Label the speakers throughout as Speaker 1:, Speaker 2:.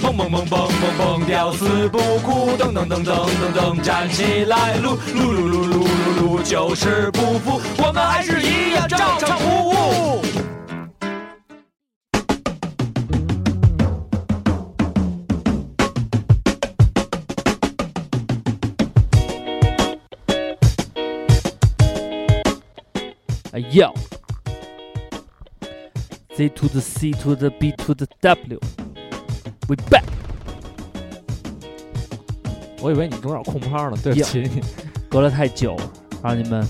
Speaker 1: 蹦蹦蹦蹦蹦蹦，吊死不哭，噔噔噔噔噔噔，站起来，撸撸撸撸撸撸撸，就是不服，我们还是一样照常服务。
Speaker 2: 哎呦，Z to the C to the B to the W，We back。
Speaker 3: 我以为你中间有空拍呢，对不起你。
Speaker 2: 隔了太久，让你们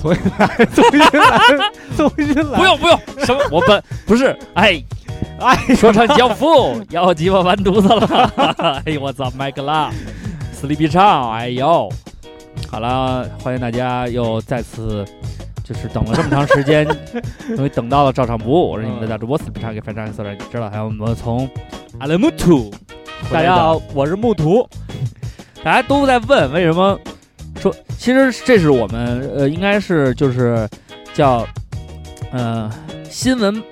Speaker 3: 重新来，重新来，重 新来。
Speaker 2: 不用不用什么，我本不是哎。
Speaker 3: 哎，
Speaker 2: 说唱教父，要鸡巴完犊子了！ 哎呦我操，麦克拉，死力必唱！哎呦，好了，欢迎大家又再次，就是等了这么长时间，终于等到了照常不误。我是你们的大主播死力必唱，给翻唱一次，让你知道。还有我们从阿勒木图，
Speaker 3: 大家好，我是木图。
Speaker 2: 大家都在问为什么说，其实这是我们呃，应该是就是叫呃新闻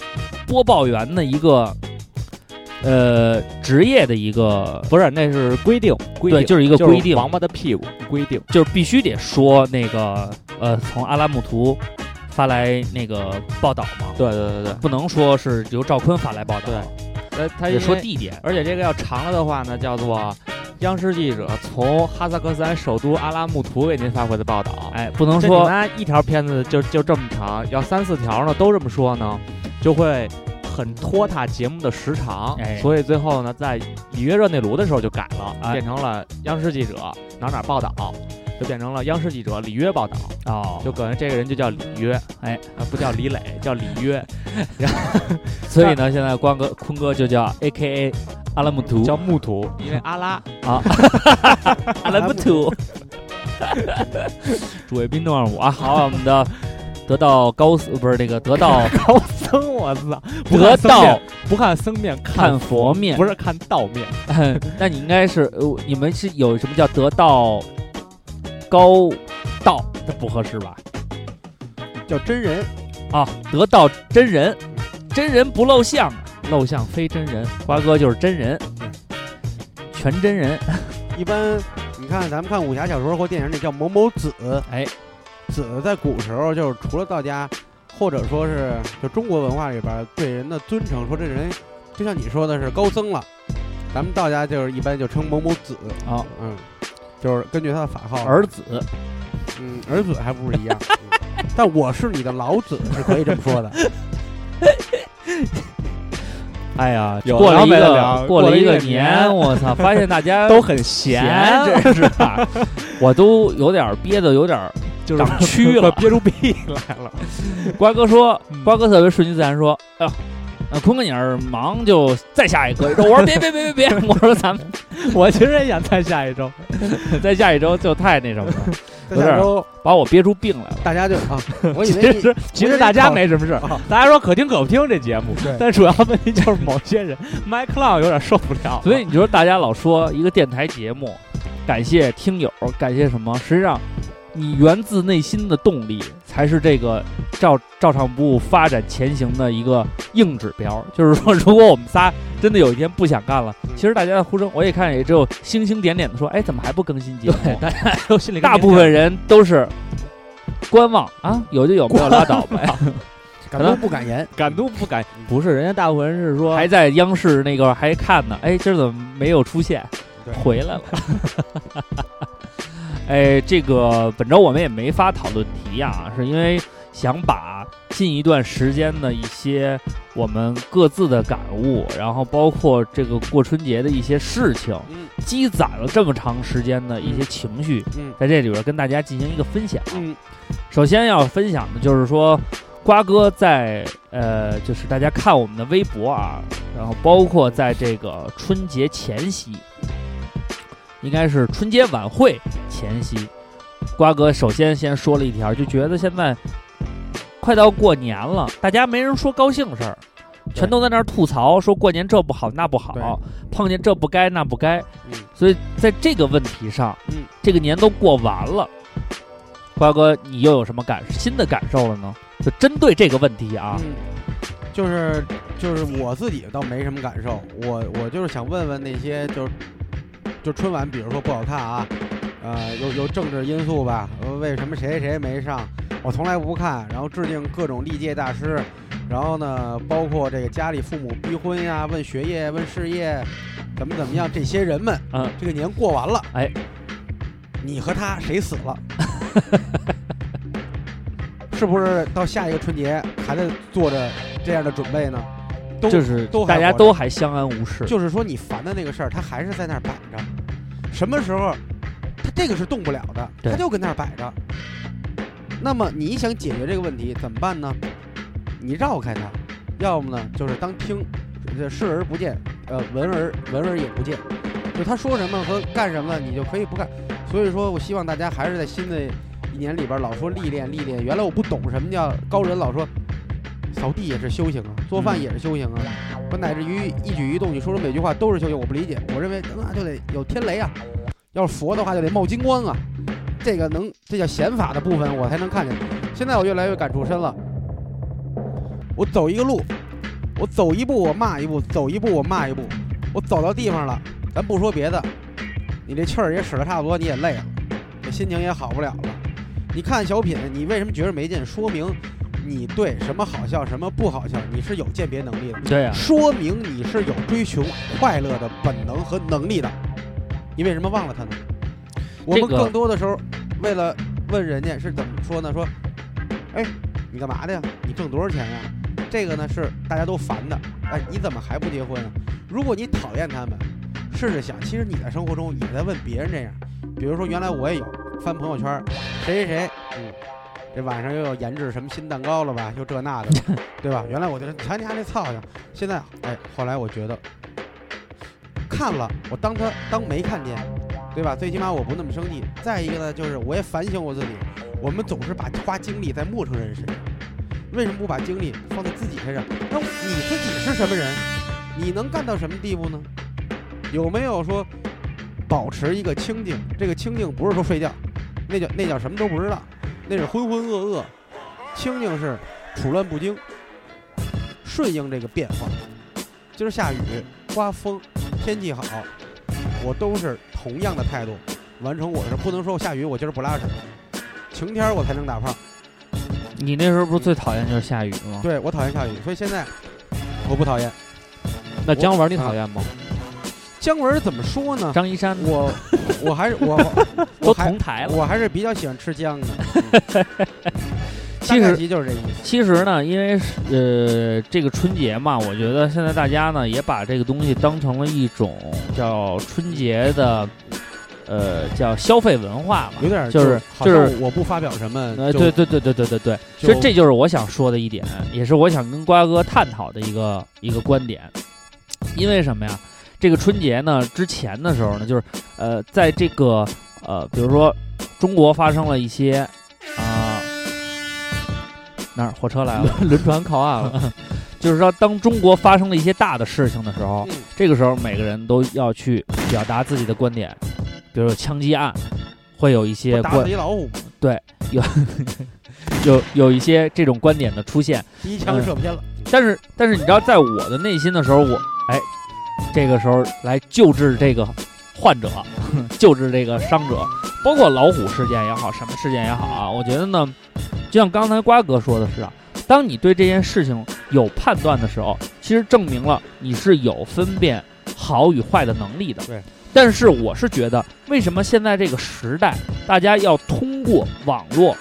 Speaker 2: 播报员的一个呃职业的一个，
Speaker 3: 不是，那是规定，规定
Speaker 2: 对，就是一个规定，
Speaker 3: 王八的屁股规定。
Speaker 2: 就是必须得说那个呃从阿拉木图发来那个报道嘛，
Speaker 3: 对对对对，
Speaker 2: 不能说是由赵坤发来报道，
Speaker 3: 对呃，他
Speaker 2: 得
Speaker 3: 也
Speaker 2: 说地点。
Speaker 3: 而且这个要长了的话呢，叫做央视记者从哈萨克斯坦首都阿拉木图为您发回的报道。
Speaker 2: 哎，不能
Speaker 3: 这你
Speaker 2: 说
Speaker 3: 妈一条片子就就这么长，要三四条呢都这么说呢，就会很拖沓节目的时长。
Speaker 2: 哎
Speaker 3: 所以最后呢，在里约热内卢的时候就改了，
Speaker 2: 哎
Speaker 3: 变成了央视记者哪哪报道，就变成了央视记者里约报道，
Speaker 2: 哦，
Speaker 3: 就可能这个人就叫里约，
Speaker 2: 哎
Speaker 3: 啊，不叫李磊，叫里 约，
Speaker 2: 所以呢，现在光哥坤哥就叫 A K A 阿拉木图，
Speaker 3: 叫木图，因为阿拉
Speaker 2: 阿拉木图。 主卫兵都让我啊，好，我们的得到高僧不是那个得到
Speaker 3: 高僧，我操，不
Speaker 2: 得
Speaker 3: 看僧面
Speaker 2: 到，
Speaker 3: 不看僧面看
Speaker 2: 看佛面
Speaker 3: 不，是看道面，
Speaker 2: 那你应该是呃你们是有什么叫得到高道？这不合适吧？
Speaker 4: 叫真人，
Speaker 2: 啊，得到真人，真人不露相啊，
Speaker 3: 露相非真人，
Speaker 2: 瓜哥就是真人，全真人。
Speaker 3: 哦
Speaker 4: 一般你看咱们看武侠小说或电影里叫某某子，
Speaker 2: 哎，
Speaker 4: 子在古时候就是除了道家，或者说是就中国文化里边对人的尊称，说这人就像你说的是高僧了，咱们道家就是一般就称某某子，
Speaker 2: 啊，
Speaker 4: 嗯，就是根据他的法号
Speaker 2: 儿子
Speaker 4: 嗯儿子还不是一样。 嗯但我是你的老子是可以这么 说的，
Speaker 2: 哎呀，
Speaker 3: 有
Speaker 2: 过了
Speaker 3: 聊
Speaker 2: 一
Speaker 3: 没得
Speaker 2: 个
Speaker 3: 聊
Speaker 2: 过了
Speaker 3: 过
Speaker 2: 一
Speaker 3: 了
Speaker 2: 个
Speaker 3: 一个年
Speaker 2: 我操，发现大家
Speaker 3: 都很闲，
Speaker 2: 哎真是啊吧？我都有点儿憋的，有点儿
Speaker 3: 就
Speaker 2: 长 蛆了
Speaker 3: 憋出屁来了。
Speaker 2: 瓜哥说，
Speaker 3: 嗯
Speaker 2: 瓜哥特别顺其自然说，哎呦。呃，坤哥，你要是忙就再下一个。我说别别别别别，我说咱们
Speaker 3: 我其实也想看下 一周，
Speaker 2: 在下一周就太那什么了，
Speaker 4: 在
Speaker 2: 有点
Speaker 4: 下
Speaker 2: 儿
Speaker 4: 周
Speaker 2: 把我憋出病来了。
Speaker 4: 大家就啊，我以
Speaker 3: 其
Speaker 4: 为你
Speaker 3: 实其实大家没什么事儿
Speaker 4: 啊，
Speaker 3: 大家说可听可不听这节目
Speaker 4: 对，
Speaker 3: 但主要问题就是某些人 Mike Long 有点受不了，
Speaker 2: 所 以你说大家老说一个电台节目，感谢听友，感谢什么？实际上，你源自内心的动力才是这个照照常不误发展前行的一个硬指标。就是说， 如果我们仨真的有一天不想干
Speaker 3: 嗯
Speaker 2: 了，其实大家的呼声，我也看也只有星星点点的说，哎，怎么还不更新节目？
Speaker 3: 对大家都心里
Speaker 2: 大部分人都是观望啊，有就有，没有拉倒呗。
Speaker 4: 敢怒不敢言，
Speaker 3: 敢怒不敢，不是人家大部分人是说
Speaker 2: 还在央视那个还看呢，哎，今儿怎么没有出现？
Speaker 4: 对
Speaker 2: 回来了。 哎，这个本周我们也没法讨论题啊，是因为想把近一段时间的一些我们各自的感悟，然后包括这个过春节的一些事情，
Speaker 4: 嗯
Speaker 2: 积攒了这么长时间的一些情绪，
Speaker 4: 嗯
Speaker 2: 在这里边跟大家进行一个分享。
Speaker 4: 嗯
Speaker 2: 首先要分享的就是说，瓜哥在呃，就是大家看我们的微博啊，然后包括在这个春节前夕，应该是春节晚会前夕，瓜哥首先先说了一条，就觉得现在快到过年了，大家没人说高兴事儿。全都在那儿吐槽，说过年这不好那不
Speaker 4: 对
Speaker 2: 好，碰见这不该那不该，
Speaker 4: 嗯
Speaker 2: 所以在这个问题上，
Speaker 4: 嗯，
Speaker 2: 这个年都过完了，瓜哥，你又有什么感新的感受了呢？就针对这个问题啊，
Speaker 4: 嗯，就是就是我自己倒没什么感受，我我就是想问问那些就是就春晚，比如说不好看啊，呃，有有政治因素吧，呃为什么谁谁谁没上？我从来不看，然后致敬各种历届大师，然后呢，包括这个家里父母逼婚呀、问学业、问事业，怎么怎么样，这些人们，
Speaker 2: 嗯，
Speaker 4: 这个年过完了，
Speaker 2: 哎，
Speaker 4: 你和他谁死 了？是不是到下一个春节还得做着这样的准备呢？都
Speaker 2: 就是
Speaker 4: 都还
Speaker 2: 大家
Speaker 4: 活着
Speaker 2: 都还相安无事，
Speaker 4: 就是说你烦的那个事儿，它还是在那儿摆着，什么时候，它这个是动不了的，
Speaker 2: 对
Speaker 4: 它就跟那儿摆着。那么你想解决这个问题怎么办呢？你绕开它，要么呢就是当听，呃视而不见，呃闻而闻而也不见，就他说什么和干什么，你就可以不干。所以说我希望大家还是在新的一年里边儿老说历练历练。原来我不懂什么叫高人老说，扫地也是修行啊，做饭也是修行啊，我乃至于一举一动，你说出每句话都是修行。我不理解，我认为那就得有天雷啊，要是佛的话就得冒金光啊，这个能这叫显法的部分我才能看见。现在我越来越感触深了，我走一个路，我走一步我骂一步，走一步我骂一步，我走到地方了，咱不说别的，你这气儿也使得差不多，你也累了，这心情也好不了了。你看小品，你为什么觉得没劲？说明你对什么好笑，什么不好笑，你是有鉴别能力的。
Speaker 2: 对啊呀、
Speaker 4: 说明你是有追求快乐的本能和能力的。你为什么忘了他呢？我们
Speaker 2: 这个
Speaker 4: 更多的时候为了问人家是怎么说呢？说，哎，你干嘛的呀？你挣多少钱呀？这个呢是大家都烦的。哎，你怎么还不结婚啊？如果你讨厌他们，试着想，其实你在生活中也在问别人这样。比如说，原来我也有翻朋友圈，谁谁谁，嗯，这晚上又要研制什么新蛋糕了吧？又这那的， 对吧？原来我就瞧你家那操性，现在哎，后来我觉得看了，我当他当没看见，对吧？最起码我不那么生气。再一个呢，就是我也反省我自己，我们总是把花精力在陌生人身上，为什么不把精力放在自己身上？那你自己是什么人？你能干到什么地步呢？有没有说保持一个清静？这个清静不是说睡觉，那叫那叫什么都不知道，那是浑浑噩噩。清静是处乱不惊，顺应这个变化。今儿下雨，刮风，天气好，我都是同样的态度完成我的事，不能说我下雨我今儿不拉屎，晴天儿我才能打炮。
Speaker 2: 你那时候不是最讨厌就是下雨吗？
Speaker 4: 对我讨厌下雨，所以现在我不讨厌。
Speaker 3: 那姜文你讨厌吗？
Speaker 4: 姜文儿怎么说呢？
Speaker 2: 张一山
Speaker 4: 我我还是我我
Speaker 2: 都
Speaker 4: 还
Speaker 2: 同台了。
Speaker 4: 我还是比较喜欢吃姜的。
Speaker 2: 其
Speaker 4: 大概
Speaker 2: 实
Speaker 4: 其就是这意思。
Speaker 2: 其实呢，因为是呃这个春节嘛，我觉得现在大家呢也把这个东西当成了一种叫春节的呃叫消费文化嘛，
Speaker 4: 有点儿
Speaker 2: 就是
Speaker 4: 好
Speaker 2: 就
Speaker 4: 像
Speaker 2: 是
Speaker 4: 我不发表什么，
Speaker 2: 呃，
Speaker 4: 就
Speaker 2: 对对对对对对对，其实
Speaker 4: 就
Speaker 2: 这就是我想说的一点，也是我想跟瓜哥探讨的一个一个观点。因为什么呀？这个春节呢，之前的时候呢，就是呃，在这个呃，比如说中国发生了一些啊、哪儿火车来 了，
Speaker 3: 轮船靠岸了，
Speaker 2: 就是说，当中国发生了一些大的事情的时候，
Speaker 4: 嗯
Speaker 2: 这个时候每个人都要去表达自己的观点，比如说枪击案，会有一些
Speaker 4: 我打
Speaker 2: 观
Speaker 4: 死一老虎，
Speaker 2: 有有一些这种观点的出现。
Speaker 4: 第一枪射偏了。
Speaker 2: 但是但是你知道，在我的内心的时候，我哎，这个时候来救治这个患者，救治这个伤者，包括老虎事件也好，什么事件也好啊，我觉得呢，就像刚才瓜哥说的是啊，当你对这件事情有判断的时候，其实证明了你是有分辨好与坏的能力的。
Speaker 4: 对。
Speaker 2: 但是我是觉得，为什么现在这个时代，大家要通过网络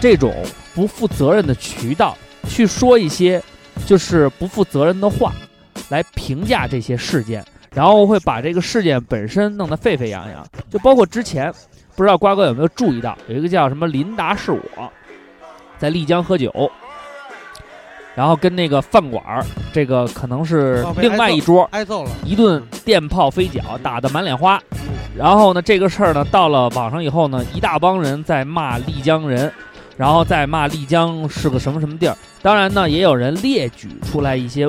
Speaker 2: 这种不负责任的渠道去说一些就是不负责任的话来评价这些事件，然后会把这个事件本身弄得沸沸扬扬。就包括之前，不知道瓜哥有没有注意到，有一个叫什么林达是我，在丽江喝酒。然后跟那个饭馆儿，这个可能是
Speaker 4: 哦被
Speaker 2: 另外一桌，
Speaker 4: 挨揍了，
Speaker 2: 一顿电炮飞脚，打得满脸花。然后呢，这个事儿呢，到了网上以后呢，一大帮人在骂丽江人，然后再骂丽江是个什么什么地儿。当然呢，也有人列举出来一些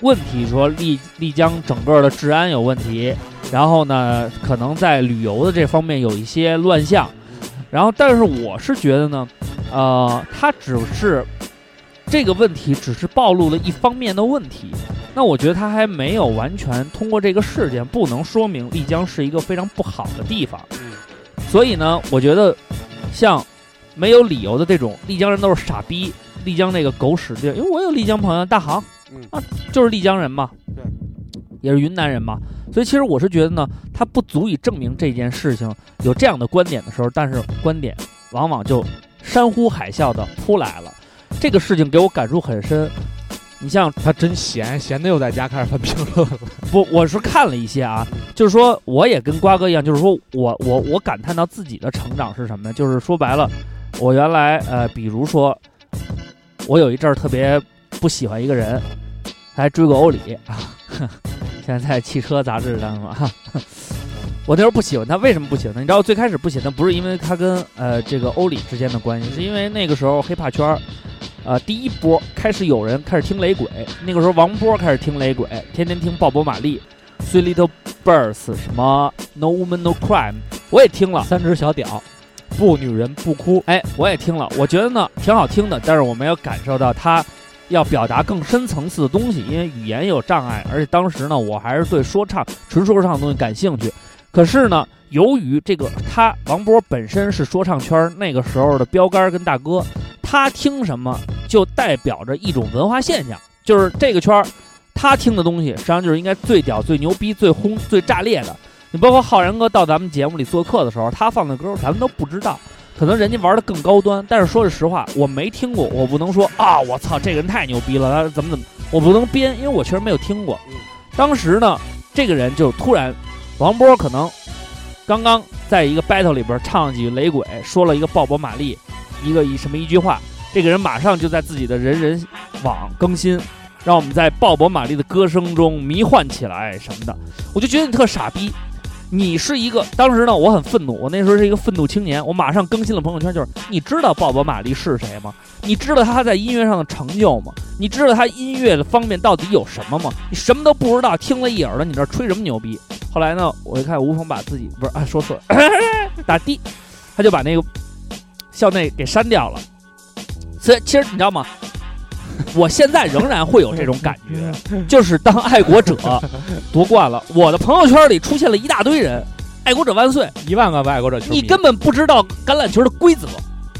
Speaker 2: 问题，说丽丽江整个的治安有问题，然后呢，可能在旅游的这方面有一些乱象。然后，但是我是觉得呢，呃，它只是这个问题只是暴露了一方面的问题。那我觉得他还没有完全通过这个事件，不能说明丽江是一个非常不好的地方。
Speaker 4: 嗯
Speaker 2: 所以呢，我觉得像没有理由的这种丽江人都是傻逼，丽江那个狗屎地儿，因为我有丽江朋友，大航
Speaker 4: 嗯
Speaker 2: 就是丽江人嘛，
Speaker 4: 对，
Speaker 2: 也是云南人嘛。所以其实我是觉得呢，他不足以证明这件事情有这样的观点的时候，但是观点往往就山呼海啸的扑来了。这个事情给我感触很深。你像
Speaker 3: 他真闲，闲的又在家开始翻评论 了。
Speaker 2: 不，我是看了一些啊，就是说我也跟瓜哥一样，就是说我我我感叹到自己的成长是什么呢？就是说白了，我原来呃，比如说我有一阵儿特别不喜欢一个人，还追过欧里啊， 现在在汽车杂志上嘛。 我那时候不喜欢他，为什么不喜欢他？你知道我最开始不喜欢他，不是因为他跟呃这个欧里之间的关系，是因为那个时候黑怕圈儿呃，第一波开始有人开始听雷鬼，那个时候王波开始听雷鬼，天天听鲍勃·马利、Three Little Birds，什么 No Woman No Crime，我也听了，
Speaker 3: 三只小屌，不女人不哭，
Speaker 2: 哎，我也听了，我觉得呢挺好听的，但是我没有感受到他要表达更深层次的东西，因为语言有障碍，而且当时呢我还是对说唱纯说唱的东西感兴趣。可是呢，由于这个他王波本身是说唱圈儿那个时候的标杆儿跟大哥，他听什么就代表着一种文化现象，就是这个圈儿他听的东西，实际上就是应该最屌、最牛逼、最轰、最炸裂的。你包括浩然哥到咱们节目里做客的时候，他放的歌咱们都不知道，可能人家玩的更高端。但是说句实话，我没听过，我不能说啊，我操，这个人太牛逼了，他怎么怎么，我不能编，因为我确实没有听过
Speaker 4: 嗯。
Speaker 2: 当时呢，这个人就突然，王波可能刚刚在一个 battle 里边唱了几句雷鬼，说了一个鲍勃·马利，一个以什么一句话，这个人马上就在自己的人人网更新，让我们在鲍勃·马利的歌声中迷幻起来什么的。我就觉得你特傻逼。你是一个，当时呢，我很愤怒，我那时候是一个愤怒青年，我马上更新了朋友圈，就是你知道鲍勃·马利是谁吗？你知道他在音乐上的成就吗？你知道他音乐的方面到底有什么吗？你什么都不知道，听了一耳朵，你这吹什么牛逼？后来呢，我一看吴鹏把自己不是啊说错了， 打的，他就把那个校内给删掉了。所以其实你知道吗？我现在仍然会有这种感觉，就是当爱国 者夺冠了，我的朋友圈里出现了一大堆人，爱国者万岁！
Speaker 3: 一万个爱国者球迷。
Speaker 2: 你根本不知道橄榄球的规则，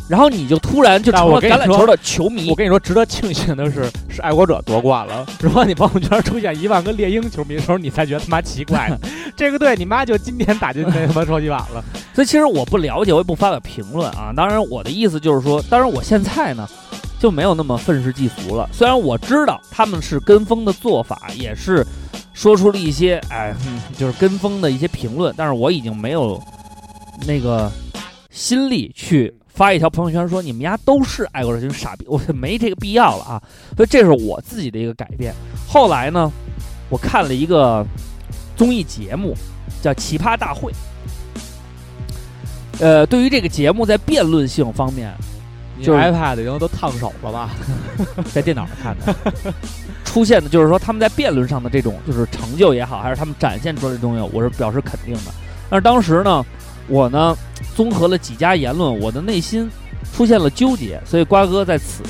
Speaker 2: 然后你就突然就
Speaker 3: 但
Speaker 2: 成了
Speaker 3: 我跟你
Speaker 2: 橄榄
Speaker 3: 说
Speaker 2: 球的球迷
Speaker 3: 我。跟你说，值得庆幸的是，是爱国者夺冠了。如果你朋友圈出现一万个猎鹰球迷的时候，你才觉得他妈奇 怪呢。这个队你妈就今天打进那他妈超级碗了。
Speaker 2: 所以其实我不了解，我也不发表评论啊。当然，我的意思就是说，当然我现在呢就没有那么愤世嫉俗了。虽然我知道他们是跟风的做法，也是说出了一些哎，嗯就是跟风的一些评论，但是我已经没有那个心力去发一条朋友圈说你们家都是爱国者，就是傻逼， 我没这个必要了啊。所以这是我自己的一个改变。后来呢，我看了一个综艺节目，叫《奇葩大会》。呃，对于这个节目在辩论性方面，
Speaker 3: 你
Speaker 2: 就是
Speaker 3: iPad 已经都烫手了吧？
Speaker 2: 在电脑上看的， 出现的就是说他们在辩论上的这种就是成就也好，还是他们展现出来的东西，我是表示肯定的。但是当时呢，我呢综合了几家言论，我的内心出现了纠结，所以瓜哥在此，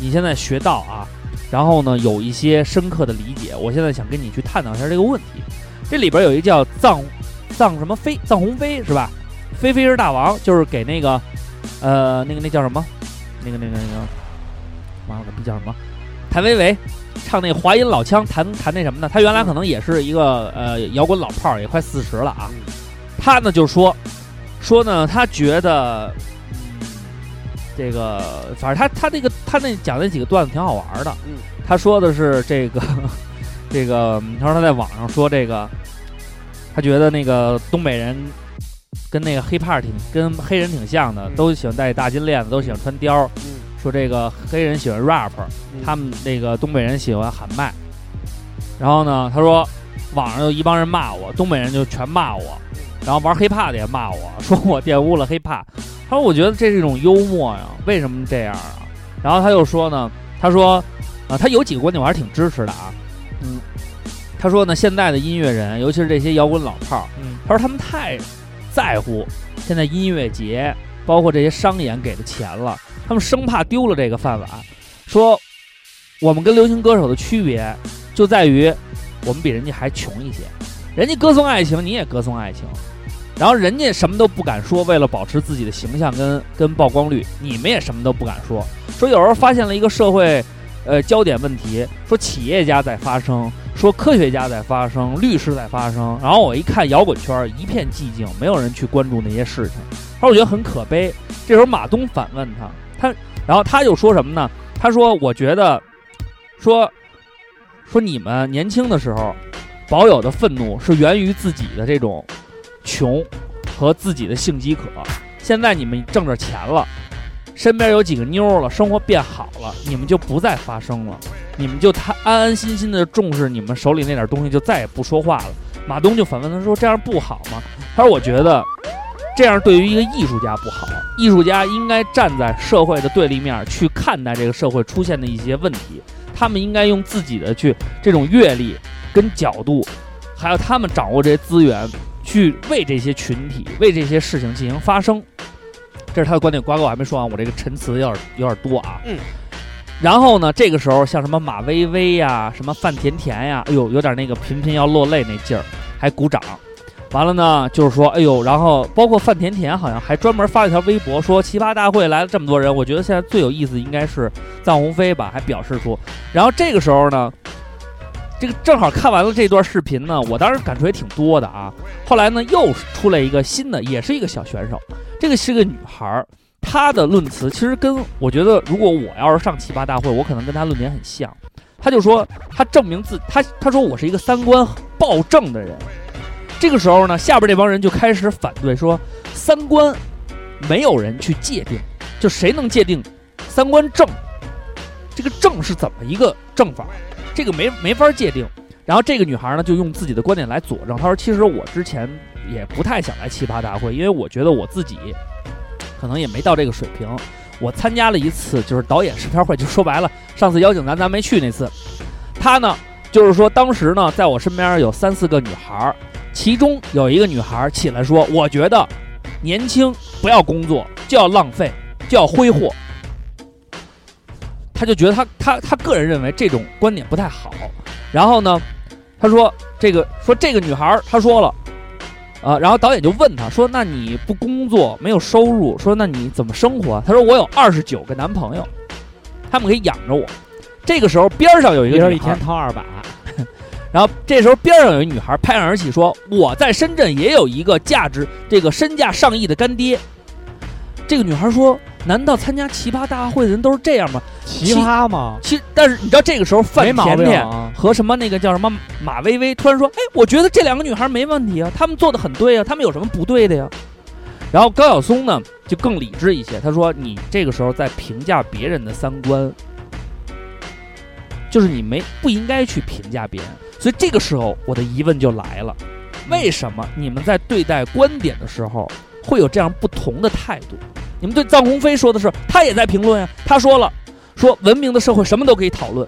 Speaker 2: 你现在学到啊，然后呢有一些深刻的理解，我现在想跟你去探讨一下这个问题。这里边有一个叫藏藏什么飞藏鸿飞是吧？飞飞是大王，就是给那个呃那个那叫什么那个那个那个妈了个逼叫什么？谭维维唱那华阴老腔，弹弹那什么呢？他原来可能也是一个呃摇滚老炮儿，也快四十了啊。
Speaker 4: 嗯
Speaker 2: 他呢就说说呢，他觉得、嗯、这个，反正他他那个他那讲那几个段子挺好玩儿的。
Speaker 4: 嗯，
Speaker 2: 他说的是这个 这个，嗯他说他在网上说这个，他觉得那个东北人。跟那个黑怕挺跟黑人挺像的，
Speaker 4: 嗯
Speaker 2: 都喜欢戴大金链子，都喜欢穿貂儿，
Speaker 4: 嗯
Speaker 2: 说这个黑人喜欢 rap，
Speaker 4: 嗯
Speaker 2: 他们那个东北人喜欢喊麦。然后呢，他说网上有一帮人骂我，东北人就全骂我，然后玩 hiphop 的也骂我， 说我玷污了 hiphop。他说我觉得这是一种幽默呀、为什么这样啊？然后他又说呢，他说啊、他有几个观点我还是挺支持的啊，嗯，他说呢，现在的音乐人，尤其是这些摇滚老炮儿，
Speaker 3: 嗯，
Speaker 2: 他说他们太在乎现在音乐节，包括这些商演给的钱了，他们生怕丢了这个饭碗，说我们跟流行歌手的区别就在于我们比人家还穷一些，人家歌颂爱情，你也歌颂爱情，然后人家什么都不敢说，为了保持自己的形象跟跟曝光率，你们也什么都不敢说。说有时候发现了一个社会呃焦点问题，说企业家在发声，说科学家在发声，律师在发声，然后我一看摇滚圈儿一片寂静，没有人去关注那些事情，他说我觉得很可悲。这时候马东反问他，他然后他就说什么呢？他说我觉得说说你们年轻的时候保有的愤怒是源于自己的这种穷和自己的性饥渴，现在你们挣着钱了。身边有几个妞儿了，生活变好了，你们就不再发声了，你们就他安安心心的重视你们手里那点东西，就再也不说话了。马东就反问他说：“这样不好吗？”他说：“我觉得这样对于一个艺术家不好，艺术家应该站在社会的对立面去看待这个社会出现的一些问题，他们应该用自己的去这种阅历跟角度，还有他们掌握这些资源，去为这些群体、为这些事情进行发声。”这是他的观点。瓜哥，我还没说完，我这个陈词有点有点多啊。
Speaker 4: 嗯。
Speaker 2: 然后呢，这个时候像什么马薇薇呀、什么范甜甜呀，哎呦，有点那个频频要落泪那劲儿，还鼓掌。完了呢，就是说，哎呦，然后包括范甜甜好像还专门发了一条微博说，奇葩大会来了这么多人，我觉得现在最有意思应该是臧鸿飞吧，还表示出。然后这个时候呢，这个正好看完了这段视频呢，我当时感触也挺多的啊。后来呢，又出来一个新的，也是一个小选手，这个是个女孩儿，她的论词其实跟我觉得，如果我要是上奇葩大会，我可能跟她论点很像。她就说，她证明自她，她说我是一个三观暴正的人。这个时候呢，下边这帮人就开始反对说，三观没有人去界定，就谁能界定三观正？这个正是怎么一个正法？这个没没法界定。然后这个女孩呢，就用自己的观点来佐证，她说：“其实我之前也不太想来奇葩大会，因为我觉得我自己可能也没到这个水平。我参加了一次，就是导演试片会，就说白了，上次邀请咱咱没去那次。她呢，就是说当时呢，在我身边有三四个女孩儿，其中有一个女孩儿起来说：‘我觉得年轻不要工作，就要浪费，就要挥霍。’她就觉得她她她个人认为这种观点不太好。然后呢，她说这个说这个女孩儿，她说了。啊，然后导演就问她说：“那你不工作，没有收入，说那你怎么生活啊？”她说：“我有二十九个男朋友，他们可以养着我。”这个时候边儿上有一
Speaker 3: 一
Speaker 2: 个
Speaker 3: 人
Speaker 2: 女
Speaker 3: 一
Speaker 2: 孩
Speaker 3: 天掏二百，
Speaker 2: 然后这时候边上有一女孩拍案而起说：“我在深圳也有一个价值这个身价上亿的干爹。”这个女孩说：“难道参加奇葩大会的人都是这样吗
Speaker 3: 奇葩吗？”？
Speaker 2: 其实，但是你知道这个时候范
Speaker 3: 没毛
Speaker 2: 甜
Speaker 3: 病
Speaker 2: 甜
Speaker 3: 啊！
Speaker 2: 和什么那个叫什么马薇薇突然说：“哎，我觉得这两个女孩没问题啊，她们做的很对啊，她们有什么不对的呀？”然后高晓松呢就更理智一些，他说：“你这个时候在评价别人的三观，就是你没不应该去评价别人。”所以这个时候我的疑问就来了：为什么你们在对待观点的时候会有这样不同的态度？你们对臧鸿飞说的是，他也在评论呀、他说了，说文明的社会什么都可以讨论。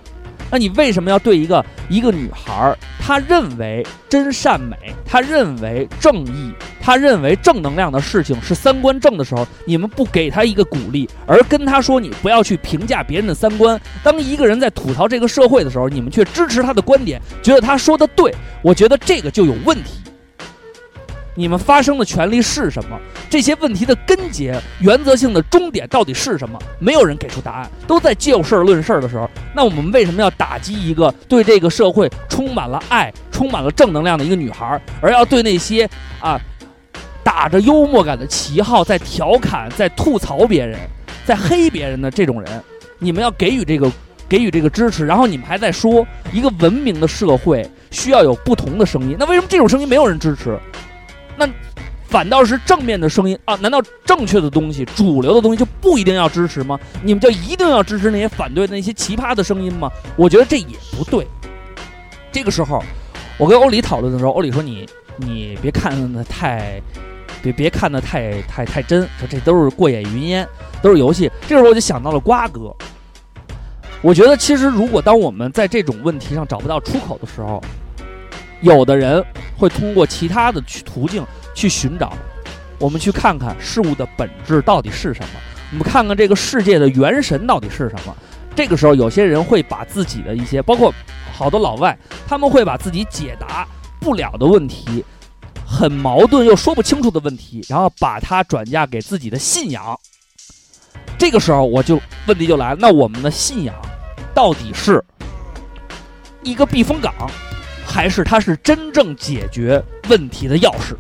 Speaker 2: 那你为什么要对一个一个女孩儿，她认为真善美，她认为正义，她认为正能量的事情是三观正的时候，你们不给她一个鼓励，而跟她说你不要去评价别人的三观？当一个人在吐槽这个社会的时候，你们却支持他的观点，觉得他说的对，我觉得这个就有问题。你们发声的权利是什么？这些问题的根结、原则性的终点到底是什么？没有人给出答案，都在就事儿论事儿的时候，那我们为什么要打击一个对这个社会充满了爱、充满了正能量的一个女孩儿，而要对那些啊打着幽默感的旗号在调侃、在吐槽别人、在黑别人的这种人，你们要给予这个给予这个支持，然后你们还在说一个文明的社会需要有不同的声音，那为什么这种声音没有人支持？那反倒是正面的声音啊？难道正确的东西、主流的东西就不一定要支持吗？你们就一定要支持那些反对的那些奇葩的声音吗？我觉得这也不对。这个时候，我跟欧里讨论的时候，欧里说你你别看的太，别别看的太太太真，说这都是过眼云烟，都是游戏。这时候我就想到了瓜哥。我觉得其实如果当我们在这种问题上找不到出口的时候，有的人会通过其他的去途径去寻找，我们去看看事物的本质到底是什么，我们看看这个世界的元神到底是什么。这个时候，有些人会把自己的一些，包括好多老外，他们会把自己解答不了的问题，很矛盾又说不清楚的问题，然后把它转嫁给自己的信仰。这个时候，我就问题就来了，那我们的信仰到底是一个避风港，还是它是真正解决问题的钥匙？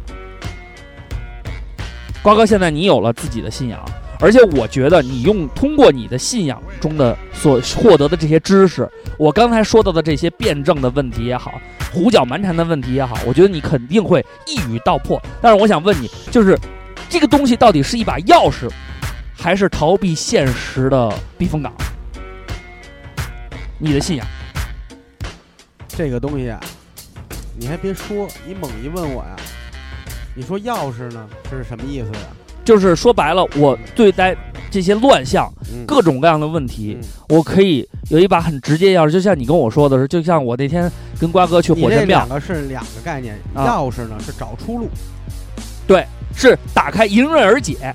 Speaker 2: 瓜哥，现在你有了自己的信仰，而且我觉得你用通过你的信仰中的所获得的这些知识，我刚才说到的这些辩证的问题也好，胡搅蛮缠的问题也好，我觉得你肯定会一语道破。但是我想问你，就是这个东西到底是一把钥匙，还是逃避现实的避风港？你的信仰，
Speaker 4: 这个东西啊，你还别说，你猛一问我呀、你说钥匙呢是什么意思呀、
Speaker 2: 就是说白了，我对待这些乱象、
Speaker 4: 嗯
Speaker 2: 各种各样的问题，
Speaker 4: 嗯
Speaker 2: 我可以有一把很直接钥匙，就像你跟我说的是，就像我那天跟瓜哥去
Speaker 4: 你
Speaker 2: 火
Speaker 4: 这
Speaker 2: 神庙
Speaker 4: 两，个是两个概念，
Speaker 2: 啊
Speaker 4: 钥匙呢是找出路，
Speaker 2: 是打开迎刃而解。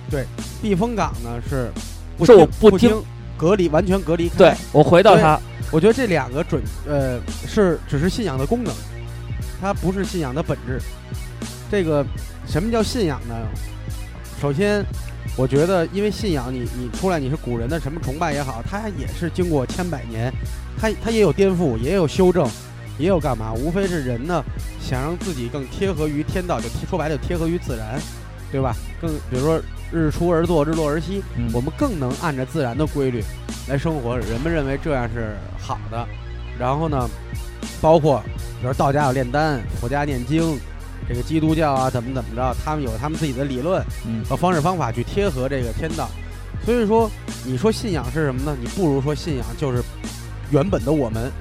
Speaker 4: 避风港呢是不
Speaker 2: 是我不
Speaker 4: 不
Speaker 2: 听
Speaker 4: 听隔离，完全隔离开。
Speaker 2: 对，我回到他，
Speaker 4: 我觉得这两个准呃是只是信仰的功能，它不是信仰的本质。这个什么叫信仰呢？首先，我觉得因为信仰你，你出来你是古人的什么崇拜也好，它也是经过千百年，它它也有颠覆，也有修正，也有干嘛，无非是人呢想让自己更贴合于天道，就贴说白了就贴合于自然，对吧？更比如说日出而作，日落而息，
Speaker 2: 嗯
Speaker 4: 我们更能按着自然的规律来生活。人们认为这样是好的。然后呢，包括比如道家有炼丹，佛家念经，这个基督教啊怎么怎么着，他们有他们自己的理论
Speaker 2: 嗯
Speaker 4: 和方式方法去贴合这个天道。所以说，你说信仰是什么呢？你不如说信仰就是原本的我们，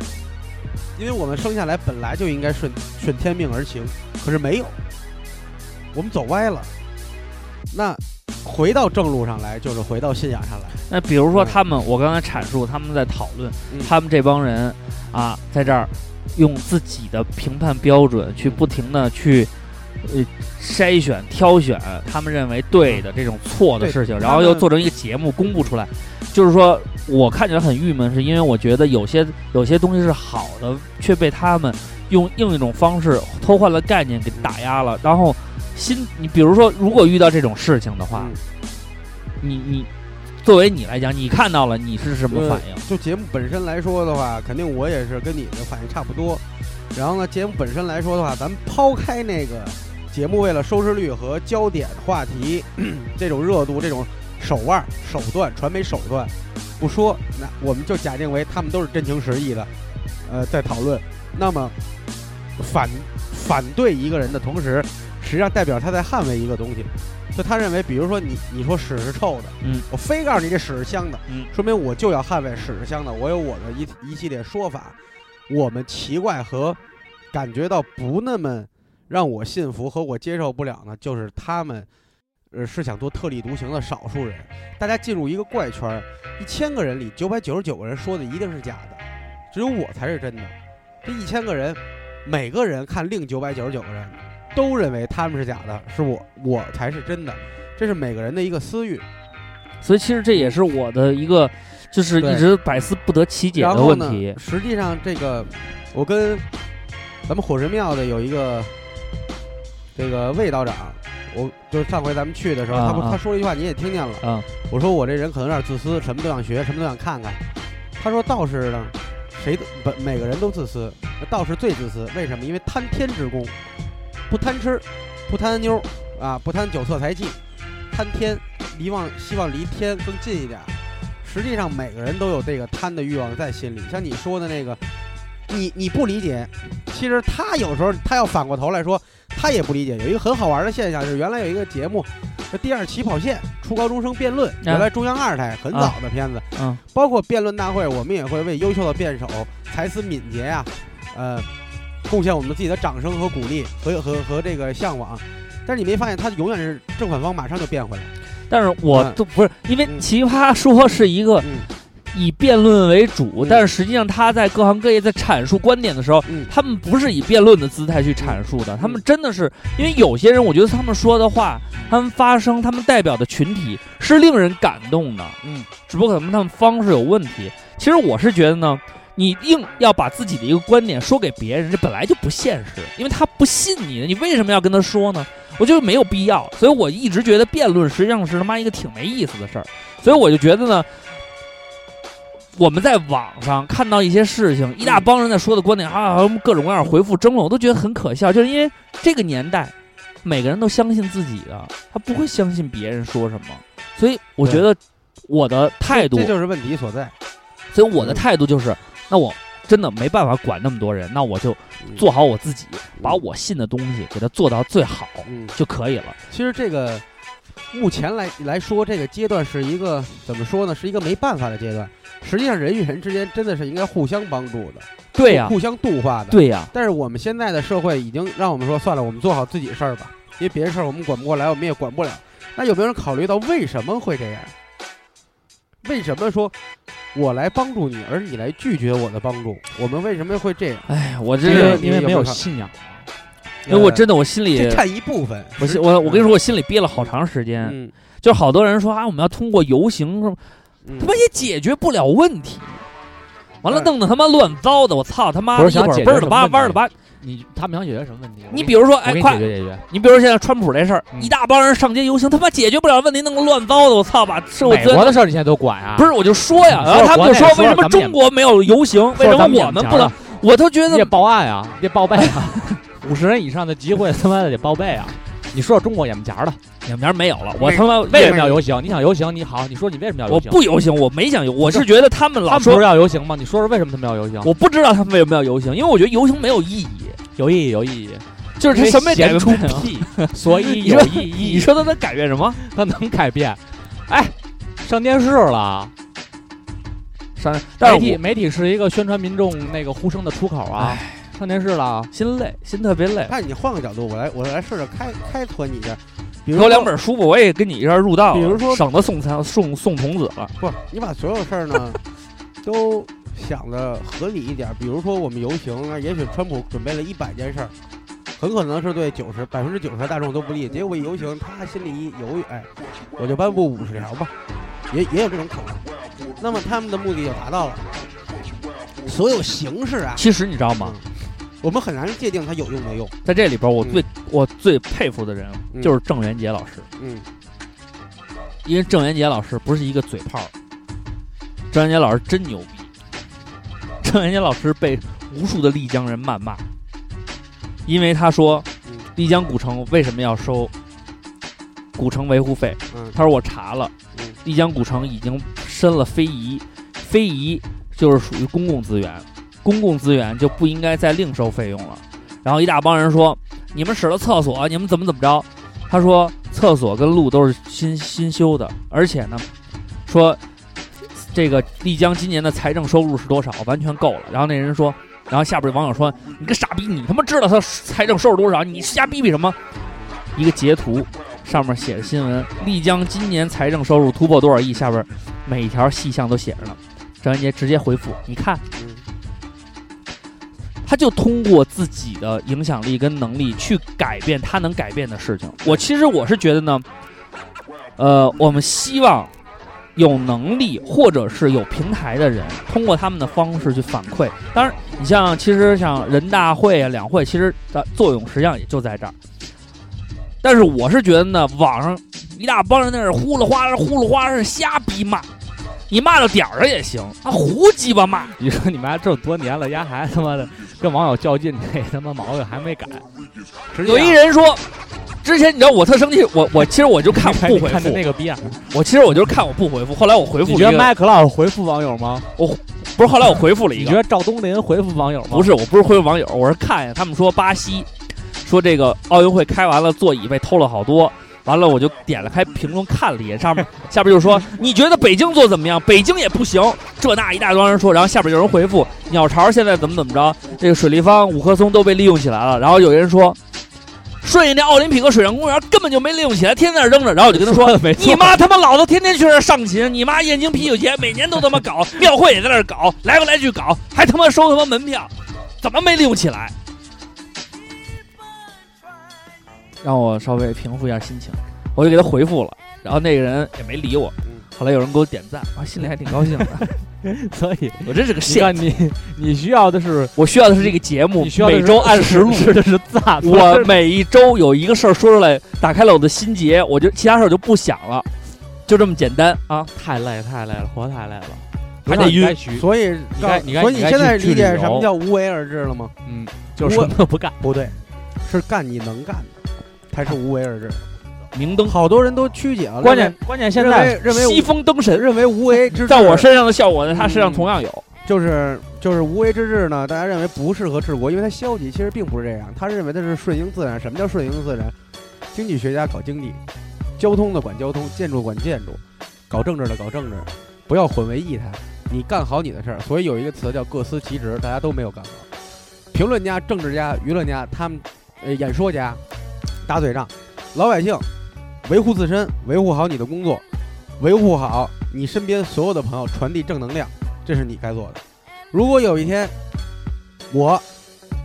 Speaker 4: 因为我们生下来本来就应该顺顺天命而行，可是没有，我们走歪了。那回到正路上来，就是回到信仰上来。
Speaker 2: 那比如说他们，我刚才阐述他们在讨论
Speaker 4: 嗯
Speaker 2: 他们这帮人啊，在这儿用自己的评判标准
Speaker 4: 嗯
Speaker 2: 去不停的去。呃，筛选、挑选他们认为对的这种错的
Speaker 4: 嗯对
Speaker 2: 事情，
Speaker 4: 他
Speaker 2: 然后又
Speaker 4: 们
Speaker 2: 做成一个节目公布出来。就是说，我看起来很郁闷，是因为我觉得有些有些东西是好的，却被他们用另一种方式偷换了概念给打压了。然后心，你比如说，如果遇到这种事情的话，
Speaker 4: 嗯
Speaker 2: 你你作为你来讲，你看到了，你是什么反应？
Speaker 4: 就节目本身来说的话，肯定我也是跟你的反应差不多。然后呢，节目本身来说的话，咱们抛开那个节目为了收视率和焦点话题 这种热度、这种手腕儿、手段、传媒手段不说，那我们就假定为他们都是真情实意的，呃，在讨论。那么反反对一个人的同时，实际上代表他在捍卫一个东西。就他认为，比如说你你说屎是臭的，
Speaker 2: 嗯，
Speaker 4: 我非告诉你这屎是香的，
Speaker 2: 嗯，
Speaker 4: 说明我就要捍卫屎是香的，我有我的一一系列说法。我们奇怪和感觉到不那么让我信服和我接受不了呢，就是他们呃是想做特立独行的少数人。大家进入一个怪圈儿，一千个人里九百九十九个人说的一定是假的，只有我才是真的。这一千个人，每个人看另九百九十九个人，都认为他们是假的，是我我才是真的，这是每个人的一个私欲。
Speaker 2: 所以其实这也是我的一个，就是
Speaker 4: 对
Speaker 2: 一直百思不得其解
Speaker 4: 然
Speaker 2: 的
Speaker 4: 后
Speaker 2: 问
Speaker 4: 呢，
Speaker 2: 题。
Speaker 4: 实际上，这个我跟咱们火神庙的有一个这个魏道长，我就是上回咱们去的时候，
Speaker 2: 啊
Speaker 4: 他不
Speaker 2: 啊
Speaker 4: 他说了一句话，你也听见了。
Speaker 2: 啊
Speaker 4: 我说我这人可能有点自私，什么都想学，什么都想看看。他说道士呢，谁都本每个人都自私，那道士最自私，为什么？因为贪天之功，不贪吃，不贪妞啊，不贪酒色财气，贪天，离望希望离天更近一点。实际上每个人都有这个贪的欲望在心里，像你说的那个，你你不理解，其实他有时候他要反过头来说，他也不理解。有一个很好玩的现象是，原来有一个节目叫《第二起跑线》，初高中生辩论，原来中央二台很早的片子，
Speaker 2: 嗯
Speaker 4: 包括辩论大会，我们也会为优秀的辩手才思敏捷呀、呃，贡献我们自己的掌声和鼓励和和和这个向往。但是你没发现，他永远是正反方马上就变回来。
Speaker 2: 但是我
Speaker 4: 嗯
Speaker 2: 都不是因为
Speaker 4: 嗯
Speaker 2: 奇葩说是一个
Speaker 4: 嗯
Speaker 2: 以辩论为主，
Speaker 4: 嗯
Speaker 2: 但是实际上他在各行各业在阐述观点的时候，
Speaker 4: 嗯
Speaker 2: 他们不是以辩论的姿态去阐述的，他们真的是因为有些人，我觉得他们说的话，他们发声，他们代表的群体是令人感动的，
Speaker 3: 嗯，
Speaker 2: 只不过可能他们方式有问题。其实我是觉得呢，你硬要把自己的一个观点说给别人，这本来就不现实，因为他不信你的，你为什么要跟他说呢？我觉得没有必要，所以我一直觉得辩论实际上是他妈一个挺没意思的事儿，所以我就觉得呢，我们在网上看到一些事情，一大帮人在说的观点啊，什么各种各样的回复争论，我都觉得很可笑，就是因为这个年代，每个人都相信自己的，他不会相信别人说什么，所以我觉得我的态度
Speaker 4: 这就是嗯问题所在。
Speaker 2: 所以我的态度就是，那我真的没办法管那么多人，那我就
Speaker 4: 嗯
Speaker 2: 做好我自己，把我信的东西给它做到最好
Speaker 4: 嗯，
Speaker 2: 就可以了。
Speaker 4: 其实这个目前来来说，这个阶段是一个怎么说呢？是一个没办法的阶段。实际上，人与人之间真的是应该互相帮助的，
Speaker 2: 对呀、
Speaker 4: 互相度化的。。
Speaker 2: 对呀、
Speaker 4: 但是我们现在的社会已经让我们说算了，我们做好自己事儿吧，因为别的事儿我们管不过来，我们也管不了。那有没有人考虑到为什么会这样？为什么说我来帮助你，而你来拒绝我的帮助？我们为什么会这样？
Speaker 2: 哎，我真
Speaker 3: 因
Speaker 2: 是
Speaker 3: 为
Speaker 4: 这，个
Speaker 3: 因为没有
Speaker 4: 你也不看
Speaker 3: 信仰，啊
Speaker 2: 因
Speaker 3: 呃
Speaker 2: 为我真的我心里
Speaker 4: 呃这，占一部分。
Speaker 2: 我心我我跟你说，我心里憋了好长时间，
Speaker 4: 嗯，
Speaker 2: 就好多人说啊，我们要通过游行什么，
Speaker 4: 嗯
Speaker 2: 他妈也解决不了问题。完了，
Speaker 4: 对
Speaker 2: 弄得他妈乱糟的，我操他妈！
Speaker 3: 不
Speaker 2: 的，
Speaker 3: 是
Speaker 2: 一
Speaker 3: 想
Speaker 2: 会儿
Speaker 3: 解决
Speaker 2: 倍儿了
Speaker 3: 什么
Speaker 2: 吧，
Speaker 3: 问题
Speaker 2: 弯儿了吧。
Speaker 3: 你他们想解决什么问题？
Speaker 2: 你比如说，
Speaker 3: 我给
Speaker 2: 哎，
Speaker 3: 你
Speaker 2: 快
Speaker 3: 解，决解决，
Speaker 2: 你比如说现在川普这事儿，
Speaker 3: 嗯
Speaker 2: 一大帮人上街游行，他妈解决不了问题，弄得乱糟的，我操，把社会
Speaker 3: 美
Speaker 2: 资源
Speaker 3: 国的事儿你现在都管啊？
Speaker 2: 不是，我就说呀，
Speaker 3: 嗯
Speaker 2: 然后他们就
Speaker 3: 说国内
Speaker 2: 为什
Speaker 3: 说
Speaker 2: 么
Speaker 3: 咱们也
Speaker 2: 中国没有游行，为
Speaker 3: 说
Speaker 2: 什么
Speaker 3: 咱们
Speaker 2: 我
Speaker 3: 也
Speaker 2: 们
Speaker 3: 讲
Speaker 2: 不能
Speaker 3: 了？
Speaker 2: 我都觉
Speaker 3: 你也
Speaker 2: 得
Speaker 3: 报案啊，你得报备啊， 五十人以上的集会他妈的得报备啊。你说说中国眼巴夹的，
Speaker 2: 两边没有了，我
Speaker 4: 为
Speaker 2: 他妈
Speaker 3: 为
Speaker 2: 为
Speaker 3: 什么要游行？你想游行，你好，你说你为什么要
Speaker 2: 我
Speaker 3: 游行？
Speaker 2: 不游行，我没想游，我是觉得他们
Speaker 3: 他
Speaker 2: 老
Speaker 3: 们不
Speaker 2: 说
Speaker 3: 是，要游行吗？你说说为什么他们要游行？
Speaker 2: 我不知道他们为什么要游行，因为我觉得游行没有意义，
Speaker 3: 有意义，有意义，
Speaker 2: 就是
Speaker 3: 因
Speaker 2: 他
Speaker 3: 为
Speaker 2: 什么也改
Speaker 3: 闲
Speaker 2: 变
Speaker 3: 出
Speaker 2: 不了。
Speaker 3: 屁，所以
Speaker 2: 你
Speaker 3: 有
Speaker 2: 说
Speaker 3: 意义。
Speaker 2: 你说他能改变什 么？
Speaker 3: 它能改变？哎，上电视了，
Speaker 2: 上， 但
Speaker 3: 媒体
Speaker 2: 是
Speaker 3: 媒体是一个宣传民众那个呼声的出口
Speaker 2: 我
Speaker 3: 啊。
Speaker 2: 唉，
Speaker 3: 上电视了，
Speaker 2: 心累，心特别累。
Speaker 4: 那你换个角度，我来，我来试着开开拓你一下。比
Speaker 2: 给我
Speaker 4: 如说
Speaker 2: 两，本书吧，我也跟你一块儿入道了，
Speaker 4: 比如说
Speaker 2: 省得送餐送送童子了。
Speaker 4: 不，你把所有事儿呢都想的合理一点儿。比如说我们游行，那也许川普准备了一百件事儿，很可能是对九十百分之九十大众都不利。结果一游行，他心里一犹豫，哎，我就颁布五十条吧，也也有这种可能。那么他们的目的就达到了。所有形式啊，
Speaker 2: 其实你知道吗？
Speaker 4: 我们很难界定它有用没用。
Speaker 2: 在这里边，我
Speaker 4: 嗯
Speaker 2: 最我最佩服的人
Speaker 4: 嗯
Speaker 2: 就是郑渊洁老师。
Speaker 4: 嗯，
Speaker 2: 因为郑渊洁老师不是一个嘴炮儿，郑渊洁老师真牛逼。郑渊洁老师被无数的丽江人谩骂，因为他说
Speaker 4: 嗯
Speaker 2: 丽江古城为什么要收古城维护费？
Speaker 4: 嗯
Speaker 2: 他说我查了
Speaker 4: 嗯，
Speaker 2: 丽江古城已经申了非遗，非遗就是属于公共资源，公共资源就不应该再另收费用了。然后一大帮人说你们使了厕所，你们怎么怎么着？他说厕所跟路都是新新修的，而且呢，说这个丽江今年的财政收入是多少，完全够了。然后那人说，然后下边网友说你个傻逼，你他妈知道他财政收入多少？你瞎逼逼什么？一个截图上面写着新闻，丽江今年财政收入突破多少亿？下边每一条细项都写着呢。张文杰直接回复，你看。
Speaker 4: 嗯
Speaker 2: 他就通过自己的影响力跟能力去改变他能改变的事情。我其实我是觉得呢，呃，我们希望有能力或者是有平台的人，通过他们的方式去反馈。当然，你像其实像人大会啊、两会，其实的作用实际上也就在这儿。但是我是觉得呢，网上一大帮人在那儿呼噜哗啦、呼噜哗啦瞎逼骂，你骂到点儿上也行，啊，胡鸡巴骂。
Speaker 3: 你说你妈这么多年了，丫还他妈的跟网友较劲，这他妈毛病还没改。
Speaker 4: 实际
Speaker 2: 有一
Speaker 4: 上
Speaker 2: 人说，之前你知道我特生气，我我其实我就看
Speaker 3: 看
Speaker 2: 我不回
Speaker 3: 看着那
Speaker 2: 复，
Speaker 3: 个逼样，
Speaker 2: 我其实我就是看我不回复。后来我回复
Speaker 3: 你
Speaker 2: 了
Speaker 3: 觉
Speaker 2: 一
Speaker 3: 得
Speaker 2: 个，
Speaker 3: 麦克老回复网友吗？
Speaker 2: 不是后来我回复了一
Speaker 3: 你
Speaker 2: 个
Speaker 3: 觉，得赵东林回复网友吗？
Speaker 2: 不是，我不是回复网友，我是看他们说巴西，说这个奥运会开完了，座椅被偷了好多。完了，我就点了开评论看了一眼，上面下边就说你觉得北京做怎么样？北京也不行，这那一大帮人说，然后下边有人回复鸟巢现在怎么怎么着，这个水立方、五棵松都被利用起来了。然后有人说，顺义那奥林匹克水上公园根本就没利用起来，天天在那儿扔着。然后我就跟他说，
Speaker 3: 说的没错。
Speaker 2: 你妈他妈老子天天去那儿上琴，你妈燕京啤酒节每年都他妈搞，庙会也在那儿搞，来回来去搞，还他妈收他妈门票，怎么没利用起来？让我稍微平复一下心情，我就给他回复了，然后那个人也没理我
Speaker 4: 嗯，
Speaker 2: 后来有人给我点赞，啊，心里还挺高兴的。
Speaker 3: 所以
Speaker 2: 我真是个
Speaker 3: 你
Speaker 2: 线。
Speaker 3: 看你你需要的是
Speaker 2: 我需要的是这个节目
Speaker 3: 你需要的
Speaker 2: 每
Speaker 3: 是
Speaker 2: 周按时录。
Speaker 3: 是的是赞，
Speaker 2: 我每一周有一个事儿说出来，打开了我的心结，我就其他事儿我就不想了，就这么简单啊！
Speaker 3: 太累太累了，活太累了，
Speaker 2: 还得晕
Speaker 3: 该学
Speaker 4: 所以告，
Speaker 3: 该你该
Speaker 4: 所以
Speaker 3: 你
Speaker 4: 你
Speaker 3: 该
Speaker 4: 现在
Speaker 3: 去去
Speaker 4: 理解
Speaker 3: 旅游
Speaker 4: 什么叫无为而治了吗？
Speaker 3: 嗯，就是什么都不干。
Speaker 4: 不对，是干你能干的，才是无为 而治。
Speaker 2: 明灯，
Speaker 4: 好多人都曲解了，
Speaker 3: 关键关键现
Speaker 4: 认
Speaker 3: 在
Speaker 4: 为认为
Speaker 2: 西
Speaker 4: 认
Speaker 2: 风灯
Speaker 4: 为
Speaker 2: 神，
Speaker 4: 认为无为之治
Speaker 2: 在我身上的效果呢，他身上同样有。
Speaker 4: 就是就是无为之治呢，大家认为不适合治国，因为它消极，其实并不是这样。他认为的是顺应自然。什么叫顺应自然？经济学家搞经济，交通的管交通，建筑管建筑，搞政治的搞政治，不要混为一谈。你干好你的事儿，所以有一个词叫各司其职，大家都没有干好。评论家、政治家、舆论家，他们呃演说家打嘴仗，老百姓维护自身，维护好你的工作，维护好你身边所有的朋友，传递正能量，这是你该做的。如果有一天，我，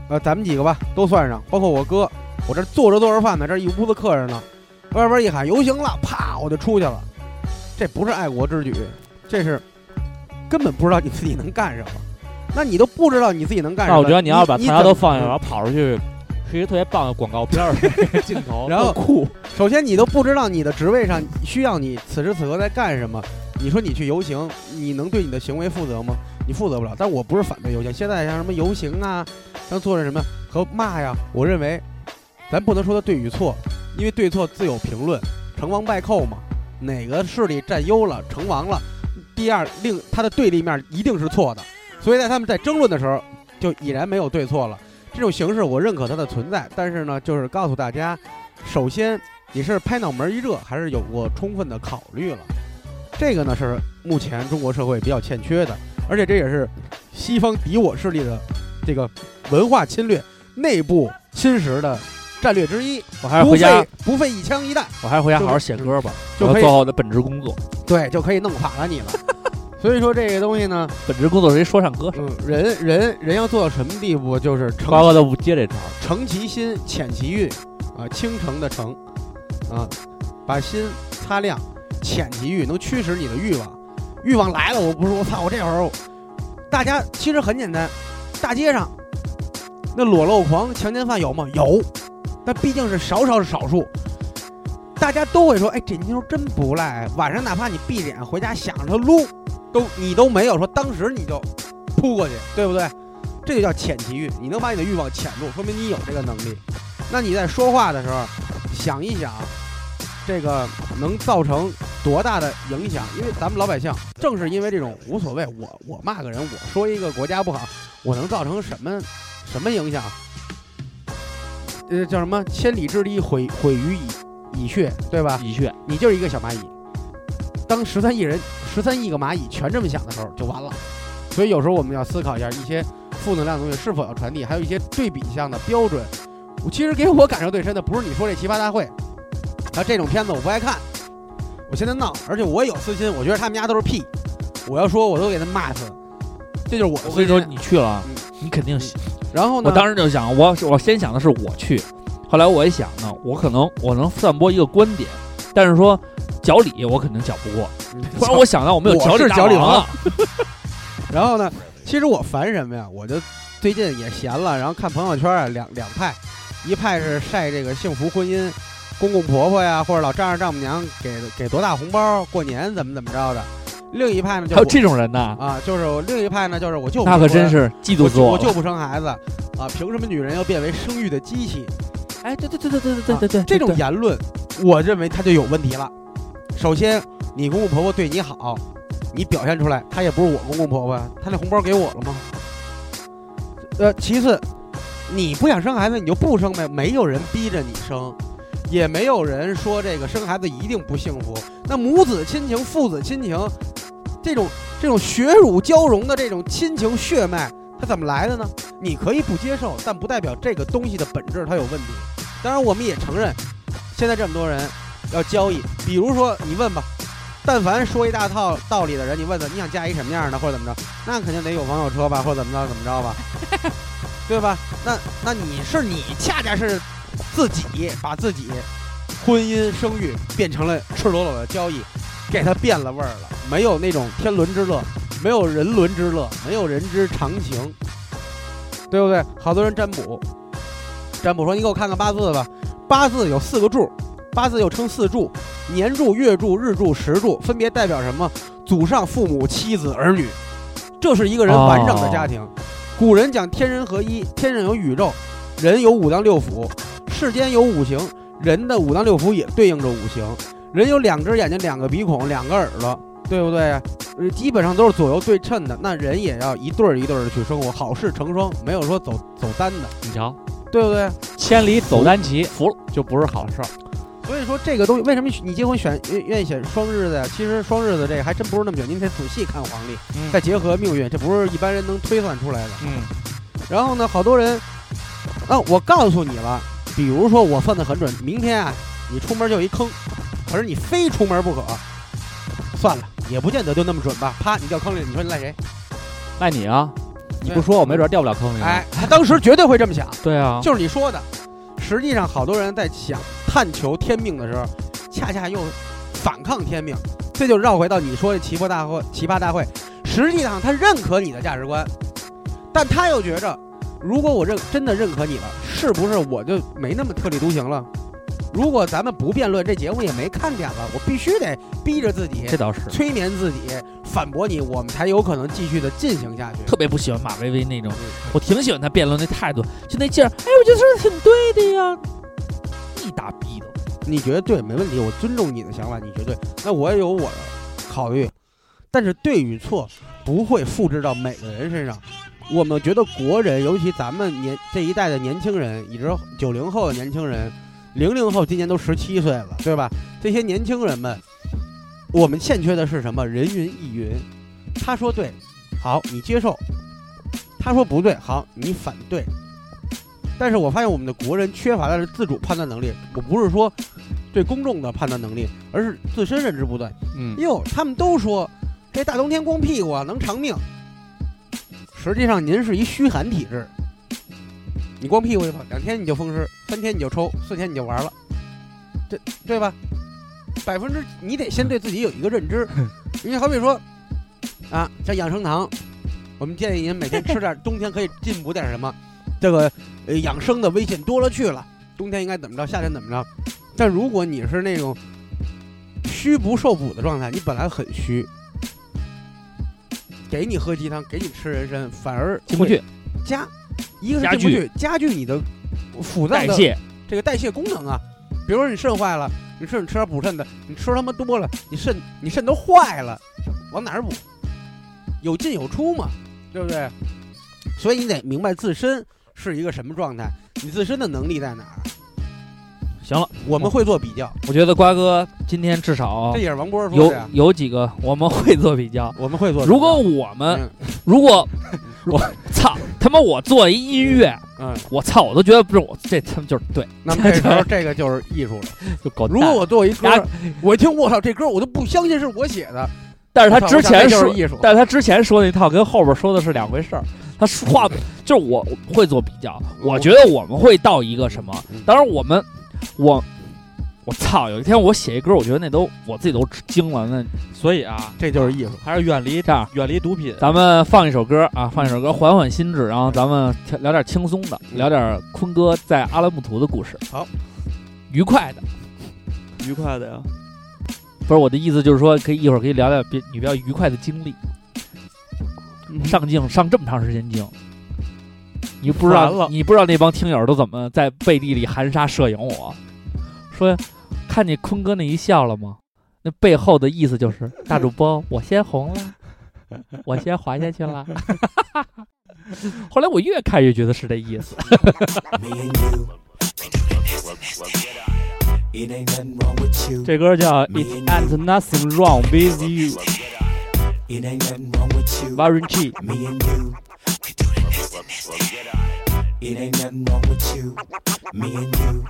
Speaker 4: 呃，咱们几个吧，都算上，包括我哥，我这做着做着饭呢，这一屋子客人呢，外边一喊游行了，啪，我就出去了。这不是爱国之举，这是根本不知道你自己能干什么。那你都不知道你自己能干什
Speaker 3: 那
Speaker 4: 么，
Speaker 3: 我觉得你要把
Speaker 4: 你
Speaker 3: 大家都放下，
Speaker 4: 怎
Speaker 3: 然
Speaker 4: 么
Speaker 3: 后跑出去，是一个特别棒的广告片儿镜 头，
Speaker 4: 然后
Speaker 3: 酷，
Speaker 4: 首先，你都不知道你的职位上需要你此时此刻在干什么。你说你去游行，你能对你的行为负责吗？你负责不了。但我不是反对游行，现在像什么游行啊，像做着什么和骂呀，我认为咱不能说它对与错，因为对错自有评论，成王败寇嘛。哪个势力占优了，成王了，第二另他的对立面一定是错的。所以在他们在争论的时候，就已然没有对错了。这种形式我认可它的存在，但是呢，就是告诉大家，首先你是拍脑门一热，还是有过充分的考虑了。这个呢是目前中国社会比较欠缺的，而且这也是西方敌我势力的这个文化侵略、内部侵蚀的战略之一。
Speaker 2: 我还是
Speaker 4: 不
Speaker 2: 回家
Speaker 4: 费，不费一枪一弹
Speaker 2: 我还是回家好好写歌吧，
Speaker 4: 就
Speaker 2: 我要
Speaker 4: 可以
Speaker 2: 做好我的本职工作。
Speaker 4: 对，就可以弄垮了 你了。所以说这个东西呢，
Speaker 2: 本职工作是一说唱歌手。
Speaker 4: 嗯，人人人要做到什么地步，就是成
Speaker 3: 瓜哥都不接这招，
Speaker 4: 诚啊其心，潜其韵，啊，倾城的城，啊，把心擦亮，潜其欲，能驱使你的欲望。欲望来了，我不是我操，我这会儿我，大家其实很简单，大街上那裸露狂、强奸犯有吗？有，但毕竟是少少是少数。大家都会说，哎，这妞真不赖。晚上哪怕你闭着眼回家想着她撸，都你都没有说当时你就扑过去，对不对？这就叫潜其欲，你能把你的欲望潜住，说明你有这个能力。那你在说话的时候，想一想，这个能造成多大的影响？因为咱们老百姓正是因为这种无所谓，我我骂个人，我说一个国家不好，我能造成什么什么影响？呃，叫什么？千里之堤毁毁于蚁蚁穴，对吧？
Speaker 3: 的确，
Speaker 4: 你就是一个小蚂蚁。当十三亿人、十三亿个蚂蚁全这么想的时候，就完了。所以有时候我们要思考一下，一些负能量的东西是否要传递，还有一些对比项的标准。我其实给我感受最深的不是你说这奇葩大会，啊，这种片子我不爱看，我现在闹，而且我有私心，我觉得他们家都是屁，我要说我都给他们骂死，这就是我的
Speaker 2: 我跟你
Speaker 4: 私
Speaker 2: 说，
Speaker 4: 心。
Speaker 2: 你去了啊
Speaker 4: 嗯，
Speaker 2: 你肯定
Speaker 4: 嗯
Speaker 2: 喜
Speaker 4: 然后呢？
Speaker 2: 我当时就想，我我先想的是我去，后来我一想呢，我可能我能散播一个观点，但是说脚理我肯定讲不过，
Speaker 4: 嗯
Speaker 2: 突然我想到我们有脚
Speaker 4: 我是
Speaker 2: 大
Speaker 4: 脚理
Speaker 2: 王啊
Speaker 4: 王
Speaker 2: 了，
Speaker 4: 然后呢，其实我烦什么呀？我就最近也闲了，然后看朋友圈啊，两两派，一派是晒这个幸福婚姻，公公婆婆呀，或者老丈人丈母娘给给多大红包，过年怎么怎么着的；另一派呢，就
Speaker 2: 还有
Speaker 4: 我
Speaker 2: 这种人呢，
Speaker 4: 啊，就是我另一派呢，就是我就不
Speaker 2: 那可
Speaker 4: 结
Speaker 2: 真
Speaker 4: 婚
Speaker 2: 是嫉妒
Speaker 4: 我
Speaker 2: 死
Speaker 4: 就我
Speaker 2: 了。
Speaker 4: 就不生孩子啊，凭什么女人要变为生育的机器？
Speaker 2: 哎，对对对对对对对对对，
Speaker 4: 这种言论，我认为他就有问题了。首先，你公公婆婆对你好，你表现出来，他也不是我公公婆婆呀，他那红包给我了吗？呃，其次，你不想生孩子，你就不生呗，没有人逼着你生，也没有人说这个生孩子一定不幸福。那母子亲情、父子亲情，这种这种血乳交融的这种亲情血脉，它怎么来的呢？你可以不接受，但不代表这个东西的本质它有问题。当然，我们也承认，现在这么多人要交易，比如说你问吧，但凡说一大套道理的人，你问他你想嫁一什么样的或者怎么着，那肯定得有房有车吧，或者怎么着怎么着吧，对吧？那那你是你恰恰是自己把自己婚姻生育变成了赤裸裸的交易，给它变了味儿了，没有那种天伦之乐。没有人伦之乐，没有人之常情，对不对？好多人占卜，占卜说你给我看看八字吧，八字有四个柱，八字又称四柱，年柱、月柱、日柱、时柱，分别代表什么？祖上、父母、妻子、儿女，这是一个人完整的家庭。古人讲天人合一，天上有宇宙，人有五脏六腑，世间有五行，人的五脏六腑也对应着五行。人有两只眼睛、两个鼻孔、两个耳朵，对不对？呃，基本上都是左右对称的。那人也要一对儿一对儿的去生活，好事成双，没有说走走单的，
Speaker 3: 你瞧，
Speaker 4: 对不对？
Speaker 3: 千里走单骑
Speaker 2: 服了。
Speaker 3: 就不是好事儿。
Speaker 4: 所以说这个东西，为什么你结婚选愿愿意选双日子呀？其实双日子这个还真不是那么准，您得仔细看黄历，
Speaker 3: 嗯
Speaker 4: 再结合命运，这不是一般人能推算出来的。
Speaker 3: 嗯，
Speaker 4: 然后呢，好多人，啊，我告诉你了，比如说我算的很准，明天啊，你出门就有一坑，可是你非出门不可，算了，也不见得就那么准吧。啪，你掉坑里了，你说你赖谁？
Speaker 3: 赖你啊！你不
Speaker 4: 对
Speaker 3: 说，我没准儿掉不了坑
Speaker 2: 嗯
Speaker 3: 里。
Speaker 4: 哎，，他当时绝对会这么想，
Speaker 3: 对啊，
Speaker 4: 就是你说的。实际上，好多人在想探求天命的时候，恰恰又反抗天命，这就绕回到你说的奇葩大会。奇葩大会，实际上他认可你的价值观，但他又觉着，如果我认真的认可你了，是不是我就没那么特立独行了？如果咱们不辩论，这节目也没看点了，我必须得逼着自己
Speaker 2: 这，倒是。
Speaker 4: 催眠自己，反驳你，我们才有可能继续的进行下去。嗯
Speaker 2: 特别不喜欢马薇薇那种，我挺喜欢她辩论那态度，就那劲儿，哎，我觉得说的挺对的呀，一大逼的。
Speaker 4: 你觉得对没问题，我尊重你的想法，你觉得对，那我也有我的考虑，但是对与错不会复制到每个人身上。我们觉得国人，尤其咱们年这一代的年轻人，以及九零后的年轻人，零零后今年都十七岁了，对吧？这些年轻人们，我们欠缺的是什么？人云亦云。他说对，好，你接受；他说不对，好，你反对。但是我发现我们的国人缺乏的是自主判断能力。我不是说对公众的判断能力，而是自身认知不对。
Speaker 3: 嗯，
Speaker 4: 哟，他们都说这大冬天光屁股啊能长命，实际上您是一虚寒体质，你光屁股就跑，两天你就风湿，三天你就抽，四天你就玩了，对对吧？百分之你得先对自己有一个认知，你好比说啊，像养生堂，我们建议您每天吃点，冬天可以进补点什么，这个呃养生的危险多了去了，冬天应该怎么着，夏天怎么着。但如果你是那种虚不受补的状态，你本来很虚，给你喝鸡汤，给你吃人参，反而
Speaker 2: 进不
Speaker 4: 会
Speaker 2: 去，
Speaker 4: 加，一个是
Speaker 2: 加
Speaker 4: 进不
Speaker 2: 剧
Speaker 4: 去，加剧你的腹
Speaker 2: 代
Speaker 4: 脏的
Speaker 2: 谢
Speaker 4: 这个代谢功能啊。比如说你肾坏了，你肾吃点补肾的，你吃他妈多了，你肾你肾都坏了，往哪儿补？有进有出嘛，对不对？所以你得明白自身是一个什么状态，你自身的能力在哪儿。
Speaker 2: 行了，哦
Speaker 4: 我们会做比较，
Speaker 2: 我觉得瓜哥今天至少
Speaker 4: 这也是王波说
Speaker 2: 有
Speaker 4: 的呀。
Speaker 2: 有几个我们会做比较。
Speaker 4: 我们会做比较。
Speaker 2: 如果我们
Speaker 4: 嗯
Speaker 2: 如果
Speaker 4: 我
Speaker 2: 我 操他妈我做一音乐，
Speaker 4: 嗯，
Speaker 2: 我操我都觉得不是我这他妈就是对，
Speaker 4: 那么这时候这个就是艺术了。
Speaker 2: 就狗蛋。
Speaker 4: 如果我做一歌
Speaker 2: 呀，
Speaker 4: 我一听我操这歌我都不相信是我写的，
Speaker 2: 但是他
Speaker 4: 我操
Speaker 2: 之
Speaker 4: 我操
Speaker 2: 前
Speaker 4: 这
Speaker 2: 说
Speaker 4: 就是艺术，
Speaker 2: 但是他之前说那套跟后边说的是两回事儿。他说话就是我我会做比较，我觉得我们会到一个什么？
Speaker 4: 嗯
Speaker 2: 当然我们我我操，有一天我写一歌，我觉得那都我自己都惊了。那
Speaker 3: 所以啊，
Speaker 4: 这就是艺术。
Speaker 3: 还是远离
Speaker 2: 这样，
Speaker 3: 远离毒品。
Speaker 2: 咱们放一首歌啊，放一首歌缓缓心智，然后咱们调聊点轻松的，聊点坤哥在阿拉木图的故事。
Speaker 4: 好，
Speaker 2: 愉快的。
Speaker 5: 愉快的呀。
Speaker 2: 不是我的意思，就是说可以一会儿可以聊聊别你比较愉快的经历。
Speaker 3: 嗯
Speaker 2: 上镜上这么长时间镜，你不知
Speaker 3: 烦
Speaker 2: 道
Speaker 3: 了
Speaker 2: 你不知道那帮听友都怎么在背地里含沙射影我，说看见坤哥那一笑了吗？那背后的意思 就是大主播我先红了，我先滑下去了。 后来我越看越觉得是这意思。
Speaker 6: Me and you. It ain't nothing wrong with you.
Speaker 3: 这歌叫《It Ain't Nothing Wrong with You》
Speaker 6: It ain't nothing wrong with you.
Speaker 3: ，Warren G。
Speaker 6: Me and you. It ain't nothing wrong with you. Me and you.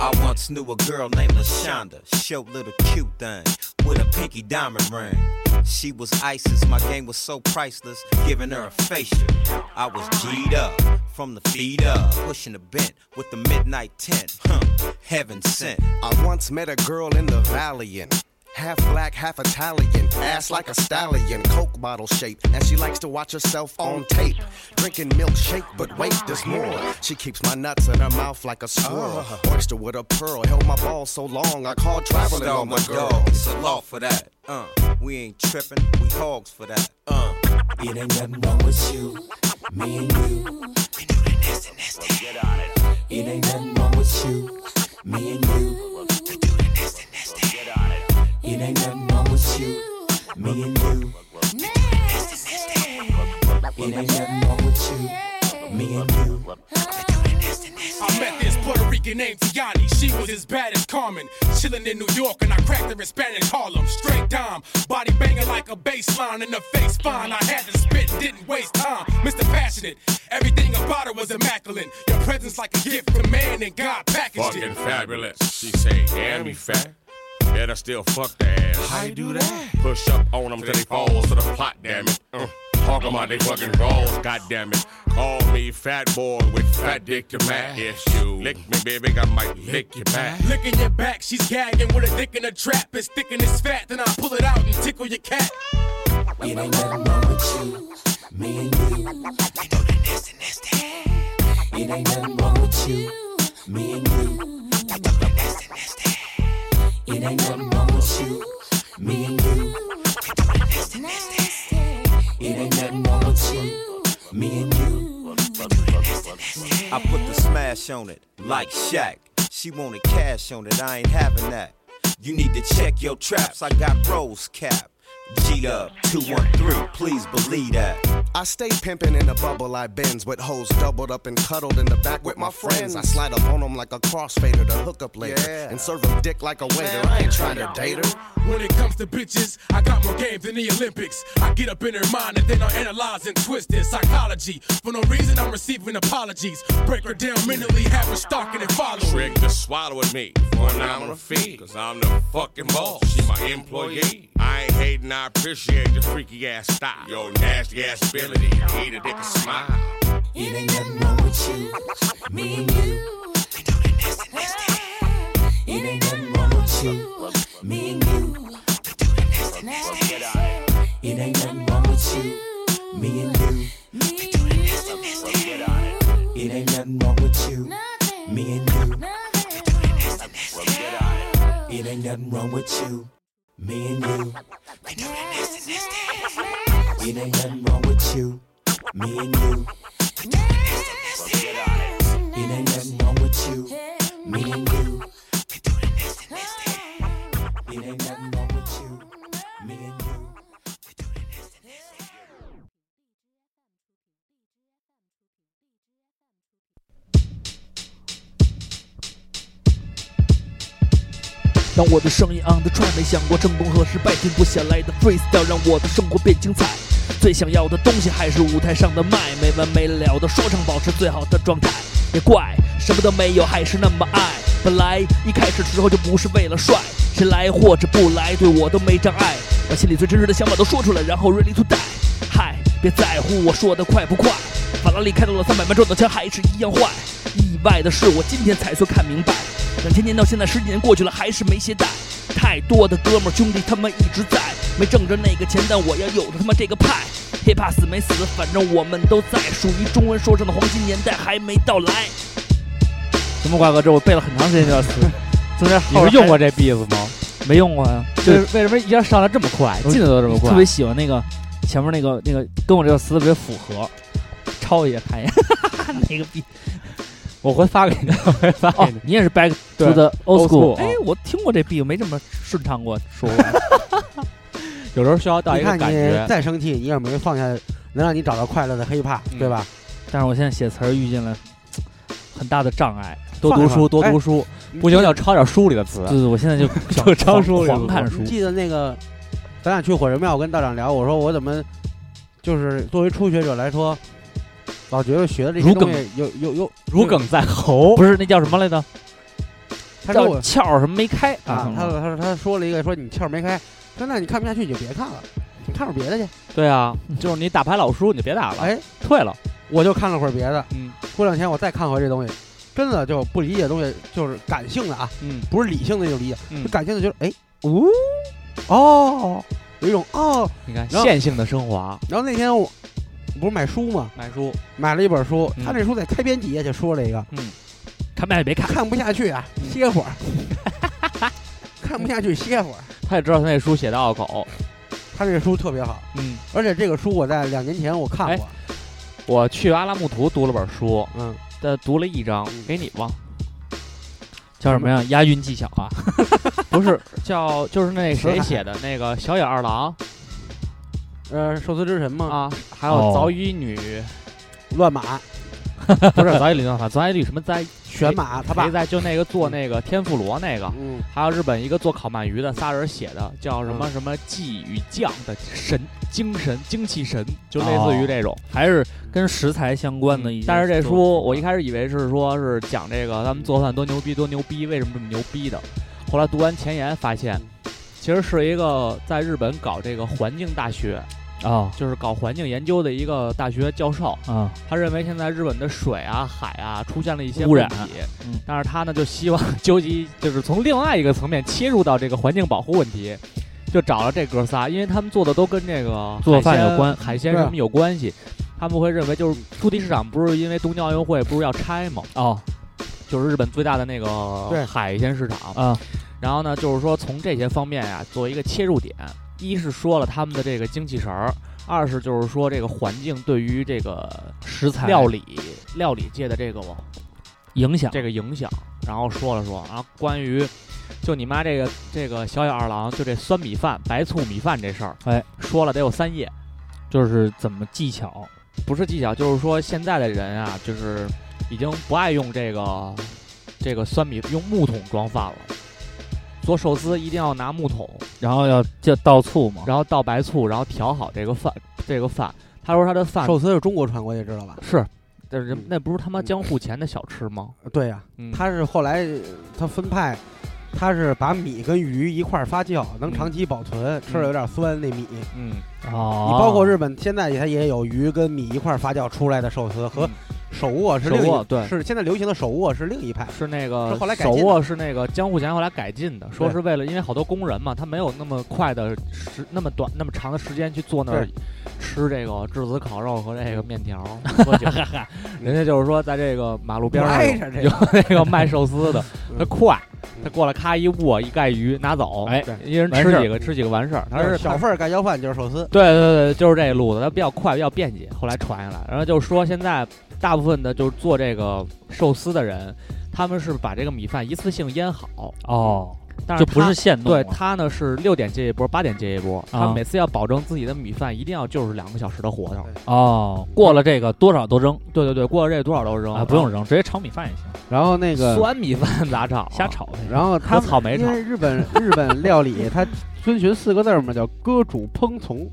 Speaker 6: I once knew a girl named LaShonda, short little cute thing with a pinky diamond ring. She was ISIS, my game was so priceless, giving her a facial. I was G'd up from the feet up, pushing the bent with the midnight tent. Huh, heaven sent.
Speaker 7: I once met a girl in the valley and Half black, half Italian, ass like a stallion, coke bottle shape, and she likes to watch herself on tape. Drinking milkshake, but wait, there's more. She keeps my nuts in her mouth like a swirl. Oyster with a pearl, held my balls so long, I called traveling
Speaker 6: Stole
Speaker 7: on
Speaker 6: my
Speaker 7: my girl.
Speaker 6: dog. It's a law for that. Uh, we ain't tripping. We hogs for that. Uh, it ain't nothing wrong with you, me and you. We do the nasty, nasty. Get on it. It ain't nothing wrong with you, me and you. We do the nasty, nasty. Get on it. It ain't nothing wrong with you, me and you. We do the nasty, nasty. It ain't nothing wrong with you, me and you. We do the nasty, nasty.
Speaker 8: I met this Puerto Rican named Tiani. She was as bad as Carmen. Chillin' in New York, and I cracked her in Spanish Harlem. Straight dime, body banging like a baseline in the face. Fine, I had to spit, didn't waste time. Mr. Passionate, everything about her was immaculate. Your presence like a gift from man, and God packaged
Speaker 9: Fucking
Speaker 8: it.
Speaker 9: fabulous. She say, damn, he fat. Yet I still fuck the ass. How you do that? Push up on them till they fall to the plot, damn it. Uh, talk about they fucking balls, god damn it. Call me fat boy with fat dick to match. Yes, you lick me, baby, I might lick your back.
Speaker 8: Licking your back, she's gagging with a dick in a trap. It's thick and it's fat, then I pull it out and tickle your cat.
Speaker 6: It ain't nothing wrong with you, me and you. We do the nasty, nasty. It ain't nothing wrong with you, me and you. We do the nasty, nasty. It ain't nothing wrong with you, me and you. We do the nasty, nasty. It ain't nothing wrong with you, me and you. We do the nasty, nasty. I put the smash on it like Shaq. She wanted cash on it, I ain't having that. You need to check your traps. I got rose cap. G up 213, please believe that.
Speaker 7: I stay pimping in a bubble I bends with hoes doubled up and cuddled in the back with my friends. I slide up on them like a crossfader to hook up later and serve 'em dick like a waiter. I ain't trying to date her.
Speaker 8: When it comes to bitches, I got more games than the Olympics. I get up in her mind and then I analyze and twist their psychology. For no reason, I'm receiving apologies. Break her down mentally, have her stalking and following.
Speaker 9: Trick to swallow with me for an hour fee. Cause I'm the fucking boss. She my employee. I ain't hating, I appreciate your freaky ass style. Your nasty ass ability. Eat a dick and smile.
Speaker 6: It ain't nothing wrong with you, me and you. We do the nasty, nasty. It ain't nothing wrong with you, me and you. We do the nasty, nasty. It ain't nothing wrong with you, me and you. We do the nasty, nasty. It ain't nothing wrong with you, me and you. We do the nasty, nasty. It ain't nothing wrong with you, me and you. We do the nasty, nasty. It ain't nothing wrong with you, me and you. It ain't nothing wrong with you, me and you. We do the nasty, nasty. It ain't nothing wrong with you, me and you. We do the nasty, nasty.
Speaker 2: 当我的声音 on the track，没想过成功和失败，停不下来的 freestyle 让我的生活变精彩。最想要的东西还是舞台上的麦，没完没了的说唱，保持最好的状态。也怪什么都没有，还是那么爱。本来一开始的时候就不是为了帅，谁来或者不来，对我都没障碍。把心里最真实的想法都说出来，然后 ready to die。嗨，别在乎我说的快不快，法拉利开到了三百迈，转到枪还是一样坏。意外的是，我今天才算看明白。两千年到现在十几年过去了，还是没懈怠。太多的哥们儿兄弟他们一直在，没挣着那个钱，但我要有着他妈这个派。hiphop 死没死，反正我们都在，属于中文说唱的黄金年代还没到来。
Speaker 3: 什么瓜哥？这我背了很长时间这段词，
Speaker 2: 中间
Speaker 3: 你
Speaker 2: 后
Speaker 3: 是
Speaker 2: 边
Speaker 3: 用过这 beat 吗？
Speaker 2: 还没用过呀？
Speaker 3: 就是为什么一下上来这么快，
Speaker 2: 我
Speaker 3: 进的都这么快？
Speaker 2: 特别喜欢那个前面那个那个跟我这个词特别符合，抄一下看一下， 那个逼
Speaker 3: 我会发给你，我会发
Speaker 2: 哦
Speaker 3: 给你。，
Speaker 2: 你也是 back to
Speaker 3: 对
Speaker 2: the old
Speaker 3: old
Speaker 2: school？
Speaker 3: school，
Speaker 2: 哎，我听过这 B，我没这么顺畅过说过。
Speaker 3: 有时候需要到
Speaker 4: 你
Speaker 3: 一个
Speaker 4: 看
Speaker 3: 感
Speaker 4: 你
Speaker 3: 觉，
Speaker 4: 再生气，你也没放下能让你找到快乐的 hiphop，对吧？
Speaker 2: 但是我现在写词儿遇见了很大的障碍，
Speaker 3: 多读书，
Speaker 4: 放
Speaker 3: 多
Speaker 4: 下吧
Speaker 3: 读书，嗯不行就抄点书里的词。
Speaker 2: 就是我现 在就想
Speaker 3: 就抄书里
Speaker 2: 狂
Speaker 3: 了
Speaker 2: 看
Speaker 4: 你
Speaker 2: 书，
Speaker 4: 记得那个，咱俩去火神庙，我跟道长聊，我说我怎么就是作为初学者来说，老觉得学的这些
Speaker 2: 如梗
Speaker 4: 东西有有有
Speaker 3: 如鲠在喉
Speaker 2: 不，是那叫什么来着？
Speaker 4: 他说
Speaker 2: 叫
Speaker 4: 我
Speaker 2: 窍儿什么没开
Speaker 4: 啊，
Speaker 2: 可
Speaker 4: 他
Speaker 2: 能
Speaker 4: 说他说他说了一个说你窍没开，说那你看不下去你就别看了，你看会儿别的去。
Speaker 3: 对啊，就是你打牌老输，你就别打了，
Speaker 4: 哎，
Speaker 3: 退了。
Speaker 4: 我就看了会儿别的，
Speaker 3: 嗯
Speaker 4: 过两天我再看回这东西，真的就不理解东西，就是感性的啊，
Speaker 3: 嗯
Speaker 4: 不是理性的那种理解，
Speaker 3: 嗯
Speaker 4: 就感性的觉得哎，
Speaker 3: 哦，
Speaker 4: 哦，有一种哦。
Speaker 3: 你看
Speaker 4: 然后
Speaker 3: 线性的升华，
Speaker 4: 然后那天我不是买书吗？
Speaker 3: 买书
Speaker 4: 买了一本书，
Speaker 3: 嗯
Speaker 4: 他那书在开篇几页就说了一个，
Speaker 2: 看麦也别看，
Speaker 4: 看不下去啊，
Speaker 3: 嗯
Speaker 4: 歇会儿。 看不下去，歇会儿。
Speaker 3: 他也知道他那书写的拗口。
Speaker 4: 他这书特别好，
Speaker 3: 嗯，哎
Speaker 4: 而且这个书我在两年前我看过，
Speaker 3: 我去阿拉木图读了本书，
Speaker 4: 嗯，
Speaker 3: 但读了一章，给你吧，
Speaker 2: 叫什么呀？押韵技巧啊！
Speaker 3: 不是叫就是那
Speaker 4: 死
Speaker 3: 谁
Speaker 4: 海
Speaker 3: 写的那个小野二郎
Speaker 4: 呃，寿司之神嘛，
Speaker 3: 啊，还有
Speaker 2: 哦
Speaker 3: 早乙女，
Speaker 4: 乱马、
Speaker 3: 不是早乙女乱法，早乙女什么灾
Speaker 4: 选马，他
Speaker 3: 谁
Speaker 4: 爸，
Speaker 3: 在就那个做那个天妇罗那个，
Speaker 4: 嗯，
Speaker 3: 还有日本一个做烤鳗鱼的仨人写的，叫什么什么技与匠的神精神精气神，就类似于这种。
Speaker 2: 还是跟食材相关的一些作品。啊
Speaker 3: 嗯但是这书我一开始以为是说是讲这个他们做饭多牛逼多牛逼，为什么这么牛逼的。后来读完前言发现，其实是一个在日本搞这个环境大学，
Speaker 2: 啊
Speaker 3: 就是搞环境研究的一个大学教授。
Speaker 2: 啊，
Speaker 3: 他认为现在日本的水啊、海啊出现了一些
Speaker 2: 污染
Speaker 3: 问题
Speaker 2: 嗯
Speaker 3: 但是他呢就希望究极就是从另外一个层面切入到这个环境保护问题，就找了这哥仨，因为他们做的都跟这个
Speaker 2: 做饭
Speaker 3: 海鲜
Speaker 2: 有关
Speaker 3: 海鲜
Speaker 4: 对
Speaker 3: 什么有关系。他们会认为，就是筑地市场不是因为东京奥运会不是要拆吗？
Speaker 2: 哦
Speaker 3: 就是日本最大的那
Speaker 4: 对
Speaker 3: 个海鲜市场。
Speaker 2: 啊
Speaker 3: 然后呢，就是说从这些方面啊，做一个切入点。一是说了他们的这个精气神儿，二是就是说这个环境对于这个
Speaker 2: 食材
Speaker 3: 料理料理界的这个
Speaker 2: 影响
Speaker 3: 这个影响，然后说了说，然后关于就你妈这个这个小野二郎就这酸米饭、白醋米饭这事儿，
Speaker 2: 哎，
Speaker 3: 说了得有三页，
Speaker 2: 就是怎么技巧
Speaker 3: 不是技巧，就是说现在的人啊，就是已经不爱用这个这个酸米用木桶装饭了，做寿司一定要拿木桶，
Speaker 2: 然后要就倒醋嘛，
Speaker 3: 然后倒白醋，然后调好这个饭这个饭。他说他的饭
Speaker 4: 寿司是中国传过去，知道吧？
Speaker 3: 是，但是
Speaker 4: 嗯
Speaker 3: 那不是他妈江户前的小吃吗？
Speaker 4: 对呀、
Speaker 3: 嗯
Speaker 4: 他是后来呃他分派，他是把米跟鱼一块儿发酵，能长期保存，吃了有点酸那米。
Speaker 3: 嗯，
Speaker 2: 哦，
Speaker 4: 你包括日本现在也它也有鱼跟米一块儿发酵出来的寿司和
Speaker 3: 嗯
Speaker 4: 手握是
Speaker 3: 手
Speaker 4: 另一
Speaker 3: 握对
Speaker 4: 是现在流行的手握是另一派。
Speaker 3: 是那
Speaker 4: 是
Speaker 3: 个
Speaker 4: 后来改
Speaker 3: 手
Speaker 4: 进的
Speaker 3: 握是那个江户前后来改进的，说
Speaker 4: 对
Speaker 3: 是为了因为好多工人嘛，他没有那么快的时那么短那么长的时间去坐那儿
Speaker 4: 对
Speaker 3: 吃这个炙子烤肉和这个面 条喝酒，人家就是说在这个马路边上
Speaker 4: 挨
Speaker 3: 有
Speaker 4: 着这
Speaker 3: 有
Speaker 4: 个，
Speaker 3: 那个卖寿司的，
Speaker 4: 嗯
Speaker 3: 他快，
Speaker 4: 嗯
Speaker 3: 他过来咔一握一盖鱼拿走，
Speaker 2: 哎
Speaker 4: 对
Speaker 3: 一人
Speaker 2: 完事
Speaker 3: 吃
Speaker 2: 儿
Speaker 3: 几个吃几个完事儿，他
Speaker 4: 就是是小份儿盖浇饭就是寿司。
Speaker 3: 对对对，就是这路子，它比较快，比较便捷。后来传下来，然后就是说现在大部分的就是做这个寿司的人，他们是把这个米饭一次性腌好，
Speaker 2: 哦，
Speaker 3: 但是
Speaker 2: 就不
Speaker 3: 他
Speaker 2: 是现弄
Speaker 3: 对
Speaker 2: 了
Speaker 3: 他呢是六点接一波，八点接一波，
Speaker 2: 啊
Speaker 3: 他每次要保证自己的米饭一定要就是两个小时的活头。
Speaker 2: 哦，过了这个多少都扔
Speaker 3: 对对对，过了这多少都扔
Speaker 2: 啊，不用。扔，直接炒米饭也行，
Speaker 4: 然后那个，
Speaker 3: 酸米饭咋炒啊？
Speaker 2: 瞎炒呗。
Speaker 4: 然后他
Speaker 3: 和草莓
Speaker 4: 因为日本日本料理它遵循四个字儿嘛，叫割煮烹从，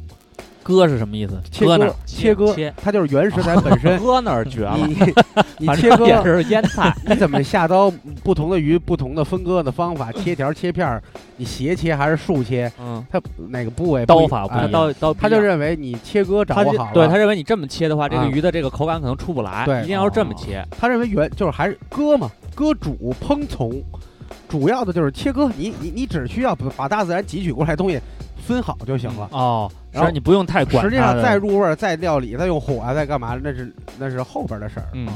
Speaker 2: 割是什么意思？
Speaker 4: 切
Speaker 2: 割那
Speaker 4: 割
Speaker 2: 儿嗯
Speaker 4: 切割
Speaker 3: 切，
Speaker 4: 它就是原食材本 身。
Speaker 3: 搁那儿绝了，
Speaker 4: 你 你
Speaker 3: 反
Speaker 4: 切
Speaker 3: 正
Speaker 4: 割
Speaker 3: 也是腌 菜。
Speaker 4: 你怎么下刀？不同的鱼，不同的分割的方法，切条、切片儿，你斜切还是竖切？
Speaker 3: 嗯，
Speaker 4: 它哪个部位不一
Speaker 2: 刀法不一
Speaker 4: 哎
Speaker 3: 他
Speaker 2: 样
Speaker 3: 到到
Speaker 4: 他就认为你切割掌
Speaker 3: 他
Speaker 4: 握
Speaker 3: 就
Speaker 4: 好了，
Speaker 3: 对他认为你这么切的话，这个
Speaker 4: 啊
Speaker 3: 鱼的这个口感可能出不来，
Speaker 4: 对
Speaker 3: 一定要是这么
Speaker 2: 哦
Speaker 3: 切。
Speaker 4: 他认为原就是还是割嘛，割煮烹从，主要的就是切割。你你你只需要把大自然汲取过来的东西分好就行了。
Speaker 2: 哦，
Speaker 4: 然后
Speaker 2: 是你不用太
Speaker 3: 嗯
Speaker 2: 管它
Speaker 4: 实
Speaker 2: 的。
Speaker 4: 际上再入味儿、再料理、再用火啊、再干嘛，那是那是后边的事儿。
Speaker 3: 嗯，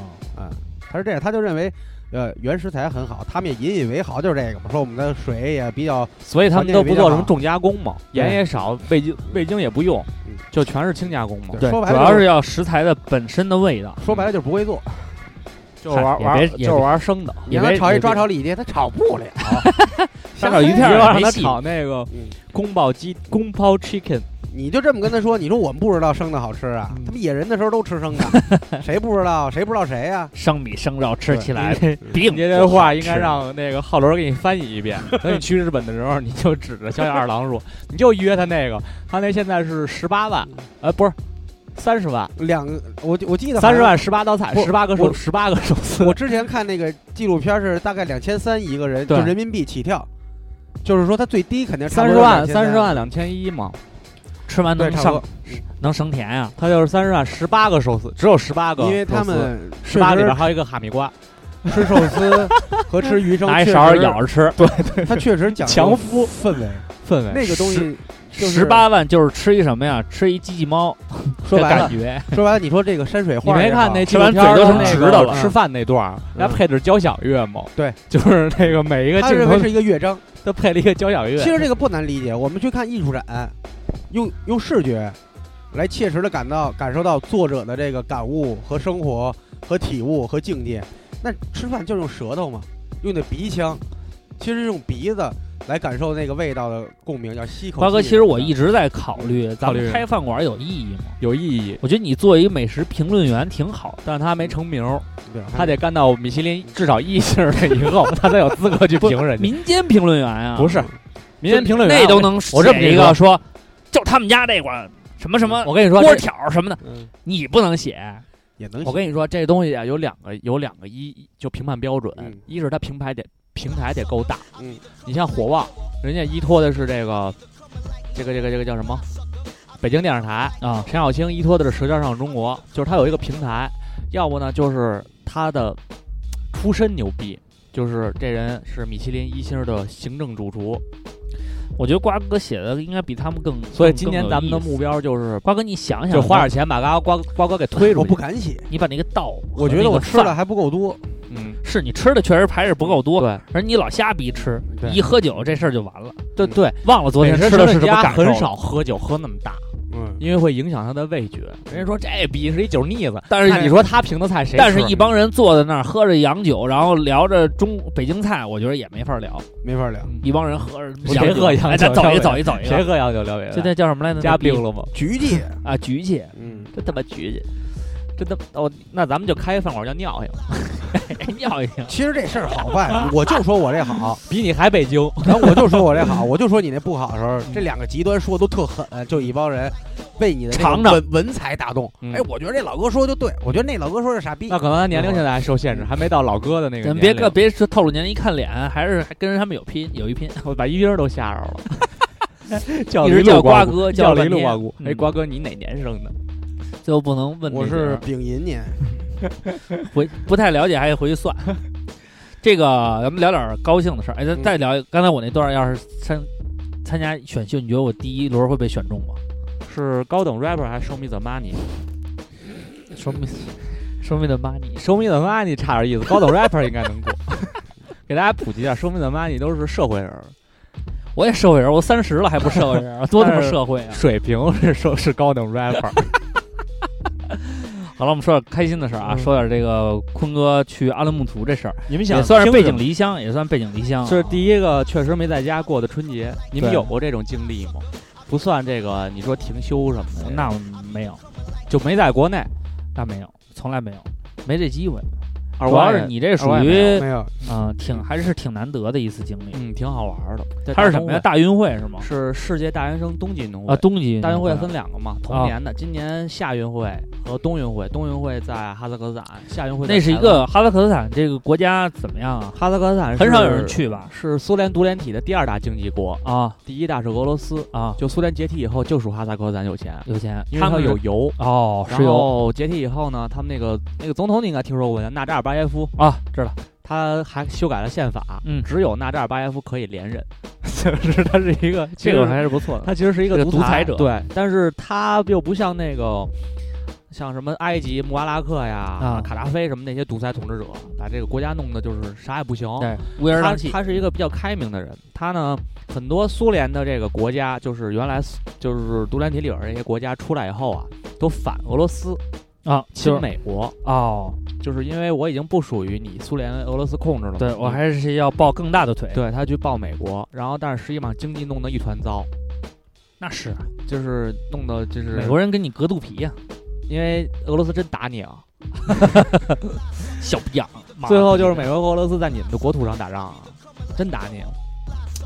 Speaker 4: 他是这样，他就认为。呃，原食材很好，他们也引以为豪，就是这个嘛。说我们的水也比较
Speaker 3: 所以他们都不做什么嗯重加工嘛，
Speaker 4: 对
Speaker 3: 盐也少，味精味精也不用
Speaker 4: 嗯，
Speaker 3: 就全是轻加工嘛。
Speaker 4: 对
Speaker 2: 对，
Speaker 4: 说
Speaker 2: 主
Speaker 4: 白了
Speaker 2: 要
Speaker 4: 就是
Speaker 2: 要食材的本身的味道。
Speaker 4: 说白了就是不会
Speaker 3: 嗯
Speaker 4: 做。
Speaker 3: 就玩
Speaker 2: 嗨也
Speaker 3: 玩
Speaker 2: 别也
Speaker 3: 就是玩生的，
Speaker 4: 你让他炒一抓炒里脊，他炒不了。
Speaker 2: 他炒鱼
Speaker 3: 你
Speaker 2: 片
Speaker 3: 要
Speaker 2: 儿
Speaker 3: 让
Speaker 2: 没
Speaker 3: 他
Speaker 2: 戏
Speaker 3: 炒那个
Speaker 4: 嗯
Speaker 3: 宫保鸡宫保 chicken，
Speaker 4: 你就这么跟他说，你说我们不知道生的好吃啊？他们野人的时候都吃 生的，谁不知道？谁不知道谁啊呀？
Speaker 2: 生米生肉吃起来
Speaker 3: 对
Speaker 2: 并
Speaker 3: 你这话应该让那个浩伦给你翻译一遍。等你去日本的时候，你就指着小野二郎说，你就约他那个，他那现在是十八
Speaker 4: 嗯
Speaker 3: 万，呃，不是三十万，
Speaker 4: 两个，我我记得
Speaker 3: 三十万十八道菜，
Speaker 4: 不
Speaker 3: 十八个
Speaker 4: 我
Speaker 3: 寿十八个寿司。
Speaker 4: 我之前看那个纪录片是大概两千三一个人，就
Speaker 3: 对
Speaker 4: 人民币起跳，就是说他最低肯定差
Speaker 3: 三
Speaker 4: 不
Speaker 3: 十
Speaker 4: 多
Speaker 3: 万，
Speaker 4: 2300
Speaker 3: 三十万两千一嘛，
Speaker 2: 吃完
Speaker 4: 对
Speaker 2: 能
Speaker 4: 差
Speaker 2: 上
Speaker 4: 不多，
Speaker 2: 能省甜呀。
Speaker 3: 他就是三十万十八个寿司，只有十八个寿
Speaker 4: 因
Speaker 3: 呃司，
Speaker 4: 为他们
Speaker 3: 十八里边还有一个哈密瓜，
Speaker 4: 吃寿司和吃鱼生，
Speaker 2: 拿一
Speaker 4: 确
Speaker 2: 勺
Speaker 4: 实
Speaker 2: 咬着吃，对，
Speaker 4: 他确实讲究
Speaker 3: 强
Speaker 4: 夫氛围，
Speaker 3: 氛围。
Speaker 4: 那个东西就是
Speaker 2: 十八万就是吃一什么呀？吃一机器猫，
Speaker 4: 说白了
Speaker 2: 感觉
Speaker 4: 说白了，你说这个山水
Speaker 3: 你
Speaker 4: 画
Speaker 3: 没
Speaker 4: 也好，
Speaker 3: 看那
Speaker 2: 吃完嘴都成直的嗯
Speaker 4: 了
Speaker 3: 吃饭那段儿，人家配的是交响乐嘛？
Speaker 4: 对，
Speaker 3: 就是那个每一个
Speaker 4: 他
Speaker 3: 镜
Speaker 4: 认为
Speaker 3: 头
Speaker 4: 是一个乐章。
Speaker 3: 都配了一个交响乐。
Speaker 4: 其实这个不难理解，我们去看艺术展，用用视觉来切实的感到感受到作者的这个感悟和生活和体悟和境界。那吃饭就是用舌头嘛，用的鼻腔，其实是用鼻子来感受那个味道的嗯共鸣，叫吸口气。
Speaker 2: 瓜哥，其实我一直在考虑，咱
Speaker 3: 考虑
Speaker 2: 们开饭馆有意义吗？
Speaker 3: 有意义，
Speaker 2: 我觉得你作为一个美食评论员挺好的，
Speaker 3: 但是他没成名儿，
Speaker 2: 嗯
Speaker 4: 对
Speaker 3: 他得干到米其林至少一星儿的以 后，他才有资格去评人家。
Speaker 2: 民间评论员啊，
Speaker 3: 不是民间评论员，啊
Speaker 2: 那都能
Speaker 3: 我这么跟
Speaker 2: 写
Speaker 3: 你
Speaker 2: 一个说，就他们家这馆什么什么
Speaker 3: 我跟你说，
Speaker 2: 锅
Speaker 3: 这
Speaker 2: 挑什么的，
Speaker 4: 嗯
Speaker 2: 你不能写。
Speaker 4: 也能
Speaker 3: 我跟你说，这东西啊有两个有两个一就评判标准
Speaker 4: 嗯，
Speaker 3: 一是它平台得平台得够大，
Speaker 4: 嗯，
Speaker 3: 你像火旺，人家依托的是这个这个这个这个叫什么？北京电视台
Speaker 2: 啊
Speaker 3: 陈小青依托的是《舌尖上的中国》，就是他有一个平台，要不呢就是他的出身牛逼，就是这人是米其林一星的行政主厨，
Speaker 2: 我觉得瓜哥写的应该比他们更，
Speaker 3: 所以
Speaker 2: 更
Speaker 3: 今年咱们的目，标就是
Speaker 2: 更有意思瓜哥，你想想，
Speaker 3: 就花点钱把瓜瓜瓜哥给推出去。
Speaker 4: 我不，敢写，
Speaker 2: 你把那个道，
Speaker 4: 我觉得我吃的，还不够 多。
Speaker 3: 嗯，
Speaker 2: 是你吃的确实还是不够多，
Speaker 3: 对
Speaker 2: 而你老瞎逼吃，
Speaker 4: 对
Speaker 2: 一喝酒这事儿就完了，
Speaker 3: 对
Speaker 4: 嗯
Speaker 3: 对，
Speaker 2: 忘了昨天
Speaker 3: 美食
Speaker 2: 吃的是
Speaker 3: 评
Speaker 2: 什
Speaker 3: 论
Speaker 2: 么
Speaker 3: 家
Speaker 2: 感受了。啊
Speaker 3: 很少喝酒喝那么大，
Speaker 4: 嗯，
Speaker 3: 因为会影响他的味觉。人家说这逼是一酒腻子，
Speaker 2: 但是
Speaker 3: 那你说他评的菜谁吃？
Speaker 2: 但是，一帮人坐在那儿喝着洋酒，然后聊着中北京菜，我觉得也没法聊。
Speaker 4: 没法聊。
Speaker 2: 一帮人喝着
Speaker 3: 谁
Speaker 2: 洋酒
Speaker 3: 喝洋
Speaker 2: 哎
Speaker 3: 酒
Speaker 2: 咱走一
Speaker 3: 谁
Speaker 2: 个，走一个，走一个。
Speaker 3: 谁喝洋酒聊北
Speaker 2: 这那叫什么来着？
Speaker 3: 加
Speaker 2: 那逼
Speaker 3: 冰了吗？
Speaker 4: 菊地，
Speaker 2: 啊，菊 去。
Speaker 4: 嗯，
Speaker 3: 真他妈绝去！真他妈哦，那咱们就开一饭馆叫尿性，
Speaker 2: 尿一尿。
Speaker 4: 其实这事儿好坏，我就说我这好，
Speaker 3: 比你还北京。
Speaker 4: 然后我就说我这好，我就说你那不好的时候，这两个极端说都特狠，就一帮人被你的这个
Speaker 2: 尝尝
Speaker 4: 文文采打动。
Speaker 3: 嗯
Speaker 4: 哎，我觉得这老哥说就对，我觉得那老哥说是傻逼
Speaker 3: 那。可能他年龄现在还受限制，还没到老哥的那个
Speaker 2: 嗯咱
Speaker 3: 年龄。
Speaker 2: 别个别说透露年龄，一看脸还是还跟人他们有拼有一拼。
Speaker 3: 我把一兵都吓着了。叫
Speaker 2: 一
Speaker 3: 了
Speaker 2: 直
Speaker 3: 一路
Speaker 2: 叫瓜
Speaker 3: 瓜
Speaker 2: 哥叫
Speaker 3: 叫
Speaker 2: 了
Speaker 3: 了一
Speaker 2: 半天
Speaker 3: 路瓜姑。哎，
Speaker 2: 嗯
Speaker 3: 瓜哥，你哪年生的？
Speaker 2: 最后不能问这
Speaker 4: 我
Speaker 2: 些
Speaker 4: 是
Speaker 2: 啊
Speaker 4: 丙寅年，
Speaker 2: 回不太了解，还得回去算。 这个咱们聊点高兴的事儿。哎，咱
Speaker 4: 嗯
Speaker 2: 再聊一个，刚才我那段儿要是参参加选秀，你觉得我第一轮会被选中吗？
Speaker 3: 是高等 rapper 还是 Show Me the money？
Speaker 2: 说明说明的妈你
Speaker 3: Show Me the money 差点意思，高等 rapper 应该能过。 给大家普及一下，Show Me the money 都是社会人儿，
Speaker 2: 我也社会人，我三十了还不社会人， 多他妈社会啊！
Speaker 3: 水平是说是高等 rapper。
Speaker 2: 好了，我们说点开心的事儿啊，
Speaker 3: 嗯
Speaker 2: 说点这个坤哥去阿勒木图这事儿，
Speaker 3: 你们
Speaker 2: 也
Speaker 3: 想
Speaker 2: 算是
Speaker 3: 听
Speaker 2: 背
Speaker 3: 什
Speaker 2: 井
Speaker 3: 么
Speaker 2: 离乡，也算背井离乡啊。
Speaker 3: 这是第一个确实没在家过的春节，你们
Speaker 2: 对
Speaker 3: 有过这种经历吗？不算这个，你说停休什么的，
Speaker 2: 那没有，
Speaker 3: 就没在国内。
Speaker 2: 那没有，从来没有，没这机会。
Speaker 3: 二
Speaker 2: 主
Speaker 3: 瓜
Speaker 2: 要是
Speaker 3: 也，
Speaker 2: 你这
Speaker 3: 二
Speaker 2: 属
Speaker 3: 瓜也没
Speaker 2: 于
Speaker 4: 没有，
Speaker 2: 啊，挺还是挺难得的一次经历。
Speaker 3: 嗯，挺好玩的。在
Speaker 2: 它是
Speaker 3: 大
Speaker 2: 什
Speaker 3: 运
Speaker 2: 么呀？
Speaker 3: 会？
Speaker 2: 大运会是吗？
Speaker 3: 是世界大学生冬季运动会
Speaker 2: 啊，冬季
Speaker 3: 大运会啊
Speaker 2: 运
Speaker 3: 分两个嘛，同年的，今年夏运会和冬运会。冬运会在哈萨克斯坦，夏运会在
Speaker 2: 那是一
Speaker 3: 台湾
Speaker 2: 个哈萨克斯坦这个国家怎么样啊？
Speaker 3: 哈萨克斯坦，
Speaker 2: 很少有人，去吧？
Speaker 3: 是苏联独联体的第二大经济国，
Speaker 2: 啊
Speaker 3: 第一大是俄罗斯。
Speaker 2: 啊，
Speaker 3: 就苏联解体以后，就属哈萨克斯坦有钱，
Speaker 2: 有钱，
Speaker 3: 因为
Speaker 2: 他
Speaker 3: 它
Speaker 2: 们
Speaker 3: 有
Speaker 2: 是
Speaker 3: 油。
Speaker 2: 哦，石
Speaker 3: 然
Speaker 2: 油
Speaker 3: 后解体以后呢，他们那个那个总统你应该听说过，叫纳扎尔巴耶夫，
Speaker 2: 啊，知道
Speaker 3: 他还修改了宪法，
Speaker 2: 嗯
Speaker 3: 只有纳扎尔巴耶夫可以连任，就是他是一个，
Speaker 2: 这个还是不错的。
Speaker 3: 他其实是一
Speaker 2: 这
Speaker 3: 个
Speaker 2: 个
Speaker 3: 独
Speaker 2: 独裁者
Speaker 3: 对，但是他又不像那个像什么埃及穆巴拉克呀、
Speaker 2: 啊
Speaker 3: 卡扎菲什么那些独裁统治者，把这个国家弄得就是啥也不行，
Speaker 2: 对，乌烟
Speaker 3: 他
Speaker 2: 瘴气。啊
Speaker 3: 他是一个比较开明的人，他呢，很多苏联的这个国家，就是原来苏就是独联体里边儿这些国家出来以后啊，都反俄罗斯、
Speaker 2: 啊，就
Speaker 3: 亲
Speaker 2: 是
Speaker 3: 美国，
Speaker 2: 哦，
Speaker 3: 就是因为我已经不属于你苏联、俄罗斯控制了嘛。
Speaker 2: 对我还是要抱更大的腿。，
Speaker 3: 对他去报美国，然后但是实际上经济弄得一团糟，
Speaker 2: 那是
Speaker 3: 就是弄得就是
Speaker 2: 美国人跟你隔肚皮呀，
Speaker 3: 因为俄罗斯真打你啊，
Speaker 2: 小逼样。妈
Speaker 3: 最后就是
Speaker 2: 逼
Speaker 3: 美国和俄罗斯在你们的国土上打仗啊，真打你。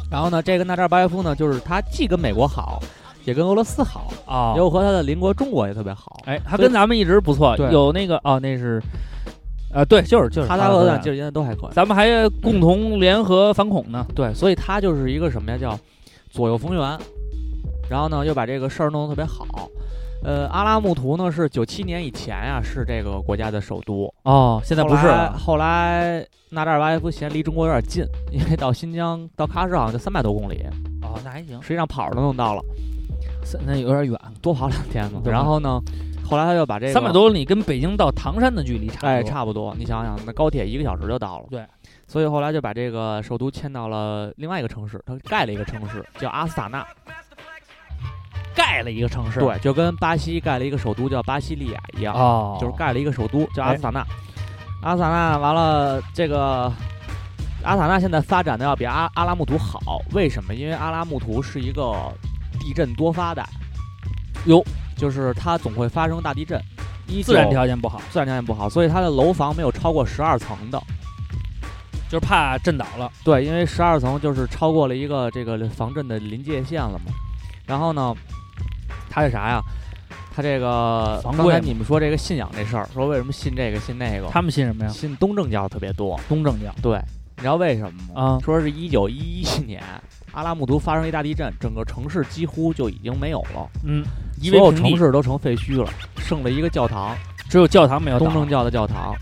Speaker 3: 然后呢，这个纳扎尔巴耶夫呢，就是他既跟美国好，也跟俄罗斯好。
Speaker 2: 啊，
Speaker 3: 又和他的邻国中国也特别好。
Speaker 2: 哎，他跟咱们一直不错，
Speaker 3: 对
Speaker 2: 有那个哦，那是啊，对，就是就是
Speaker 3: 哈
Speaker 2: 萨
Speaker 3: 萨克斯
Speaker 2: 坦
Speaker 3: 坦、，现在都还可以。
Speaker 2: 咱们还共同联合反恐呢。
Speaker 3: 对，所以他就是一个什么呀？叫左右逢源，然后呢又把这个事儿弄得特别好。呃，阿拉木图呢是九七年以前呀、是这个国家的首都，
Speaker 2: 哦，现在不是
Speaker 3: 后来
Speaker 2: 了。
Speaker 3: 后 来纳扎尔巴耶夫嫌离中国有点近，因为到新疆到喀什好像就三百多公里，
Speaker 2: 哦，那还行，
Speaker 3: 实际上跑着都弄到了，
Speaker 2: 三那有点远，
Speaker 3: 多跑两天嘛。
Speaker 2: 对吧
Speaker 3: 然后呢，后来他就把这个
Speaker 2: 三百多公里跟北京到唐山的距离差不多
Speaker 3: 哎，差不多。你想想，那高铁一个小时就到了。
Speaker 2: 对，
Speaker 3: 所以后来就把这个首都迁到了另外一个城市，他盖了一个城市叫阿斯塔纳。
Speaker 2: 盖了一个城市，
Speaker 3: 对，就跟巴西盖了一个首都叫巴西利亚一样，
Speaker 2: 哦，
Speaker 3: 啊
Speaker 2: 哎
Speaker 3: 就是盖了一个首都叫阿斯塔纳。阿斯塔纳完了，这个阿斯塔纳现在发展的要比阿阿拉木图好，为什么？因为阿拉木图是一个地震多发带，
Speaker 2: 哟，
Speaker 3: 就是它总会发生大地震。一
Speaker 2: 自然
Speaker 3: 九
Speaker 2: 条件不好，
Speaker 3: 自然条件不好，所以它的楼房没有超过十二层的。
Speaker 2: 就是怕震倒了，
Speaker 3: 对，因为十二层就是超过了一个这个防震的临界线了嘛。然后呢，它是啥呀？它这个
Speaker 2: 防
Speaker 3: 刚
Speaker 2: 贵
Speaker 3: 才
Speaker 2: 嘛
Speaker 3: 你们说这个信仰这事儿，说为什么信这个信那个？
Speaker 2: 他们信什么呀？
Speaker 3: 信东正教特别多。
Speaker 2: 东正教
Speaker 3: 对，你知道为什么
Speaker 2: 啊，
Speaker 3: 吗？说是一九一一年阿拉木图发生一大地震，整个城市几乎就已经没有了，
Speaker 2: 嗯，夷
Speaker 3: 所
Speaker 2: 为
Speaker 3: 有
Speaker 2: 平地
Speaker 3: 城市都成废墟了，剩了一个教堂，
Speaker 2: 只有教堂没有
Speaker 3: 东
Speaker 2: 倒，
Speaker 3: 正教的教堂。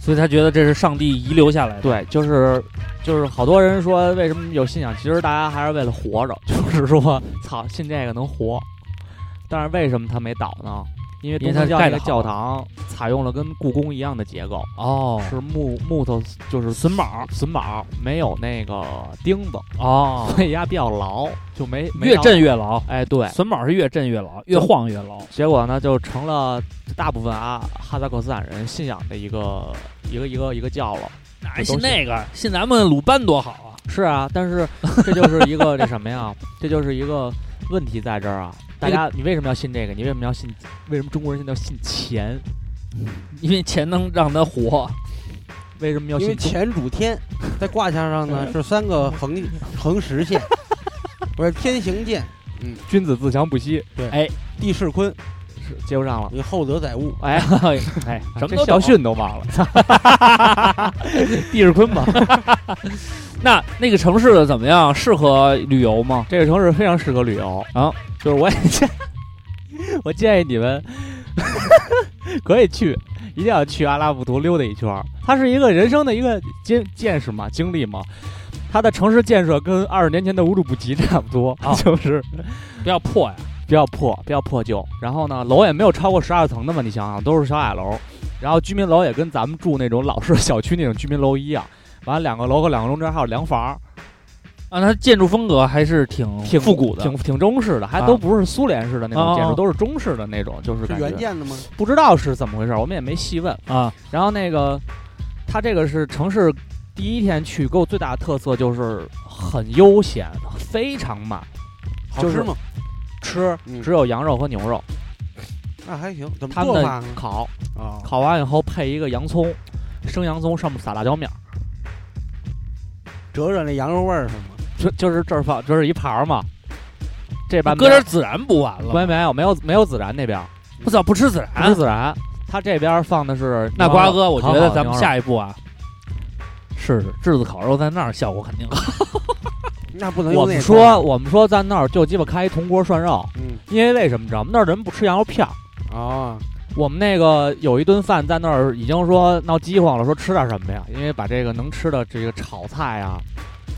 Speaker 2: 所以他觉得这是上帝遗留下来的，
Speaker 3: 对，就是就是好多人说为什么有信仰，其实大家还是为了活着， 就是说操信这个能活。但是为什么它没倒呢？因为
Speaker 2: 因为
Speaker 3: 东
Speaker 2: 它
Speaker 3: 正教
Speaker 2: 盖
Speaker 3: 那
Speaker 2: 得
Speaker 3: 个
Speaker 2: 好
Speaker 3: 教堂采用了跟故宫一样的结构，
Speaker 2: 哦，
Speaker 3: 是木木头，就是
Speaker 2: 榫卯
Speaker 3: 榫卯，没有那个钉子，
Speaker 2: 哦，
Speaker 3: 所以压比较牢，就没没
Speaker 2: 越
Speaker 3: 到
Speaker 2: 震越牢，
Speaker 3: 哎对。
Speaker 2: 榫卯是越震越牢，越晃越牢，
Speaker 3: 结果呢，就成了大部分啊哈萨克斯坦人信仰的一个一个一个一个教了。
Speaker 2: 哪
Speaker 3: 这
Speaker 2: 还
Speaker 3: 都
Speaker 2: 信
Speaker 3: 行
Speaker 2: 哎那个？信咱们鲁班多好啊！
Speaker 3: 是啊，但是这就是一个这什么呀？ 这就是一个问题在这儿啊！大
Speaker 2: 这个
Speaker 3: 家，你为什么要信这个？你为什么要信？为什么中国人现在要信钱？
Speaker 2: 因为钱能让他活，
Speaker 3: 为什么要
Speaker 4: 因为
Speaker 3: 信中？
Speaker 4: 钱主天，在卦象上呢是三个横横 实线，不是天行健，
Speaker 3: 君子自强不息，
Speaker 4: 地势坤，
Speaker 3: 是接不上了。
Speaker 4: 你厚德载物。
Speaker 3: 哎，
Speaker 2: 哎， 什么
Speaker 3: 这
Speaker 2: 都
Speaker 3: 校
Speaker 2: 懂。
Speaker 3: 训都忘了，地势坤嘛。
Speaker 2: 那那个城市怎么样？适合旅游吗？
Speaker 3: 这个城市非常适合旅游
Speaker 2: 啊，
Speaker 3: 就是我也建， 我建议你们 可以去，一定要去阿拉木图溜达一圈儿。它是一个人生的一个见见识嘛，经历嘛。它的城市建设跟二十年前的乌鲁木齐差不多，
Speaker 2: 啊
Speaker 3: 就是
Speaker 2: 不要破呀！
Speaker 3: 比较破，比较破旧。然后呢，楼也没有超过十二层的嘛，你想想，都是小矮楼。然后居民楼也跟咱们住那种老式小区那种居民楼一样，完了两个楼和两个中间还有凉房，
Speaker 2: 啊，它建筑风格还是挺
Speaker 3: 挺
Speaker 2: 复古的，
Speaker 3: 挺挺中式的，还
Speaker 2: 啊
Speaker 3: 都不是苏联式的那
Speaker 2: 哦
Speaker 3: 种建
Speaker 2: 哦
Speaker 3: 筑，都是中式的那种，就是
Speaker 4: 是
Speaker 3: 感
Speaker 4: 原
Speaker 3: 觉
Speaker 4: 件的吗？
Speaker 3: 不知道是怎么回事，我们也没细问。
Speaker 2: 啊。
Speaker 3: 然后那个，它这个是城市第一天去，给我最大的特色就是很悠闲，非常慢，
Speaker 4: 好
Speaker 3: 就是
Speaker 4: 吃吗？
Speaker 3: 吃
Speaker 4: 嗯
Speaker 3: 只有羊肉和牛肉，
Speaker 2: 嗯
Speaker 4: 那还行，怎么
Speaker 3: 他们
Speaker 4: 做法
Speaker 3: 的
Speaker 4: 呢？
Speaker 3: 烤
Speaker 4: 啊，
Speaker 3: 烤完以后配一个洋葱，生洋葱上面撒辣椒面儿，
Speaker 4: 折着那羊肉味儿是吗？
Speaker 3: 就就是这儿放，这是一盘儿嘛。这半
Speaker 2: 搁这
Speaker 3: 边
Speaker 2: 儿孜然不完了，
Speaker 3: 没没有没有没有孜然那边儿，
Speaker 2: 不早不吃孜
Speaker 3: 不是
Speaker 2: 然。
Speaker 3: 孜然，它这边儿放的
Speaker 2: 啊
Speaker 3: 是
Speaker 2: 那
Speaker 3: 牛
Speaker 2: 瓜
Speaker 3: 肉
Speaker 2: 哥，我
Speaker 3: 烤
Speaker 2: 觉得
Speaker 3: 好
Speaker 2: 咱们
Speaker 3: 牛肉
Speaker 2: 下一步啊，试试炙子烤肉在那儿效果肯定好。
Speaker 4: 那不能
Speaker 3: 我
Speaker 4: 用那
Speaker 3: 们
Speaker 4: 个
Speaker 3: 说，我们说在那儿就鸡巴开一铜锅涮肉，
Speaker 4: 嗯
Speaker 3: 因为为什么知道吗？那儿人不吃羊肉片儿。
Speaker 4: 啊，
Speaker 3: 我们那个有一顿饭在那儿已经说闹饥荒了，说吃点什么呀？因为把这个能吃的这个炒菜呀、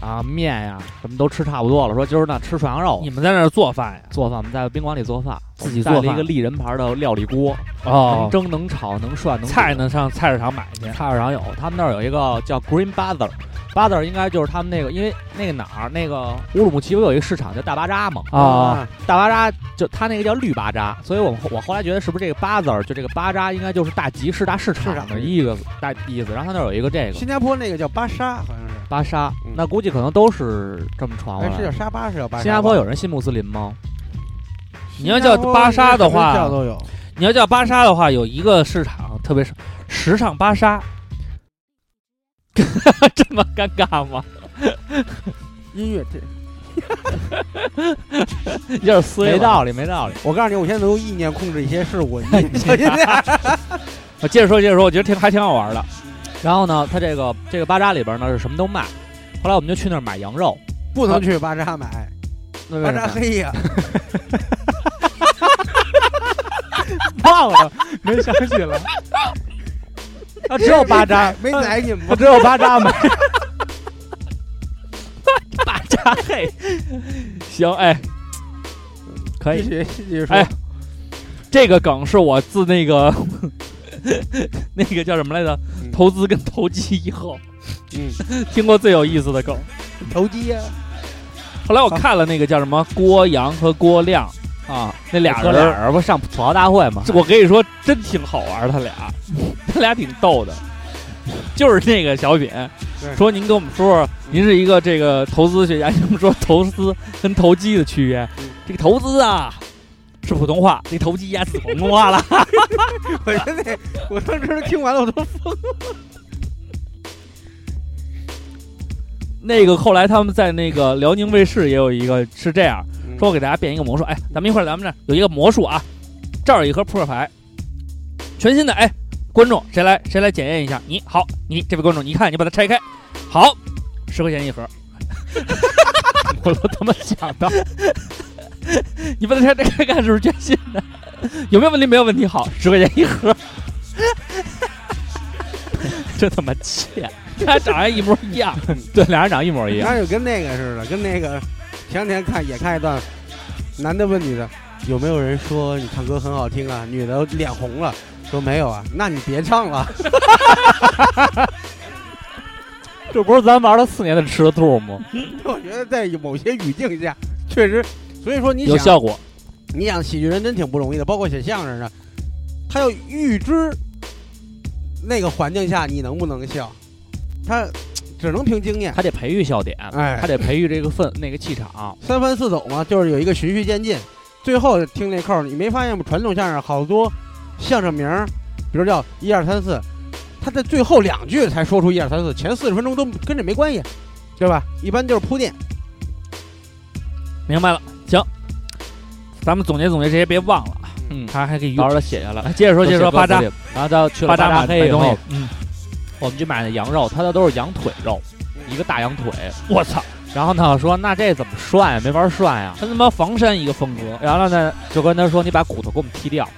Speaker 3: 啊面呀、什么都吃差不多了，说今儿那吃涮羊肉
Speaker 2: 你。们在那儿做饭呀？
Speaker 3: 做饭，我们在宾馆里做饭，
Speaker 2: 自己
Speaker 3: 带
Speaker 2: 做
Speaker 3: 了
Speaker 2: 饭
Speaker 3: 一个立人牌的料理锅，能
Speaker 2: 哦，
Speaker 3: 蒸能炒能涮能
Speaker 2: 菜
Speaker 3: 煮
Speaker 2: 呢上菜市场买去。
Speaker 3: 菜市场有，他们那儿有一个叫 Green Bother，Bother 应该就是他们那个，因为那个哪儿，那个乌鲁木齐不有一个市场叫大巴扎嘛？
Speaker 2: 啊，
Speaker 3: 大巴扎就它那个叫绿巴扎，所以我我后来觉得是不是这个巴字儿，就这个巴扎应该就是大集市、大市场的意思，大意思。然后它那儿有一个这个
Speaker 4: 新加坡那个叫巴沙，好像是，
Speaker 3: 巴沙
Speaker 4: 嗯，
Speaker 3: 那估计可能都是这么传过
Speaker 4: 哎，是
Speaker 3: 来
Speaker 4: 叫
Speaker 3: 的。
Speaker 4: 沙巴，是叫巴沙吧。
Speaker 3: 新加坡有人信穆斯林吗？
Speaker 2: 你要叫巴沙的话
Speaker 4: 新加坡什么教都有。
Speaker 2: 你要叫巴沙的话，有一个市场特别是时尚巴 沙，这么尴尬吗？
Speaker 4: 音乐这，
Speaker 3: 有点思没道理，没道理。
Speaker 4: 我告诉你，我现在能用意念控制一些事物。你你现在
Speaker 2: 啊，接着说，接着说，我觉得挺还挺好玩的。
Speaker 3: 然后呢，它这个这个巴扎里边呢是什么都卖。后来我们就去那儿买羊肉，
Speaker 4: 不能去巴沙买，
Speaker 3: 那为
Speaker 4: 巴
Speaker 3: 什
Speaker 4: 沙
Speaker 3: 么
Speaker 4: 黑呀，
Speaker 3: 忘了，哦没想起来。 啊，只有巴扎，
Speaker 4: 没宰你们
Speaker 3: 我
Speaker 4: 吗？
Speaker 3: 只有巴扎买。
Speaker 2: 嘿，行，哎，可以，
Speaker 4: 续继续
Speaker 2: 哎，这个梗是我自那个 那个叫什么来着，
Speaker 4: 嗯
Speaker 2: 投资跟投机以后
Speaker 4: 嗯，
Speaker 2: 听过最有意思的梗。
Speaker 4: 投机呀，
Speaker 2: 后来我看了那个叫什么郭阳和郭亮啊，那俩
Speaker 3: 哥
Speaker 2: 人
Speaker 3: 俩
Speaker 2: 儿，
Speaker 3: 人不上吐槽大会嘛？
Speaker 2: 这我跟你说，真挺好玩儿，他 俩，他俩挺逗的。就是那个小品
Speaker 4: 对，嗯
Speaker 2: 说您跟我们说说，您是一个这个投资学家， 您跟我们说投资跟投机的区别
Speaker 4: 嗯。
Speaker 2: 这个投资啊是普通话，这投机呀是广东话了。
Speaker 4: 我真的，我当时听完了我都疯。
Speaker 2: 那个后来他们在那个辽宁卫视也有一个是这样说，我给大家变一个魔术，哎，咱们一会儿咱们这儿有一个魔术啊，这儿有一盒扑克牌，全新的，哎，观众谁来谁来检验一下？你好，你这位观众，你看你把它拆开，好，十块钱一盒，我都他妈想到，你把它拆开看是不是全新的？有没有问题？没有问题，好，十块钱一盒，真他妈欠，他长得一模一样。
Speaker 3: 对，俩人长一模一样。
Speaker 4: 那就跟那个似的，跟那个前两天看也看一段，男的问女的有没有人说你唱歌很好听啊，女的脸红了，说没有啊，那你别唱了。
Speaker 3: 这不是咱玩了四年的吃的兔吗？
Speaker 4: 我觉得在某些语境下，确实，所以说你
Speaker 2: 有
Speaker 4: 想，
Speaker 2: 效果。
Speaker 4: 你想喜剧人真挺不容易的，包括写相声的，他要预知那个环境下你能不能笑，他只能凭经验。
Speaker 3: 还得培育笑点，
Speaker 4: 哎
Speaker 3: 还得培育这个氛那个气场。
Speaker 4: 三番四走嘛，就是有一个循序渐进。最后听那扣儿，你没发现吗？传统相声好多相声名儿，比如叫一二三四，他在最后两句才说出一二三四，前四十分钟都跟这没关系，对吧？一般就是铺垫。
Speaker 2: 明白了，行，咱们总结总结这些，别忘了，
Speaker 3: 嗯
Speaker 2: 他还可以
Speaker 3: 到
Speaker 2: 用。
Speaker 3: 时候写下来。
Speaker 2: 来接着说，接着说，巴扎，，
Speaker 3: 然后到去了
Speaker 2: 巴扎
Speaker 3: 扎
Speaker 2: 买
Speaker 3: 黑
Speaker 2: 买
Speaker 3: 以
Speaker 2: 东
Speaker 3: 后
Speaker 2: 西，，嗯，
Speaker 3: 我们去买的羊肉，它那都是羊腿肉，一个大羊腿。
Speaker 2: 嗯我操，
Speaker 3: 然后呢，说那这怎么涮呀？没法涮呀。
Speaker 2: 他他妈房山一个风格，
Speaker 3: 然后呢，就跟他说你把骨头给我们剔掉，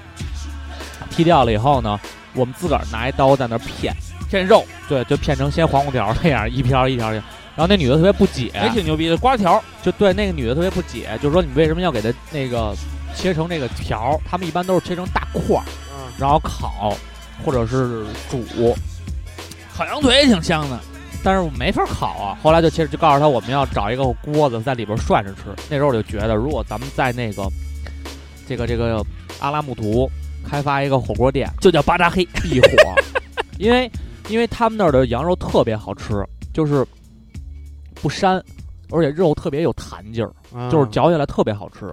Speaker 3: 剔掉了以后呢，我们自个儿拿一刀在那儿片片肉，对，就片成先黄瓜条那样一条一条的。然后那女的特别不解，
Speaker 2: 哎也挺牛逼的，瓜条，
Speaker 3: 就对那个女的特别不解，就说你为什么要给她那个切成这个条儿？他们一般都是切成大块儿，
Speaker 4: 嗯，
Speaker 3: 然后烤或者是煮，
Speaker 2: 烤羊腿也挺香的，
Speaker 3: 但是我没法烤啊。后来就其实就告诉她我们要找一个锅子在里边涮着吃。那时候我就觉得，如果咱们在那个这个这个阿拉木图开发一个火锅店，
Speaker 2: 就叫巴扎黑，
Speaker 3: 必火，因为因为他们那儿的羊肉特别好吃，就是不膻，而且肉特别有弹劲儿，
Speaker 4: 啊
Speaker 3: 就是嚼起来特别好吃。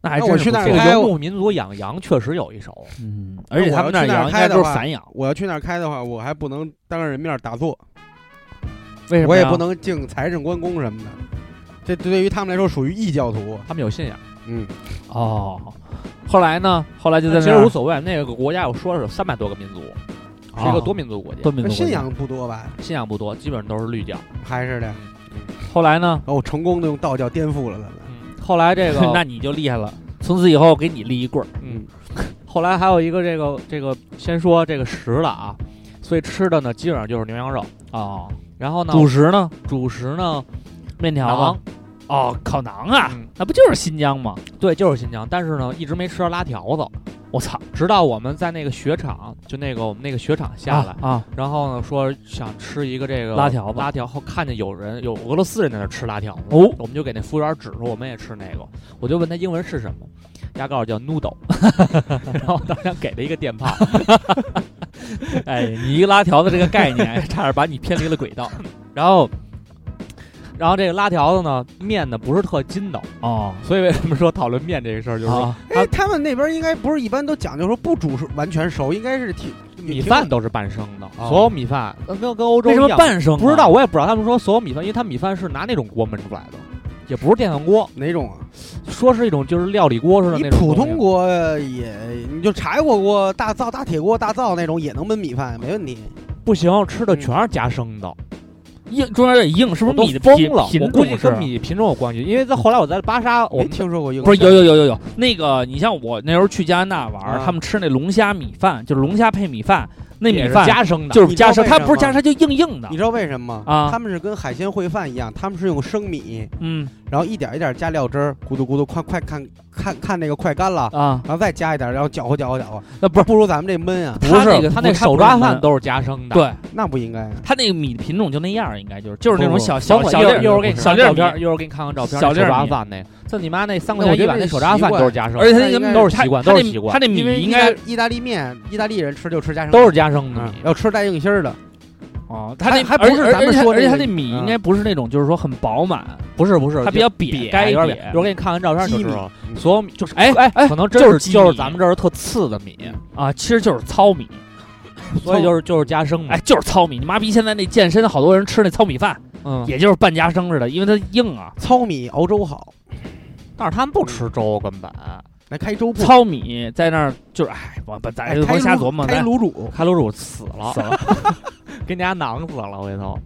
Speaker 2: 那还
Speaker 4: 那
Speaker 2: 真
Speaker 4: 我
Speaker 2: 是
Speaker 4: 去
Speaker 2: 不
Speaker 4: 那儿
Speaker 3: 这
Speaker 2: 错
Speaker 3: 个
Speaker 4: 看哎
Speaker 3: 游
Speaker 4: 我
Speaker 3: 牧民族养羊确实有一手，
Speaker 2: 嗯，而且他们那
Speaker 4: 我
Speaker 2: 儿
Speaker 4: 要去那儿
Speaker 2: 羊应
Speaker 4: 开
Speaker 2: 该
Speaker 4: 的
Speaker 2: 都是
Speaker 4: 话
Speaker 2: 散养，
Speaker 4: 我要去那儿开的话，我还不能当着人面打坐，
Speaker 2: 为什么
Speaker 4: 我也
Speaker 2: 呀
Speaker 4: 不能敬财政关公什么的。这对于他们来说属于异教徒。
Speaker 3: 他们有信仰。
Speaker 4: 嗯，
Speaker 2: 哦。后来呢？后来就在
Speaker 3: 其
Speaker 2: 那
Speaker 3: 实
Speaker 2: 儿
Speaker 3: 无所谓，那个国家我说是三百多个民族，是
Speaker 2: 啊
Speaker 3: 一个哦多民族国家，
Speaker 2: 多民
Speaker 4: 那
Speaker 2: 族国
Speaker 4: 信
Speaker 2: 家
Speaker 4: 仰不多吧？
Speaker 3: 信仰不多，基本上都是绿教。
Speaker 4: 还是的。
Speaker 2: 后来呢？
Speaker 4: 哦，成功的用道教颠覆了咱们。
Speaker 3: 后来这个，
Speaker 2: 那你就厉害了，从此以后给你立一棍儿。
Speaker 3: 嗯，后来还有一个这个这个，先说这个食了啊，所以吃的呢基本上就是牛羊肉，
Speaker 2: 哦，
Speaker 3: 然后呢
Speaker 2: 主食呢？
Speaker 3: 主食呢
Speaker 2: 面条
Speaker 3: 馕
Speaker 2: 吗？，哦，烤馕啊
Speaker 3: 嗯，
Speaker 2: 那不就是新疆吗？
Speaker 3: 对，就是新疆，但是呢一直没吃到拉条子，
Speaker 2: 我操，
Speaker 3: 直到我们在那个雪场，就那个我们那个雪场下来，
Speaker 2: 啊啊，
Speaker 3: 然后呢说想吃一个这个
Speaker 2: 拉条子
Speaker 3: 拉条后看见有人有俄罗斯人在那吃拉条子，
Speaker 2: 哦
Speaker 3: 我们就给那服务员指说我们也吃那个，我就问他英文是什么，他告诉我叫 noodle，然后当时给了一个电炮，
Speaker 2: 哎，你一个拉条的这个概
Speaker 3: 哎
Speaker 2: 念，差点把你偏离了轨道。
Speaker 3: 然后。然后这个拉条子呢，面呢不是特筋道，
Speaker 2: 哦，
Speaker 3: 所以为什么说讨论面这个事儿，就是说
Speaker 2: 啊，
Speaker 4: 哎，他们那边应该不是一般都讲究说不煮熟完全熟，应该是挺
Speaker 3: 米饭都是半生的，
Speaker 2: 啊
Speaker 4: 哦
Speaker 3: 所有米饭呃跟跟欧洲
Speaker 2: 为
Speaker 3: 一
Speaker 2: 什么
Speaker 3: 样，
Speaker 2: 半生啊？
Speaker 3: 不知道，我也不知道。他们说所有米饭，因为他们米饭是拿那种锅焖出来的，也不是电饭锅，
Speaker 4: 哪种啊？
Speaker 3: 说是一种就是料理锅似的
Speaker 4: 你
Speaker 3: 那种。啊
Speaker 4: 普通，锅也，你就柴火锅、大灶、大铁锅、大灶那种也能焖米饭，没问题。
Speaker 3: 不行，吃的全是加生的，
Speaker 2: 硬中间有点硬，嗯是不
Speaker 3: 我
Speaker 2: 是米
Speaker 3: 都
Speaker 2: 的
Speaker 3: 疯
Speaker 2: 品
Speaker 3: 了。我
Speaker 2: 品
Speaker 3: 估计
Speaker 2: 种是哎
Speaker 3: 跟？米品种有关系，因为在后来我在巴沙，我
Speaker 4: 没
Speaker 3: 们
Speaker 4: 听说过英
Speaker 2: 不是有有有有有那个，你像我那时候去加拿大玩儿，
Speaker 4: 啊
Speaker 2: 他们吃那龙虾米饭，就是龙虾配米饭，那米
Speaker 3: 嗯也是
Speaker 2: 饭
Speaker 3: 加生的，
Speaker 2: 就是
Speaker 4: 你知道
Speaker 2: 加生，
Speaker 4: 为
Speaker 2: 它
Speaker 4: 什
Speaker 2: 不是加
Speaker 4: 么
Speaker 2: 生就硬硬的
Speaker 4: 你，知道为什么吗？
Speaker 2: 啊
Speaker 4: 他们是跟海鲜烩饭一样，他们是用生米，
Speaker 2: 嗯
Speaker 4: 然后一点一点加料汁儿，咕嘟咕嘟，快快看看看那个快干了，
Speaker 2: 啊，
Speaker 4: 然后再加一点，然后搅和搅和搅和，
Speaker 2: 那不是
Speaker 4: 不如咱们这焖啊，
Speaker 2: 不
Speaker 3: 他
Speaker 2: 是
Speaker 3: 那个他那
Speaker 2: 不是
Speaker 3: 手
Speaker 2: 不是
Speaker 3: 抓
Speaker 2: 焖
Speaker 3: 饭都是加生的，
Speaker 2: 对，
Speaker 4: 那不应该啊。
Speaker 2: 它那个米的品种就那样儿，应该就是就是那种
Speaker 3: 不不
Speaker 2: 小
Speaker 3: 不
Speaker 2: 小
Speaker 3: 等会
Speaker 2: 小
Speaker 3: 儿一
Speaker 2: 粒
Speaker 3: 会儿
Speaker 2: 儿
Speaker 3: 一会儿我
Speaker 2: 的小粒儿米
Speaker 3: 给你看看照片，一会儿给你看看照片，
Speaker 2: 小
Speaker 3: 那
Speaker 2: 粒儿
Speaker 3: 手抓
Speaker 2: 米
Speaker 3: 饭那个，这你妈那三
Speaker 4: 那
Speaker 3: 块钱
Speaker 4: 我
Speaker 3: 一
Speaker 4: 觉得
Speaker 3: 碗那
Speaker 4: 这
Speaker 3: 手抓
Speaker 4: 习
Speaker 3: 饭
Speaker 4: 惯
Speaker 3: 都是加生的，
Speaker 2: 而且它
Speaker 4: 它
Speaker 2: 那
Speaker 4: 应该
Speaker 2: 个
Speaker 3: 都
Speaker 4: 是
Speaker 3: 是习惯
Speaker 2: 它
Speaker 3: 都
Speaker 2: 那
Speaker 3: 是习
Speaker 2: 它
Speaker 3: 惯，
Speaker 2: 那米
Speaker 4: 因为
Speaker 2: 应
Speaker 4: 意大
Speaker 2: 该
Speaker 4: 意大利面，意大利人吃就吃加生，
Speaker 3: 都是加生的
Speaker 4: 嗯
Speaker 3: 米。
Speaker 4: 要吃带硬心儿的，
Speaker 2: 哦，它那
Speaker 4: 还还不
Speaker 2: 而
Speaker 4: 是
Speaker 2: 而
Speaker 4: 咱们
Speaker 2: 而且它
Speaker 4: 说
Speaker 2: 而且
Speaker 4: 那
Speaker 2: 它
Speaker 4: 个
Speaker 2: 那米应
Speaker 4: 嗯
Speaker 2: 该不是那种就是说很饱满，
Speaker 3: 不是不是，
Speaker 2: 它比
Speaker 3: 就
Speaker 2: 较瘪，该
Speaker 3: 有点
Speaker 2: 瘪
Speaker 3: 瘪。我给你看看照片你就知道了，
Speaker 4: 嗯
Speaker 3: 所有米就是
Speaker 2: 哎
Speaker 3: 哎
Speaker 2: 哎
Speaker 3: 可能
Speaker 2: 就
Speaker 3: 真嗯
Speaker 2: 是
Speaker 3: 是
Speaker 2: 基
Speaker 3: 就是
Speaker 2: 米
Speaker 3: 咱们这儿特次的米，
Speaker 2: 啊，其实就是糙米，
Speaker 3: 所以就是就是加生嘛
Speaker 2: 哎，，就是糙米。你妈逼，现在那健身好多人吃那糙米饭，
Speaker 3: 嗯，
Speaker 2: 也就是半加生似的，因为它硬啊。
Speaker 4: 糙米熬粥好，
Speaker 3: 但是他们不吃粥，根本
Speaker 4: 来开粥铺，
Speaker 2: 糙米在那儿就是，哎，我不咱
Speaker 4: 哎
Speaker 2: 就
Speaker 4: 开
Speaker 2: 甭瞎
Speaker 4: 卤
Speaker 2: 琢磨，
Speaker 4: 开
Speaker 2: 咱
Speaker 4: 卤煮，
Speaker 3: 开卤煮死了，死了，跟家囊死了回 头。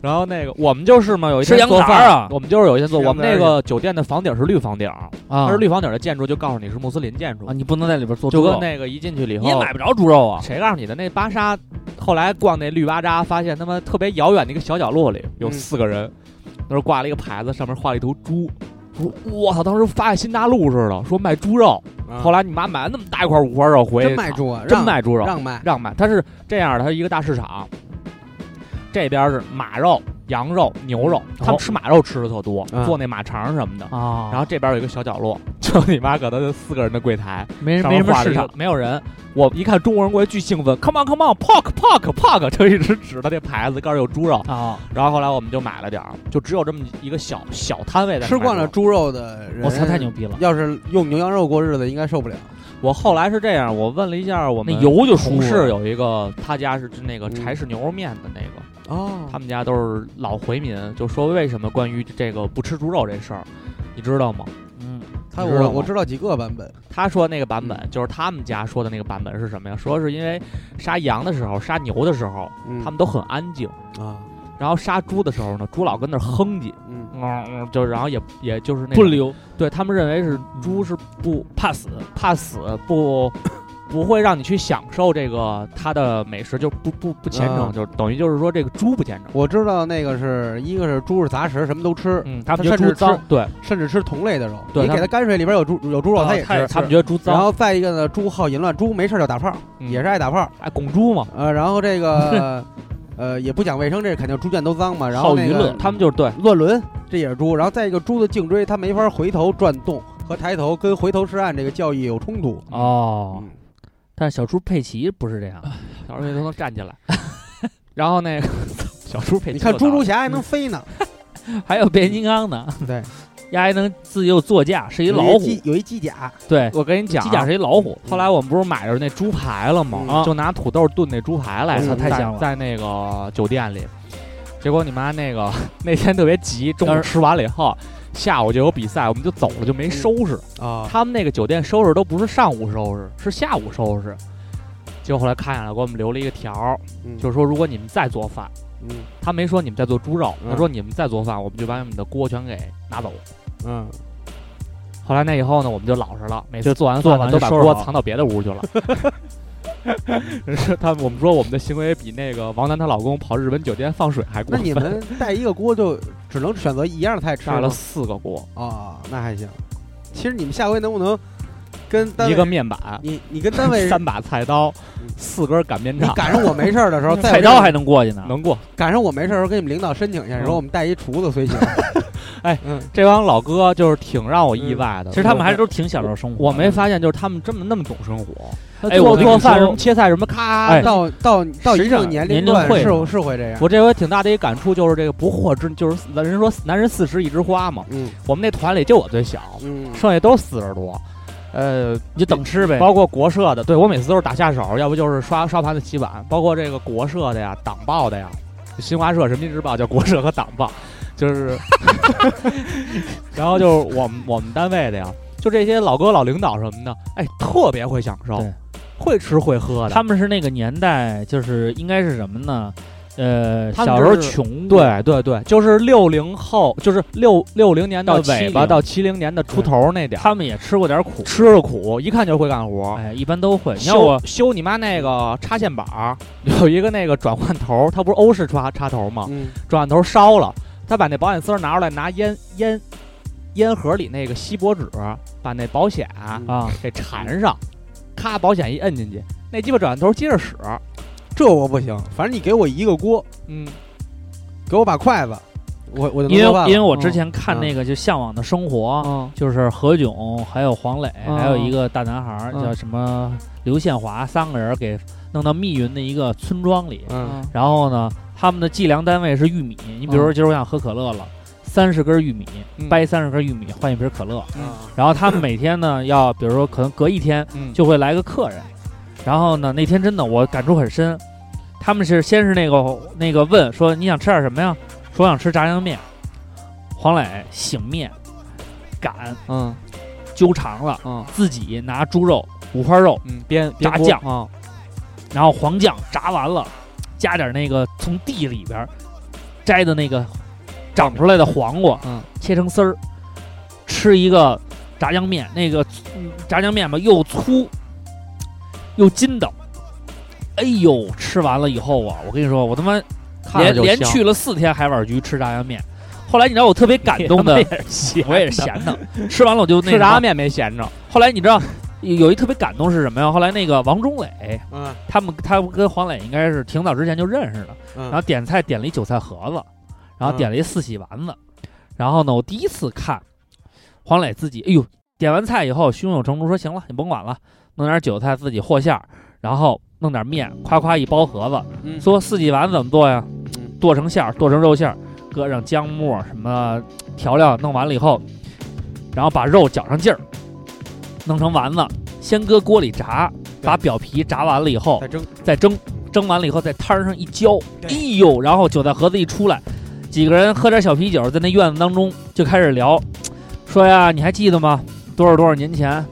Speaker 3: 然后那个我们就是嘛，有一
Speaker 2: 吃
Speaker 3: 天
Speaker 2: 羊
Speaker 3: 做
Speaker 2: 杂
Speaker 3: 饭
Speaker 2: 儿啊
Speaker 3: 我们就是有一天做，
Speaker 4: 吃
Speaker 3: 我
Speaker 4: 羊
Speaker 3: 们
Speaker 4: 杂
Speaker 3: 那
Speaker 4: 儿
Speaker 3: 个酒店的房顶是绿房顶儿，
Speaker 2: 啊
Speaker 3: 它是绿房顶的建筑，就告诉你是穆斯林建筑
Speaker 2: 啊，，你不能在里边做
Speaker 3: 就
Speaker 2: 猪
Speaker 3: 跟
Speaker 2: 肉，
Speaker 3: 那个一进去了以
Speaker 2: 你也
Speaker 3: 后
Speaker 2: 买，不着猪肉啊。
Speaker 3: 谁告诉你的？那巴沙后来逛那绿巴扎，发现他妈特别遥远的一个小角落里有
Speaker 4: 嗯
Speaker 3: 四个人，那儿挂了一个牌子，上面画了一头猪。我
Speaker 4: 嗯
Speaker 3: 说我操！当时发现新大陆似的，说卖猪肉。后
Speaker 4: 来
Speaker 3: 来你妈买了那么大一块五花肉回去，
Speaker 4: 啊真卖猪啊，
Speaker 3: 真
Speaker 4: 让
Speaker 3: 卖猪肉，
Speaker 4: 让卖，
Speaker 3: 让卖。它是这样的，它是一个大市场，这边是马肉、羊肉、牛肉，他们吃马肉吃的特多，
Speaker 4: 哦嗯哦
Speaker 3: 做那马肠什么的。
Speaker 2: 啊，
Speaker 3: 然后这边有一个小角落，就你妈可能就四个人的柜台，
Speaker 2: 没人
Speaker 3: 上
Speaker 2: 没
Speaker 3: 面
Speaker 2: 什么
Speaker 3: 画了
Speaker 2: 市
Speaker 3: 一个
Speaker 2: 场，
Speaker 3: 没有人。我一看中国人过来巨兴奋，Come on Come on Pork Pork Pork，就一 直指着这牌子，告诉有猪肉。
Speaker 2: 啊，
Speaker 3: 然后后来我们就买了点儿，就只有这么一个小小摊位在那
Speaker 4: 吃
Speaker 3: 卖
Speaker 4: 惯
Speaker 3: 肉
Speaker 4: 了猪肉的人，
Speaker 2: 我操，太牛！逼了！
Speaker 4: 要是用牛羊肉过日子，应该受不了。
Speaker 3: 我后来是这样，我问了一下我
Speaker 2: 那
Speaker 3: 们
Speaker 2: 油就舒
Speaker 3: 同
Speaker 2: 服
Speaker 3: 事
Speaker 2: 了，
Speaker 3: 有一个，他家是那个
Speaker 4: 嗯
Speaker 3: 柴氏牛肉面的那个，
Speaker 4: 哦
Speaker 3: 他们家都是老回民，就说为什么关于这个不吃猪肉这事儿，你知道吗？
Speaker 2: 嗯，
Speaker 4: 他
Speaker 3: 你知道
Speaker 4: 我
Speaker 3: 吗
Speaker 4: 我知道几个版本，
Speaker 3: 他说那个版本就是他们家说的那个版本是什么呀？说是因为杀羊的时候、杀牛的时候，
Speaker 4: 嗯
Speaker 3: 他们都很安静，
Speaker 4: 啊，
Speaker 3: 然后杀猪的时候呢，猪老跟那儿哼唧，
Speaker 4: 嗯，
Speaker 3: 嗯嗯，就然后也也就是那
Speaker 2: 不
Speaker 3: 种
Speaker 2: 留
Speaker 3: 对他们认为是猪是不
Speaker 2: 怕死
Speaker 3: 怕死 不。不会让你去享受这个它的美食，就不不不虔诚，
Speaker 4: 啊
Speaker 3: 就等于就是说这个猪不虔诚。
Speaker 4: 我知道那个是一个是猪是杂食，什么都吃，
Speaker 3: 嗯，他
Speaker 4: 他
Speaker 3: 们觉得
Speaker 4: 甚
Speaker 3: 猪
Speaker 4: 至
Speaker 3: 脏
Speaker 4: 吃，
Speaker 3: 对，
Speaker 4: 甚至吃同类的肉。
Speaker 3: 对
Speaker 4: 你
Speaker 3: 他
Speaker 4: 给它
Speaker 3: 们啊
Speaker 4: 泔水里边有猪有猪肉，它也
Speaker 2: 他也
Speaker 4: 吃。
Speaker 3: 他们觉得猪
Speaker 4: 然
Speaker 3: 脏，
Speaker 4: 后再一个呢，猪好淫乱，猪没事儿就打炮，
Speaker 3: 嗯
Speaker 4: 也是爱打炮。
Speaker 3: 哎拱猪嘛，
Speaker 4: 呃，然后 这个呃也不讲卫生，这肯定猪圈都脏嘛。然后那个
Speaker 3: 他们就是对
Speaker 4: 乱伦，这也是猪。然后再一个，猪的颈椎它没法回头转动和抬头，跟回头是岸这个教义有冲突。
Speaker 2: 哦
Speaker 4: 嗯。
Speaker 2: 但是小猪佩奇不是这样，
Speaker 3: 小猪佩奇都能站起来。然后 那个小猪佩奇，
Speaker 4: 你看猪猪侠还能飞呢，
Speaker 2: 还有变形金刚呢，
Speaker 3: 嗯
Speaker 4: 对，
Speaker 2: 丫还能自由座驾，是一
Speaker 4: 有
Speaker 2: 老
Speaker 4: 一
Speaker 2: 虎，
Speaker 4: 机有一机甲，
Speaker 2: 对，
Speaker 3: 我跟你讲
Speaker 2: 机
Speaker 3: 啊，
Speaker 2: 甲是一老虎，
Speaker 3: 后来我们不是买着那猪排了吗？
Speaker 2: 嗯
Speaker 3: 就拿土豆炖那猪排来，
Speaker 4: 嗯
Speaker 3: 在
Speaker 2: 太香了嗯
Speaker 3: 在那个啊酒店里。结果你妈那个 那天特别急，中午
Speaker 2: 当时
Speaker 3: 吃完了以后，下午就有比赛，我们就走了，就没收拾。
Speaker 4: 啊，
Speaker 3: 他们那个酒店收拾都不是上午收拾，是下午收拾。结果后来看下来，给我们留了一个条儿，
Speaker 4: 嗯
Speaker 3: 就是说如果你们再做饭，
Speaker 4: 嗯
Speaker 3: 他没说你们在做猪肉，
Speaker 4: 嗯
Speaker 3: 他说你们在做饭，我们就把你们的锅全给拿走。
Speaker 4: 嗯，
Speaker 3: 后来那以后呢，我们就老实了，每次做完
Speaker 2: 做
Speaker 3: 饭
Speaker 2: 完
Speaker 3: 呢
Speaker 2: 就
Speaker 3: 都把
Speaker 2: 收拾
Speaker 3: 锅
Speaker 2: 好
Speaker 3: 藏到别的屋去 了。是他们我们说我们的行为比那个王楠她老公跑日本酒店放水还过
Speaker 4: 那
Speaker 3: 分。
Speaker 4: 你 们带一个锅就只能选择一样菜吃
Speaker 3: 带了
Speaker 4: 吗
Speaker 3: 四个锅，
Speaker 4: 啊，那还行。其实你们下回能不能跟单
Speaker 3: 一
Speaker 4: 位
Speaker 3: 个面板，
Speaker 4: 你你跟单 位
Speaker 3: 三把菜刀
Speaker 4: 嗯，
Speaker 3: 四根擀面
Speaker 4: 你
Speaker 3: 杖，
Speaker 4: 赶上我没事儿的时候，再
Speaker 2: 嗯菜刀还能过去呢。
Speaker 3: 能过。
Speaker 4: 赶上我没事儿的时候，跟你们领导申请一下，
Speaker 3: 嗯
Speaker 4: 说我们带一厨子随 行。
Speaker 3: 哎
Speaker 4: 嗯，
Speaker 3: 这帮老哥就是挺让我意外的。
Speaker 2: 其实他们还
Speaker 3: 是
Speaker 2: 都挺享受生活的，嗯
Speaker 3: 嗯我没发现，就是他们这么那么懂生活。
Speaker 2: 哎我
Speaker 3: 做
Speaker 2: 跟你
Speaker 3: 做饭
Speaker 2: 说
Speaker 3: 什么切菜什么，咔。
Speaker 2: 哎
Speaker 4: 到到到一定年龄段
Speaker 2: 年龄
Speaker 4: 是
Speaker 2: 会
Speaker 4: 是会这样。
Speaker 3: 我这回挺大的一感触就是这个不惑之，就是男人说男人四十一枝花嘛。
Speaker 4: 嗯
Speaker 3: 我们那团里就我最小，
Speaker 4: 嗯，
Speaker 3: 剩下都四十多，呃，
Speaker 2: 你就等吃呗。
Speaker 3: 包括国社的，对我每次都是打下手，要不就是刷刷盘子、洗碗，包括这个国社的呀、党报的呀、新华社、人民日报叫国社和党报， 就是，然后就是我们我们单位的呀，就这些老哥老领导什么的，哎，特别会享受
Speaker 2: 对，
Speaker 3: 会吃会喝的，
Speaker 2: 他们是那个年代，就是应该是什么呢？呃，
Speaker 3: 他们
Speaker 2: 小时候
Speaker 3: 是
Speaker 2: 穷，，
Speaker 3: 对对对，就是六零后，就是六六零年的
Speaker 2: 到
Speaker 3: 尾巴
Speaker 2: 70
Speaker 3: 到七零年的出头那点儿，
Speaker 2: 他们也吃过点苦，
Speaker 3: 吃着苦，一看就是会干活。
Speaker 2: 哎，一般都会。你
Speaker 3: 修
Speaker 2: 看我，
Speaker 3: 修你妈那个插线板儿， 有一个那个转换头儿，它不是欧式插插头吗？
Speaker 4: 嗯，
Speaker 3: 转换头烧了，他把那保险丝儿拿出来，拿烟烟烟盒里那个锡箔纸把那保险啊
Speaker 2: 啊，
Speaker 3: 给缠上，咔，保险一摁进去，那鸡巴转换头接着使。
Speaker 4: 这我不行，反正你给我一个锅，
Speaker 3: 嗯，
Speaker 4: 给我把筷子，我我就能
Speaker 2: 因
Speaker 4: 做饭
Speaker 2: 为
Speaker 4: 了
Speaker 2: 因为我
Speaker 3: 嗯
Speaker 2: 之前看那个就《向往的生活》，
Speaker 3: 嗯
Speaker 2: 就是何炅还有黄磊，
Speaker 3: 嗯
Speaker 2: 还有一个大男孩儿
Speaker 3: 嗯
Speaker 2: 叫什么刘宪华，三个人给弄到密云的一个村庄里，
Speaker 4: 嗯，
Speaker 2: 然后呢，他们的计量单位是玉米。你比如说，今儿我想喝可乐了，三十根玉米，
Speaker 3: 嗯
Speaker 2: 掰三十根玉米换一瓶可乐。
Speaker 4: 啊
Speaker 2: 然后他们每天呢，要比如说可能隔一天
Speaker 3: 嗯
Speaker 2: 就会来个客人，然后呢，那天真的我感触很深，他们是先是那个那个问说你想吃点什么呀？说我想吃炸酱面，黄磊醒面，擀
Speaker 3: 嗯
Speaker 2: 揪长了，
Speaker 3: 嗯
Speaker 2: 自己拿猪肉五花肉，
Speaker 3: 嗯，边
Speaker 2: 炸
Speaker 3: 边锅
Speaker 2: 酱
Speaker 3: 啊，
Speaker 2: 然后黄酱炸完了，加点那个从地里边摘的那个长出来的黄瓜，
Speaker 3: 嗯
Speaker 2: 切成丝儿，吃一个炸酱面。那个嗯炸酱面吧，又粗又筋道。哎呦，吃完了以后啊，我跟你说，我他妈
Speaker 3: 看着
Speaker 2: 连
Speaker 3: 就
Speaker 2: 连
Speaker 3: 香
Speaker 2: 去了四天海碗局吃炸酱面。后来你知道我特别感动 的，我也是闲的，吃完了我就那
Speaker 3: 吃炸
Speaker 2: 啥
Speaker 3: 酱。面没闲着，
Speaker 2: 后来你知道有有一特别感动是什么呀？后来那个王中磊，
Speaker 4: 嗯
Speaker 2: 他们他跟黄磊应该是挺早之前就认识的，然后
Speaker 4: 嗯，
Speaker 2: 点菜点了一韭菜盒子，然后点了一四喜丸子，
Speaker 4: 嗯
Speaker 2: 然后呢，我第一次看黄磊自己，哎呦，点完菜以后胸有成竹，说行了，你甭管了，弄点韭菜自己和馅儿，然后弄点面，夸夸一包盒子，
Speaker 4: 嗯
Speaker 2: 说四喜丸子怎么做呀
Speaker 4: 嗯？
Speaker 2: 剁成馅儿，剁成肉馅儿，搁上姜末什么调料，弄完了以后，然后把肉搅上劲儿，弄成丸子，先搁锅里炸，把表皮炸完了以后
Speaker 4: 再，蒸，
Speaker 2: 再蒸，蒸完了以后在摊儿上一浇，哎呦，然后韭菜盒子一出来，几个人喝点小啤酒，在那院子当中就开始聊，说呀，你还记得吗？多少多少年前，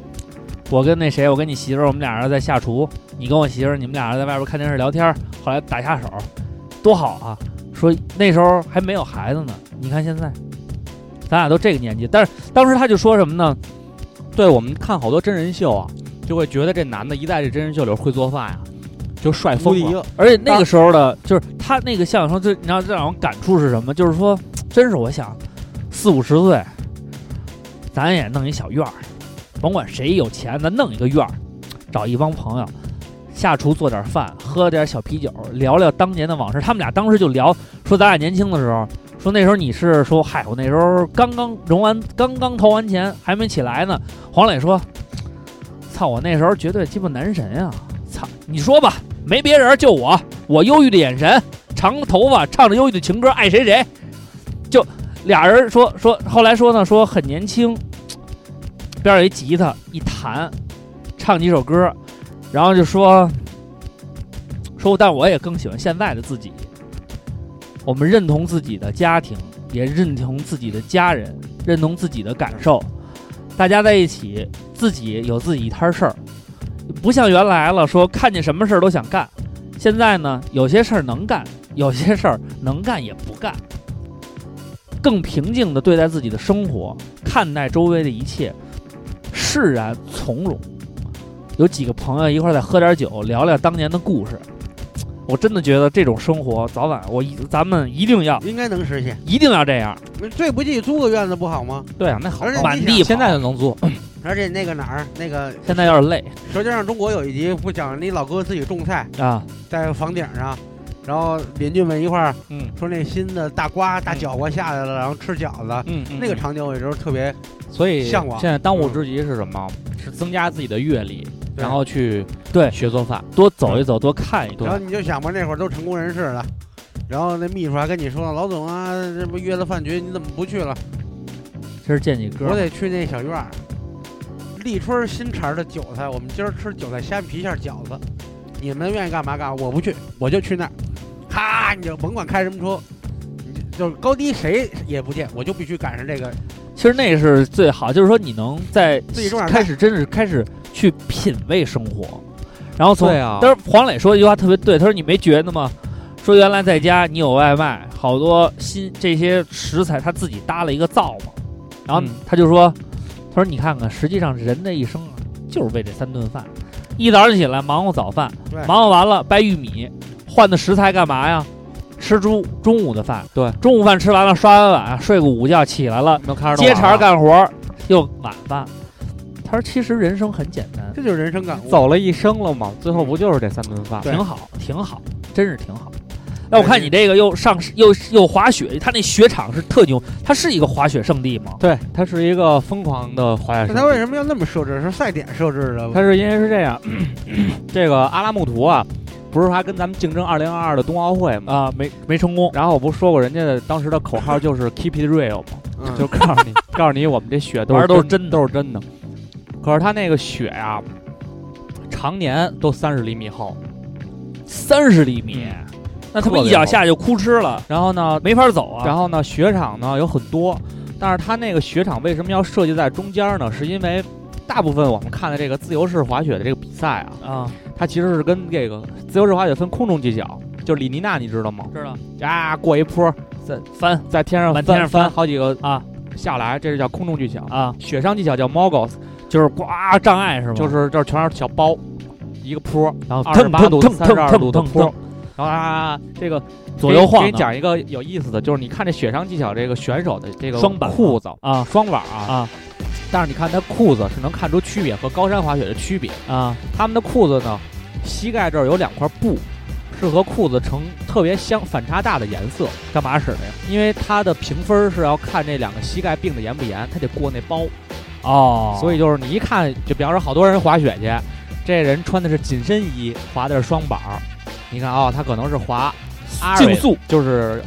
Speaker 2: 我跟那谁，我跟你媳妇儿，我们俩人在下厨，你跟我媳妇儿，你们俩人在外边看电视聊天儿，后来打下手，多好啊！说那时候还没有孩子呢，你看现在，咱俩都这个年纪，但是当时他就说什么呢？
Speaker 3: 对我们看好多真人秀啊，就会觉得这男的一在这真人秀里会做饭呀、就帅
Speaker 4: 无
Speaker 3: 疯
Speaker 4: 敌
Speaker 3: 了。
Speaker 4: 了，
Speaker 2: 而且那个时候的，就是他那个相声，就你知道这让我感触是什么？就是说，真是我想四五十岁，咱也弄一小院儿，甭管谁有钱，咱弄一个院儿，找一帮朋友下厨做点饭，喝点小啤酒，聊聊当年的往事。他们俩当时就聊说，咱俩年轻的时候，说那时候你是说，嗨，我那时候刚刚融完，刚刚投完钱，还没起来呢。黄磊说，操，我那时候绝对鸡巴男神啊！操，你说吧，没别人，就我，我忧郁的眼神，长头发，唱着忧郁的情歌，爱谁谁。就俩人说说，后来说呢，说很年轻，边儿有一吉他一弹，唱几首歌，然后就说说，但我也更喜欢现在的自己。我们认同自己的家庭，也认同自己的家人，认同自己的感受。大家在一起，自己有自己一摊事儿，不像原来了，说看见什么事儿都想干。现在呢，有些事儿能干，有些事儿能干也不干。更平静地对待自己的生活，看待周围的一切，释然啊从容。有几个朋友一块儿再喝点酒，聊聊当年的故事。我真的觉得这种生活，早晚我一咱们一定要
Speaker 4: 应该能实现。
Speaker 2: 一定要这样。
Speaker 4: 那这不就租个院子不好吗？
Speaker 3: 对啊，那好
Speaker 4: 而且
Speaker 3: 办
Speaker 2: 满地跑
Speaker 3: 现在就能做。
Speaker 4: 而且那个哪儿，那个
Speaker 2: 现在有点累
Speaker 4: 《舌尖上中国》有一集不讲那老哥自己种菜，
Speaker 2: 啊，
Speaker 4: 在房顶上，然后邻居们一块儿
Speaker 3: 嗯
Speaker 4: 说那新的大瓜、大角瓜下来了，然后吃饺子。
Speaker 3: 嗯，
Speaker 4: 那个场景我有时候特别
Speaker 3: 所以
Speaker 4: 向往
Speaker 3: 现在当务之急是什么？是增加自己的阅历，
Speaker 4: 对
Speaker 3: 然后去
Speaker 2: 对
Speaker 3: 学做饭。
Speaker 2: 多走一走，多看一
Speaker 4: 然后
Speaker 2: 看。
Speaker 4: 你就想吧，那会儿都成功人士了，然后那秘书还跟你说呢，老总啊，这不约了饭局，你怎么不去了？
Speaker 2: 今儿见你哥
Speaker 4: 我
Speaker 2: 们儿，
Speaker 4: 得去那小院儿。立春新茬儿的韭菜，我们今儿吃韭菜虾皮馅儿饺子，你们愿意干嘛干嘛，我不去，我就去那儿。哈，你就甭管开什么车，你就就是高低谁也不见，我就必须赶上这个。
Speaker 2: 其实那是最好，就是说你能在
Speaker 4: 自己种点菜
Speaker 2: 开始，真是开始去品味生活，然后从
Speaker 3: 对啊
Speaker 2: 但是黄磊说一句话特别对，他说你没觉得吗？说原来在家你有外卖，好多新这些食材他自己搭了一个灶嘛，然后
Speaker 5: 嗯
Speaker 2: 他就说，他说你看看，实际上人的一生啊，就是为这三顿饭，一早上起来忙活早饭，
Speaker 4: 对
Speaker 2: 忙活完了掰玉米，换的食材干嘛呀？吃中中午的饭，
Speaker 3: 对，
Speaker 2: 中午饭吃完了，刷完碗，睡个午觉，起来了，
Speaker 3: 都开始
Speaker 2: 接茬儿干活儿，又晚饭。他说其实人生很简单，
Speaker 4: 这就是人生感悟。
Speaker 3: 走了一生了嘛，最后不就是这三顿饭？
Speaker 2: 挺好，挺好，真是挺好。那我看你这个又上又又滑雪，他那雪场是特牛，它是一个滑雪圣地吗？
Speaker 3: 对，它是一个疯狂的滑雪
Speaker 4: 那
Speaker 3: 圣
Speaker 4: 他
Speaker 3: 地。
Speaker 4: 为什么要那么设置？是赛点设置的
Speaker 3: 它
Speaker 4: 吗？
Speaker 3: 是因为是这样， 这个阿拉木图啊，不是还跟咱们竞争2022的冬奥会吗？
Speaker 2: 啊，没没成功。
Speaker 3: 然后我不是说过人家的当时的口号就是 “Keep it real” 吗？
Speaker 4: 嗯
Speaker 3: 就告诉你，告诉你我们这雪都
Speaker 2: 玩
Speaker 3: 是
Speaker 2: 儿都是真的
Speaker 3: 都是真的。可是它那个雪呀、常年都三十厘米厚，
Speaker 2: 三十厘米，
Speaker 3: 嗯
Speaker 2: 那他
Speaker 3: 特
Speaker 2: 们
Speaker 3: 别
Speaker 2: 一脚下就哭哧了，
Speaker 3: 然后呢，
Speaker 2: 没法走啊。
Speaker 3: 然后呢，雪场呢有很多，但是它那个雪场为什么要设计在中间呢？是因为大部分我们看的这个自由式滑雪的这个比赛啊，
Speaker 2: 啊，
Speaker 3: 它其实是跟这个自由式滑雪分空中技巧，就是李妮娜，你知道吗？
Speaker 2: 知道
Speaker 3: 啊，过一坡，在
Speaker 2: 翻
Speaker 3: 在天上
Speaker 2: 满
Speaker 3: 翻
Speaker 2: 天上翻
Speaker 3: 好几个
Speaker 2: 啊
Speaker 3: 下来，这是叫空中技巧。
Speaker 2: 啊，
Speaker 3: 雪上技巧叫 mogos，
Speaker 2: 就是呱障碍是吗？啊
Speaker 3: 就是这儿全是小包，一个坡，
Speaker 2: 然后
Speaker 3: 二十
Speaker 2: 腾
Speaker 3: 八
Speaker 2: 腾
Speaker 3: 度、
Speaker 2: 腾
Speaker 3: 三十二
Speaker 2: 腾
Speaker 3: 度
Speaker 2: 腾
Speaker 3: 的坡
Speaker 2: 腾，
Speaker 3: 然后啊，这个
Speaker 2: 左右晃
Speaker 3: 给你
Speaker 2: 荡
Speaker 3: 讲一个有意思的，就是你看这雪上技巧这个选手的这个
Speaker 2: 双板
Speaker 3: 裤子
Speaker 2: 啊
Speaker 3: 双板啊，
Speaker 2: 啊
Speaker 3: 但是你看他裤子是能看出区别和高山滑雪的区别。
Speaker 2: 啊
Speaker 3: 他们的裤子呢，膝盖这儿有两块布，是和裤子呈特别相反差大的颜色。干嘛使的呀？因为它的评分是要看这两个膝盖并的严不严，它得过那包。
Speaker 2: 哦，
Speaker 3: 所以就是你一看，就比方说好多人滑雪去，这人穿的是紧身衣，滑的是双板儿，你看啊、他可能是滑阿
Speaker 2: 竞速
Speaker 3: 就是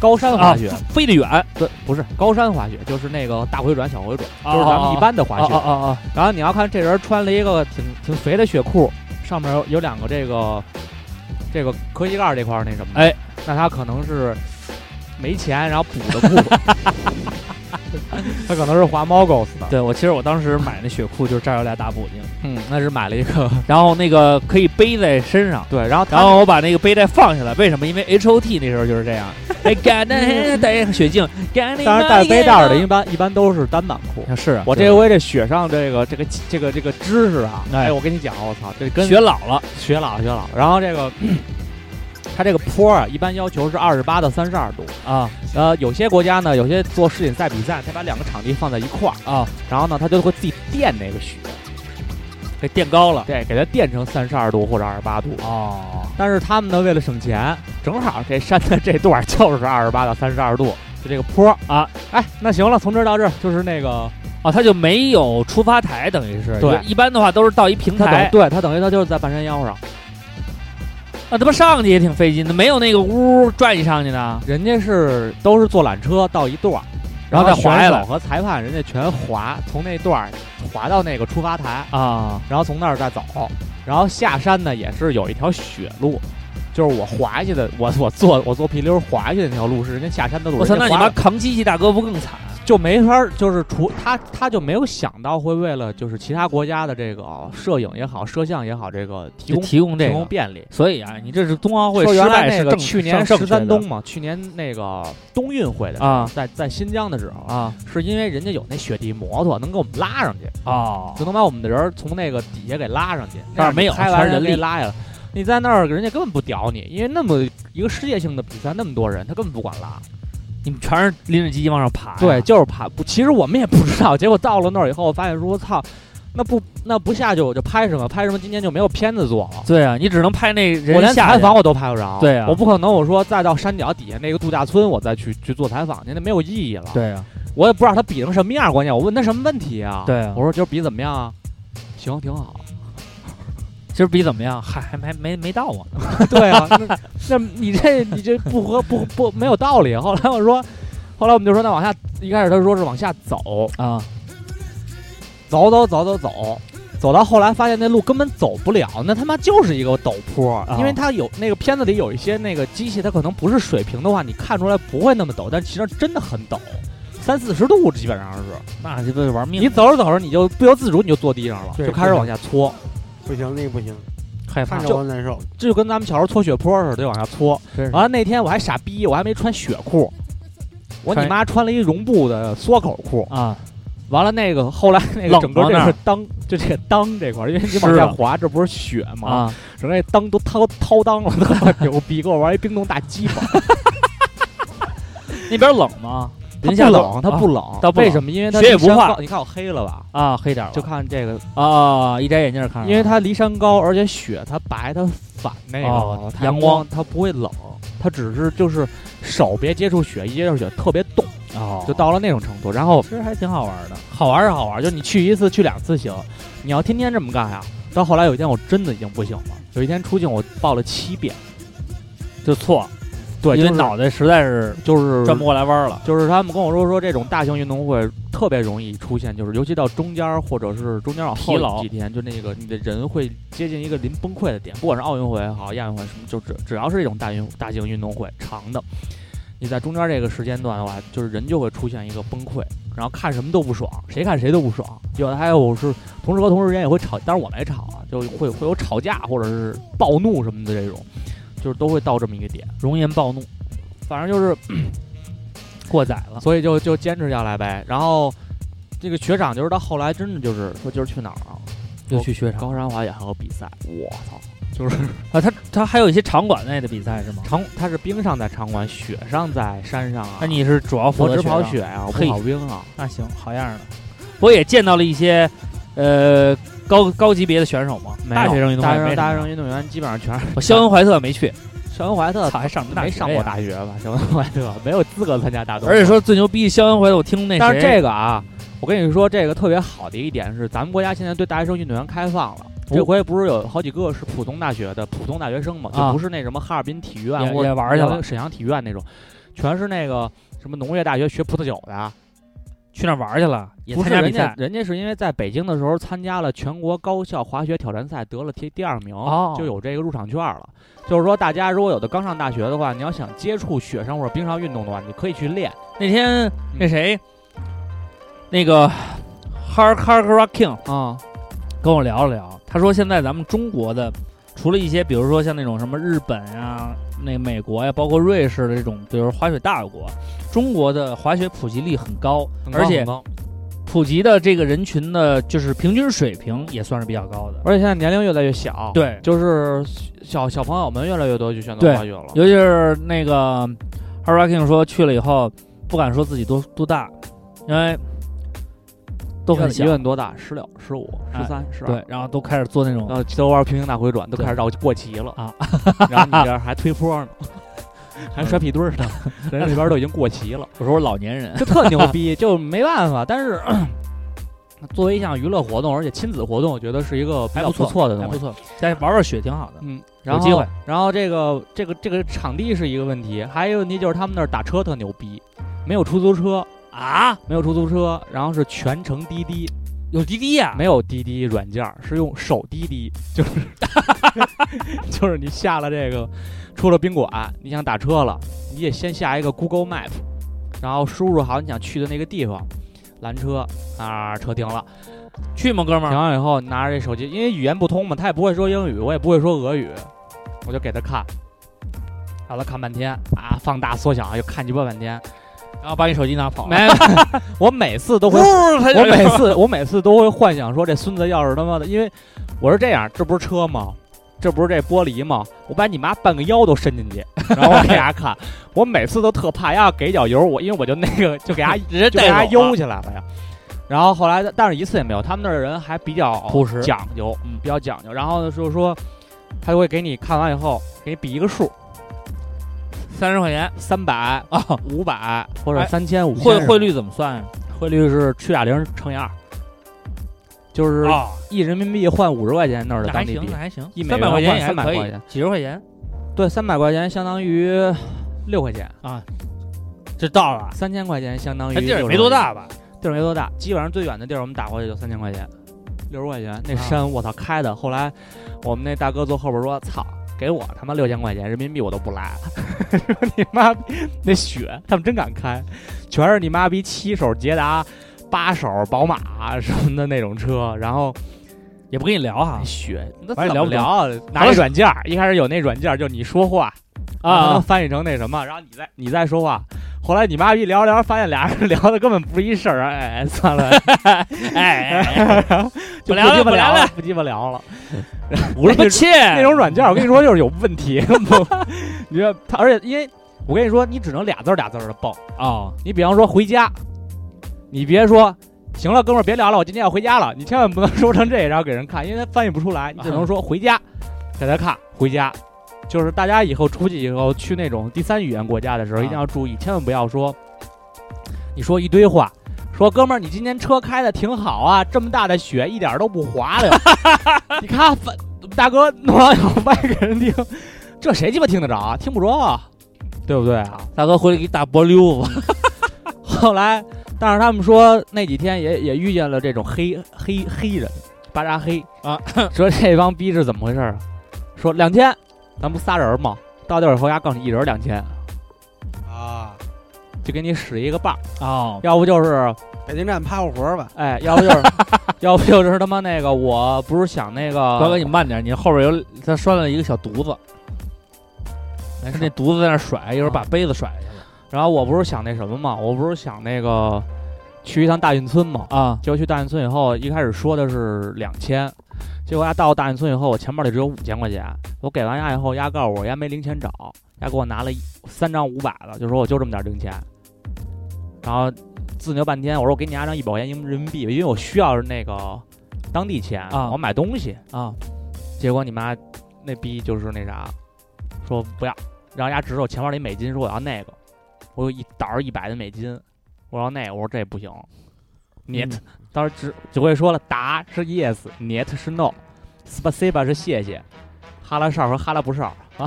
Speaker 3: 高山
Speaker 2: 啊
Speaker 3: 滑雪，
Speaker 2: 飞得远啊
Speaker 3: 对，不是高山滑雪，就是那个大回转、小回转，
Speaker 2: 啊
Speaker 3: 就是咱们一般的滑
Speaker 2: 啊
Speaker 3: 雪。
Speaker 2: 啊啊
Speaker 3: 然后你要看这人穿了一个挺挺肥的雪裤，上面有有两个这个这个科技盖儿这块儿那什么，
Speaker 2: 哎，
Speaker 3: 那他可能是没钱，然后补的裤， 他可能是滑猫狗死的，
Speaker 2: 对我其实我当时买那雪裤就是这儿有俩大补丁，
Speaker 3: 嗯，那是买了一个，
Speaker 2: 然后那个 可以背在身上。
Speaker 3: 对，然后他
Speaker 2: 然后我把那个背带放下来，为什么？因为 H O T 那时候就是这 样，哎，干的戴雪镜，干的
Speaker 3: 当然带背带儿的一般一般都是单板裤。
Speaker 2: 啊是啊，
Speaker 3: 我
Speaker 2: 对
Speaker 3: 这回这雪上这个这个这个这个知识啊，
Speaker 2: 哎
Speaker 3: 哎，我跟你讲，我操，这跟
Speaker 2: 学老了
Speaker 3: 学老学老，然后这个。它这个坡啊，一般要求是二十八到三十二度，
Speaker 2: 啊
Speaker 3: 呃，有些国家呢，有些做世锦赛比赛，他把两个场地放在一块儿，
Speaker 2: 啊，
Speaker 3: 然后呢，他就会自己垫那个雪，
Speaker 2: 给垫高了
Speaker 3: 对，给它垫成三十二度或者二十八度。
Speaker 2: 哦，
Speaker 3: 但是他们呢，为了省钱，正好这山的 这段儿就是二十八到三十二度，就这个坡儿啊。哎，那行了，从这儿到这儿就是那个，
Speaker 2: 哦，它就没有出发台，等于是
Speaker 3: 对
Speaker 2: 一般的话都是到一平
Speaker 3: 它等
Speaker 2: 台，
Speaker 3: 对它等于它就是在半山腰上，
Speaker 2: 那啊他妈上去也挺费劲的，没有那个屋拽你上去的，
Speaker 3: 人家是都是坐缆车到一段儿，
Speaker 2: 然后再滑下
Speaker 3: 选
Speaker 2: 来
Speaker 3: 手和裁判人家全滑，从那段儿滑到那个出发台，
Speaker 2: 啊
Speaker 3: 然后从那儿再走，然后下山呢也是有一条雪路，就是我滑下去的，我我坐我坐皮溜滑下去的那条路是人家下山的路。
Speaker 2: 我操，
Speaker 3: 人
Speaker 2: 那
Speaker 3: 家
Speaker 2: 你
Speaker 3: 滑
Speaker 2: 妈扛机器大哥不更惨？
Speaker 3: 就没法儿，就是除他他就没有想到会为了就是其他国家的这个摄影也好，摄像也好，这个提
Speaker 2: 就
Speaker 3: 供
Speaker 2: 提供这
Speaker 3: 提供
Speaker 2: 个，
Speaker 3: 便利。
Speaker 2: 所以啊，你这是冬奥会
Speaker 3: 说
Speaker 2: 失
Speaker 3: 原来
Speaker 2: 败
Speaker 3: 那
Speaker 2: 是
Speaker 3: 个
Speaker 2: 正
Speaker 3: 去年
Speaker 2: 正确
Speaker 3: 十
Speaker 2: 的
Speaker 3: 三冬嘛，去年那个冬运会的时候
Speaker 2: 啊
Speaker 3: 在在新疆的时候，
Speaker 2: 啊
Speaker 3: 是因为人家有那雪地摩托能给我们拉上去，
Speaker 2: 哦
Speaker 3: 就能把我们的人儿从那个底下给拉上去。
Speaker 2: 但是没有
Speaker 3: 拍
Speaker 2: 全
Speaker 3: 完
Speaker 2: 是人
Speaker 3: 人给
Speaker 2: 力
Speaker 3: 拉下来。你在那儿，人家根本不屌你，因为那么一个世界性的比赛，那么多人，他根本不管拉。哎
Speaker 2: 你们全是拎着机器往上爬呀，
Speaker 3: 对，就是爬。不其实我们也不知道，结果到了那儿以后，我发现说，我操，那不那不下去我就拍什么？拍什么？今年就没有片子做了。
Speaker 2: 对啊，你只能拍那人
Speaker 3: 我连
Speaker 2: 下
Speaker 3: 采
Speaker 2: 去
Speaker 3: 访我都拍不着，
Speaker 2: 对啊
Speaker 3: 我不可能我说再到山脚底下那个度假村，我再去去做采访去，那没有意义了。，
Speaker 2: 对啊，
Speaker 3: 我也不知道他比成什么样儿，关键我问他什么问题啊？
Speaker 2: 对啊
Speaker 3: 我说今儿比怎么样啊？行，挺好。
Speaker 2: 今儿比怎么样？还还没没没到我呢。
Speaker 3: 对啊，那那你这你这不合不不没有道理。后来我说，后来我们就说那往下，一开始他说是往下走，
Speaker 2: 啊
Speaker 3: 走走走走走，走到后来发现那路根本走不了，那他妈就是一个陡坡，
Speaker 2: 啊
Speaker 3: 因为它有那个片子里有一些那个机器，它可能不是水平的话，你看出来不会那么陡，但其实真的很陡，三四十度基本上是。
Speaker 2: 那这不是玩命
Speaker 3: 你走着走着，你就不由自主你就坐地上了，
Speaker 4: 对
Speaker 3: 就开始往下搓。
Speaker 4: 不行，那个不行。
Speaker 2: 害怕
Speaker 4: 看，着我难受。
Speaker 3: 这就跟咱们小时候搓雪坡似的，就往下搓。
Speaker 2: 真是
Speaker 3: 完了那天我还傻逼，我还没穿雪裤，我
Speaker 2: 穿
Speaker 3: 你妈穿了一绒布的缩口裤。
Speaker 2: 啊，
Speaker 3: 完了那个后来那个
Speaker 2: 冷
Speaker 3: 整个
Speaker 2: 吗
Speaker 3: 这
Speaker 2: 那
Speaker 3: 个
Speaker 2: 儿
Speaker 3: 裆，就这个裆这块儿，因为你
Speaker 2: 是
Speaker 3: 往下
Speaker 2: 啊
Speaker 3: 滑，这不是雪吗？
Speaker 2: 啊，
Speaker 3: 整个这裆都掏掏裆了，他妈牛逼，给我玩一冰冻大鸡巴。
Speaker 2: 那边冷吗？零
Speaker 3: 它
Speaker 2: 下
Speaker 3: 不
Speaker 2: 多
Speaker 3: 冷，它
Speaker 2: 啊
Speaker 3: 不冷，
Speaker 2: 它不冷
Speaker 3: 为什么？因为它
Speaker 2: 雪也
Speaker 3: 离
Speaker 2: 不
Speaker 3: 山
Speaker 2: 化
Speaker 3: 高你看我黑了吧？
Speaker 2: 啊，黑点儿了，
Speaker 3: 就看这个，
Speaker 2: 啊，一摘眼镜儿看着了，
Speaker 3: 因为它离山高，而且雪它白，它反那个
Speaker 2: 哦
Speaker 3: 太
Speaker 2: 阳
Speaker 3: 光
Speaker 2: 光，
Speaker 3: 它不会冷，它只是就是手别接触雪，一接触雪特别冻，
Speaker 2: 哦，
Speaker 3: 就到了那种程度。然后
Speaker 2: 其实还挺好玩的，
Speaker 3: 好玩是好玩，就是你去一次去两次行，你要天天这么干呀，到后来有一天我真的已经不行了，有一天出镜我报了七遍，
Speaker 2: 就错，
Speaker 3: 对，
Speaker 2: 因为
Speaker 3: 就是
Speaker 2: 脑袋实在是
Speaker 3: 就是
Speaker 2: 转不过来弯儿了，
Speaker 3: 就是他们跟我说说，这种大型运动会特别容易出现，就是尤其到中间儿或者是中间儿往
Speaker 2: 疲
Speaker 3: 后
Speaker 2: 劳
Speaker 3: 几天，就那个你的人会接近一个临崩溃的点，不管是奥运会也好，亚运会什么，就只只要是这种大运大型运动会长的，你在中间儿这个时间段的话，就是人就会出现一个崩溃，然后看什么都不爽，谁看谁都不爽，有的还有是同事和同事之间也会吵，当然我没吵啊，就会会有吵架或者是暴怒什么的这种，就是都会到这么一个点，
Speaker 2: 容颜暴怒，
Speaker 3: 反正就是
Speaker 2: 过载了，
Speaker 3: 所以就就坚持下来呗。然后这个学长就是到后来真的就是说今儿去哪儿啊？
Speaker 2: 又去雪场
Speaker 3: 高山滑雪还有比赛，我操！
Speaker 2: 啊，他他还有一些场馆内的比赛是吗？
Speaker 3: 场它是冰上在场馆，雪上在山上啊。
Speaker 2: 那你是主要负
Speaker 3: 我
Speaker 2: 责
Speaker 3: 只跑
Speaker 2: 上
Speaker 3: 雪啊，我不
Speaker 2: 嘿
Speaker 3: 跑冰啊。
Speaker 2: 那行，好样的。我也见到了一些，呃，高高级别的选手嘛，
Speaker 3: 没有
Speaker 2: 大学生运动
Speaker 3: 大
Speaker 2: 会
Speaker 3: 学生
Speaker 2: 没
Speaker 3: 大
Speaker 2: 什
Speaker 3: 学
Speaker 2: 么
Speaker 3: 生运动员基本上全是
Speaker 2: 我肖恩怀特没去，
Speaker 3: 肖恩怀特
Speaker 2: 操，还上
Speaker 3: 没上过
Speaker 2: 学
Speaker 3: 大学吧？肖恩怀特没有资格参加大
Speaker 2: 呀。
Speaker 3: 东。
Speaker 2: 而且，说最牛逼，肖恩怀特，我听那
Speaker 3: 但是
Speaker 2: 谁
Speaker 3: 这个啊，我跟你说，这个特别好的一点是，咱们国家现在对大学生运动员开放了。
Speaker 2: 哦
Speaker 3: 这回不是有好几个是普通大学的普通大学生嘛，
Speaker 2: 啊
Speaker 3: 就不是那什么哈尔滨体育院
Speaker 2: 也
Speaker 3: 或者
Speaker 2: 也玩去了
Speaker 3: 或者沈阳体育院那种，全是那个什么农业大学学葡萄酒的，
Speaker 2: 去那玩去了，也
Speaker 3: 不
Speaker 2: 参
Speaker 3: 是
Speaker 2: 加
Speaker 3: 人
Speaker 2: 比
Speaker 3: 家
Speaker 2: 赛，
Speaker 3: 人家是因为在北京的时候参加了全国高校滑雪挑战赛，得了第第二名，
Speaker 2: 哦
Speaker 3: 就有这个入场券了。就是说，大家如果有的刚上大学的话，你要想接触雪上或者冰上运动的话，你可以去练。
Speaker 2: 那天
Speaker 3: 嗯
Speaker 2: 那谁，那个 Har Har Rocking
Speaker 3: 啊、
Speaker 2: 跟我聊了聊，他说现在咱们中国的，除了一些比如说像那种什么日本啊、那美国呀、包括瑞士的这种，比如滑雪大国，中国的滑雪普及率很高，
Speaker 3: 很高
Speaker 2: 而且
Speaker 3: 很高
Speaker 2: 普及的这个人群的，就是平均水平也算是比较高的。
Speaker 3: 而且现在年龄越来越小，，
Speaker 2: 对，
Speaker 3: 就是小小朋友们越来越多就选择
Speaker 2: 对
Speaker 3: 滑雪了。
Speaker 2: 尤其是那个 h a r r a k i n 说去了以后，不敢说自己多多大，因为都很小
Speaker 3: 一，问多大？十六、十五、十
Speaker 2: 哎
Speaker 3: 三、十二。
Speaker 2: 对，然后都开始做那种
Speaker 3: 然后都玩平行大回转，都开始绕过旗了
Speaker 2: 啊！
Speaker 3: 然后你这儿还推坡呢，还摔屁墩儿 呢，人家那边都已经过旗了。
Speaker 2: 我说我老年 人，
Speaker 3: 就特牛 逼，就没办法。但是 作为一项娱乐活动，而且亲子活动，我觉得是一个比
Speaker 2: 还
Speaker 3: 较
Speaker 2: 不错
Speaker 3: 不错的
Speaker 2: 还
Speaker 3: 东
Speaker 2: 不
Speaker 3: 西。
Speaker 2: 错，但玩玩雪挺好的。
Speaker 3: 嗯，然
Speaker 2: 有
Speaker 3: 后
Speaker 2: 机会，
Speaker 3: 然后这个这个这个场地是一个问题，还有一个问题就是他们那儿打车特牛逼，没有出租车啊，没有出租车，然后是全程滴滴，
Speaker 2: 有滴滴呀，
Speaker 3: 没有滴滴软件儿，是用手滴滴，就是 就是你下了这个，出了宾馆，你想打车了，你也先下一个 Google Map，然后输入好你想去的那个地方，拦车啊，车停了，
Speaker 2: 去吗，哥们
Speaker 3: 停
Speaker 2: 儿？
Speaker 3: 完以后拿着这手机，因为语言不通嘛，他也不会说英语，我也不会说俄语，我就给他看，让他看半天啊，放大缩小又看鸡巴半 天，
Speaker 2: 然
Speaker 3: 啊
Speaker 2: 后把你手机拿跑了，
Speaker 3: 没，我每次都会我每次我每次都会幻想说，这孙子要是他妈的，因为我是这样，这不是车吗？这不是这玻璃吗？我把你妈半个腰都伸进去，然后我给大家看，我每次都特怕，要给一脚油，我因为我就那个就给大家
Speaker 2: 直接
Speaker 3: 就给大家
Speaker 2: 带走了
Speaker 3: 悠起来了呀。然后后来，但是一次也没有，他们那儿人还比较
Speaker 2: 朴实
Speaker 3: 讲究，嗯，比较讲究。然后呢，就是说，他就会给你看完以后，给你比一个数，
Speaker 2: 三十块钱
Speaker 3: 三百、
Speaker 2: 啊，
Speaker 3: 五百或者
Speaker 2: 哎
Speaker 3: 三千五。
Speaker 2: 汇汇率怎么算呀？
Speaker 3: 汇率是去俩零乘以二，就是
Speaker 2: 啊，
Speaker 3: 一人民币换五十块钱那儿的
Speaker 2: 那
Speaker 3: 当
Speaker 2: 还
Speaker 3: 地
Speaker 2: 行，
Speaker 3: 币
Speaker 2: 那，还行
Speaker 3: 一，美
Speaker 2: 三百
Speaker 3: 元
Speaker 2: 块钱也
Speaker 3: 换
Speaker 2: 还
Speaker 3: 300
Speaker 2: 可
Speaker 3: 块
Speaker 2: 以
Speaker 3: 钱，
Speaker 2: 几十块钱
Speaker 3: 对，三百块钱相当于六块钱，
Speaker 2: 就到了。
Speaker 3: 三千块钱相当于
Speaker 2: 那地儿也
Speaker 3: 60
Speaker 2: 没多大吧？
Speaker 3: 块钱，地儿没多大，基本上最远的地儿我们打过去就三千块钱，六十块钱。啊那山我操开的，后来我们那大哥坐后边说：“操，给我他妈六千块钱人民币我都不来。” 说你妈逼那雪，他们真敢开，全是你妈逼七手捷达、八手宝马什么的那种车，然后。
Speaker 2: 也不跟你聊哈
Speaker 3: 学那
Speaker 2: 完
Speaker 3: 怎
Speaker 2: 了
Speaker 3: 么
Speaker 2: 聊不
Speaker 3: 聊啊？拿一软件儿，一开始有那软件儿，就你说话，然后它能
Speaker 2: 啊，
Speaker 3: 翻译成那什么，然后你再你再说话。后来你妈一聊聊，发现俩人聊 的根本不是一事儿，哎，算了，
Speaker 2: 哎，
Speaker 3: 哎
Speaker 2: 不
Speaker 3: 就
Speaker 2: 聊了
Speaker 3: 鸡巴
Speaker 2: 不聊
Speaker 3: 聊
Speaker 2: 了，
Speaker 3: 不鸡巴聊了。
Speaker 2: 我了个切，
Speaker 3: 那种软件儿，我跟你说就是有 问题，你知道它，而且因为我跟你说，你只能俩字儿俩字儿的蹦。
Speaker 2: 哦，
Speaker 3: 你比方说回家，你别说行了，哥们儿别聊了，我今天要回家了，你千万不能 说成这，然后给人看，因为他翻译不出来，你只能说回家，给他看回家。就是大家以后出去以后去那种第三语言国家的时候，
Speaker 2: 啊
Speaker 3: 一定要注意，千万不要说你说一堆话。说哥们儿，你今天车开的挺好啊，这么大的雪一点儿都不滑溜。你看，反大哥弄完以后卖给人听，这谁鸡巴听得着啊？听不着啊，对不对啊？
Speaker 2: 大哥回来给你大波溜子，
Speaker 3: 后来，但是他们说那几天也也遇见了这种黑黑黑人，巴扎黑
Speaker 2: 啊，
Speaker 3: 说这帮逼是怎么回事儿啊？说两千，咱不仨人儿吗？到地儿以后，丫告诉你一人两千，
Speaker 4: 啊，
Speaker 3: 就给你使一个棒儿，
Speaker 2: 哦，
Speaker 3: 要不就是
Speaker 4: 北京站趴过活儿吧，
Speaker 3: 哎， 要不就是， 要不就是他妈那个，我不是想那个，
Speaker 2: 瓜哥你慢点，你后边有他拴了一个小犊子，
Speaker 3: 没
Speaker 2: 他
Speaker 3: 事
Speaker 2: 那犊子在那甩，一会儿
Speaker 3: 啊
Speaker 2: 把杯子甩下去
Speaker 3: 然后我不是想那什么嘛，我不是想那个去一趟大运村嘛，
Speaker 2: 了啊，
Speaker 3: 结果去大运村以后，一开始说的是两千，结果丫到大运村以后，我钱包里只有五千块钱。我给完丫以后，丫告诉我丫没零钱找，丫给我拿了一三张五百的，就说我就这么点零钱。然后自牛半天，我说我给你丫张一百块钱人民币吧，因为我需要那个当地钱
Speaker 2: 啊
Speaker 3: 我买东西
Speaker 2: 啊。
Speaker 3: 结果你妈那逼就是那啥，说不要，然后丫指着我钱包里美金说我要那个，我有一沓儿一百的美金，我要那个，我说这不行，niet，、当时只只会说了，答是 yes，niet 是 no，spasiba 是谢谢，哈拉哨和哈拉不哨啊，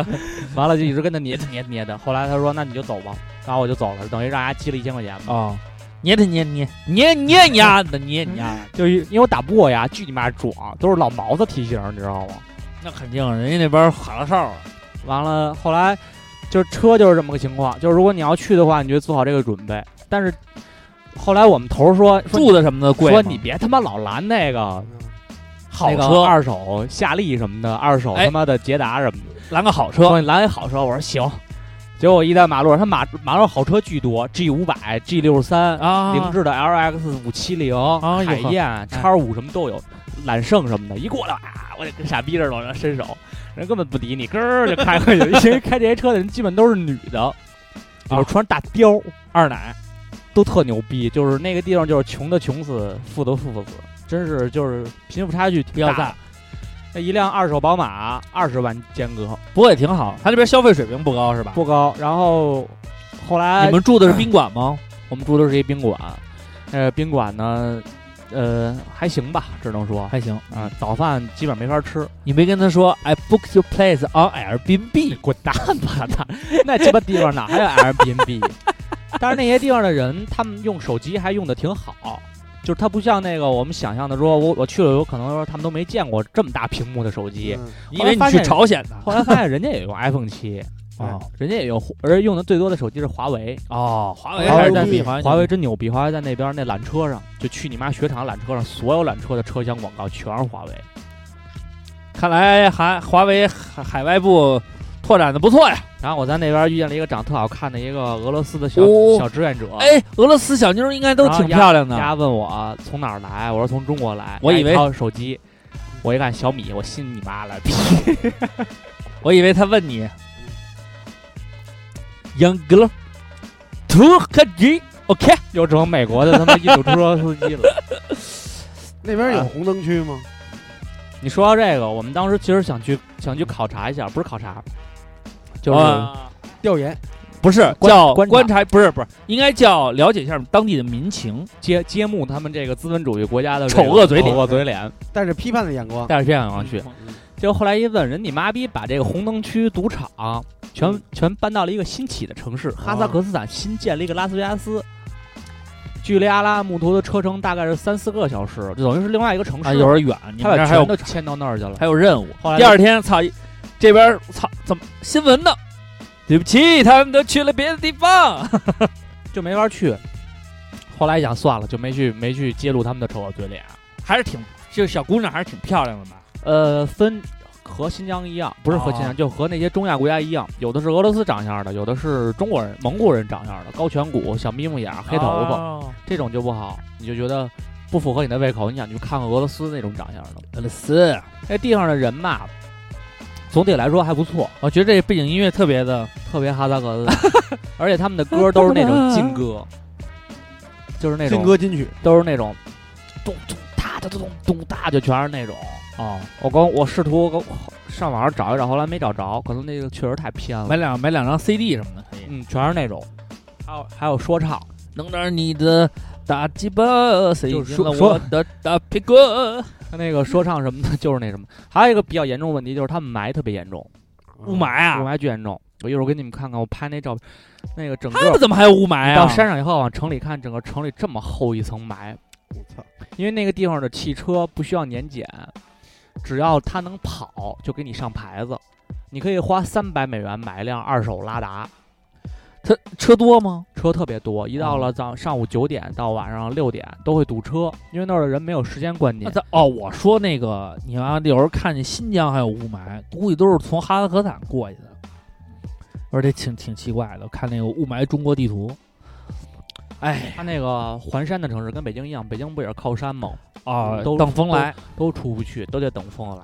Speaker 3: 完了就一直跟他捏捏捏的，后来他说那你就走吧，然后我就走了，等于让他积了一千块钱吧，
Speaker 2: 哦，捏他捏捏捏捏你丫的捏你丫的，
Speaker 3: 就一因为我打不过呀，巨你妈壮，都是老毛子体型，你知道吗？
Speaker 2: 那肯定，人家那边喊了哨儿
Speaker 3: 完了，后来就是车就是这么个情况，就是如果你要去的话，你就做好这个准备。但是后来我们头儿说说
Speaker 2: 住的什么的贵吗，
Speaker 3: 说你别他妈老拦那个好
Speaker 2: 那个
Speaker 3: 车、二手夏利什么的，二手
Speaker 2: 哎
Speaker 3: 他妈的捷达什么的，
Speaker 2: 拦个好车
Speaker 3: 说你拦一好车，我说行。结果我一到马路上，他马马路上好车巨多，G 五百、G 六十三、
Speaker 2: 啊
Speaker 3: 凌志的 LX 五七零、
Speaker 2: 哎呦
Speaker 3: 海
Speaker 2: 呵
Speaker 3: 燕、叉五什么都有，揽胜什么的，一过来啊，我得跟傻逼似的往上伸手，人根本不理你，咯儿就 开过去了。因为开这些车的人基本都是女
Speaker 2: 啊
Speaker 3: 的，有穿大貂、二奶，都特牛逼。就是那个地方就是穷的穷死，富的富死，真是就是贫富差距
Speaker 2: 不
Speaker 3: 挺
Speaker 2: 要
Speaker 3: 大
Speaker 2: 大
Speaker 3: 的。，那一辆二手宝马二十万间隔
Speaker 2: 不过也挺好，他这边消费水平不高是吧？
Speaker 3: 不高，然后后来
Speaker 2: 你们住的是宾馆吗？
Speaker 3: 我们住的是一宾馆，呃，宾馆呢，呃，还行吧，只能说，啊、
Speaker 2: 还行，
Speaker 3: 早饭基本没法吃，
Speaker 2: 你没跟他说 I booked your place on Airbnb，
Speaker 3: 滚蛋吧，那那鸡巴地方哪还有 Airbnb？但是那些地方的人，他们用手机还用的挺好，就是他不像那个我们想象的说，我我去了有可能说他们都没见过这么大屏幕的手机。
Speaker 4: 嗯
Speaker 2: 你以为你去朝鲜呢？
Speaker 3: 后来发现人家也用 iPhone 七，啊
Speaker 2: 哦
Speaker 3: 人家也用，而且用的最多的手机是华为。
Speaker 2: 哦，华为
Speaker 4: 华为
Speaker 2: 还是在
Speaker 4: 牛逼
Speaker 2: 华
Speaker 3: 华为真牛逼，华为在那边那缆车上，就去你妈雪场缆车上，所有缆车的车厢广告全是华为。
Speaker 2: 看来还华为海海外部拓展的不错呀。
Speaker 3: 然后我在那边遇见了一个长得特好看的一个俄罗斯的小、
Speaker 2: 哦啊
Speaker 3: 小志愿者，
Speaker 2: 哎，俄罗斯小妞儿应该都挺漂亮的。
Speaker 3: 丫问我从哪儿来，我说从中国来。
Speaker 2: 我以为
Speaker 3: 拿一掏手机，我一看小米，我信你 妈了，逼！
Speaker 2: 我以为他问你，Young girl, to h e OK，
Speaker 3: 又成美国的他妈一堵车司机了。
Speaker 4: 那边有红灯区吗？
Speaker 3: 你说到这个，我们当时其实想去想去考察一下，不是考察，就是、
Speaker 2: 啊
Speaker 4: 调研
Speaker 2: 不是
Speaker 3: 观
Speaker 2: 叫
Speaker 3: 观察
Speaker 2: 观察，不是不是，应该叫了解一下当地的民情。
Speaker 3: 揭揭幕他们这个资本主义国家的这个
Speaker 2: 丑恶嘴脸
Speaker 3: 丑恶嘴 脸。
Speaker 4: 带着批判的眼光，
Speaker 3: 带着这样往去，就后来一问，人你妈逼把这个红灯区赌场全全搬到了一个新起的城市哈萨克斯坦，新建了一个拉斯维加斯。距离阿拉木图的车程大概是三四个小时，就等于是另外一个城市。
Speaker 2: 啊，有点远，你
Speaker 3: 他
Speaker 2: 们这
Speaker 3: 把
Speaker 2: 儿还有
Speaker 3: 全都迁到那儿去了。
Speaker 2: 还有任务。
Speaker 3: 后来
Speaker 2: 第二天，操，这边操怎么新闻呢？对不起，他们都去了别的地方。
Speaker 3: 就没法去。后来一想，算了，就没去没去揭露他们的丑恶嘴脸。
Speaker 2: 还是挺就小姑娘还是挺漂亮的嘛。
Speaker 3: 呃，分和新疆一样，不是和新疆，
Speaker 2: 哦
Speaker 3: 就和那些中亚国家一样，有的是俄罗斯长相的，有的是中国人、蒙古人长相的，高颧骨、小眯眯眼、黑头发，
Speaker 2: 哦
Speaker 3: 这种就不好，你就觉得不符合你的胃口，你想去看看俄罗斯那种长相的。
Speaker 2: 俄罗斯，
Speaker 3: 那地方的人嘛，总体来说还不错，
Speaker 2: 我觉得这背景音乐特别的
Speaker 3: 特别哈萨克斯， 而且他们的歌都是那种劲 歌，就是那
Speaker 4: 劲
Speaker 3: 种
Speaker 4: 歌金曲，
Speaker 3: 都是那种咚咚哒哒咚咚咚哒，就全是那种。啊
Speaker 2: 哦，
Speaker 3: 我刚我试图我上网上找一找，后来没找着，可能那个确实太偏了
Speaker 2: 买。两买两张 CD 什么的可以。
Speaker 3: 嗯，全是那种，还有还有说唱，
Speaker 2: 弄点你的大鸡巴，塞
Speaker 3: 就
Speaker 2: 进
Speaker 3: 是
Speaker 2: 了
Speaker 3: 说
Speaker 2: 我的大屁 股。
Speaker 3: 他那个说唱什么的，就是那什么。还有一个比较严重的问题就是他们霾特别严重，
Speaker 2: 雾霾
Speaker 3: 雾
Speaker 2: 啊，
Speaker 3: 霾巨严重。我一会儿我给你们看看，我拍那照片，那个整
Speaker 2: 他们
Speaker 3: 个
Speaker 2: 怎么还有雾霾啊？
Speaker 3: 到山上以后往城里看，整个城里这么厚一层霾，
Speaker 4: 我操，
Speaker 3: 因为那个地方的汽车不需要年检，只要它能跑就给你上牌子，你可以花三百美元买一辆二手拉达，
Speaker 2: 他车多吗？
Speaker 3: 车特别多，一到了早上午九点到晚上六点都会堵车，因为那儿的人没有时间观
Speaker 2: 那
Speaker 3: 念。
Speaker 2: 他哦，我说那个，你要有时候看见新疆还有雾霾，估计都是从哈萨克斯坦过去的，而且挺挺奇怪的。看那个雾霾中国地图，哎
Speaker 3: 它那个环山的城市跟北京一样，北京不也是靠山吗？
Speaker 2: 啊，
Speaker 3: 嗯都
Speaker 2: 等风来，
Speaker 3: 都出不去，都得等风来。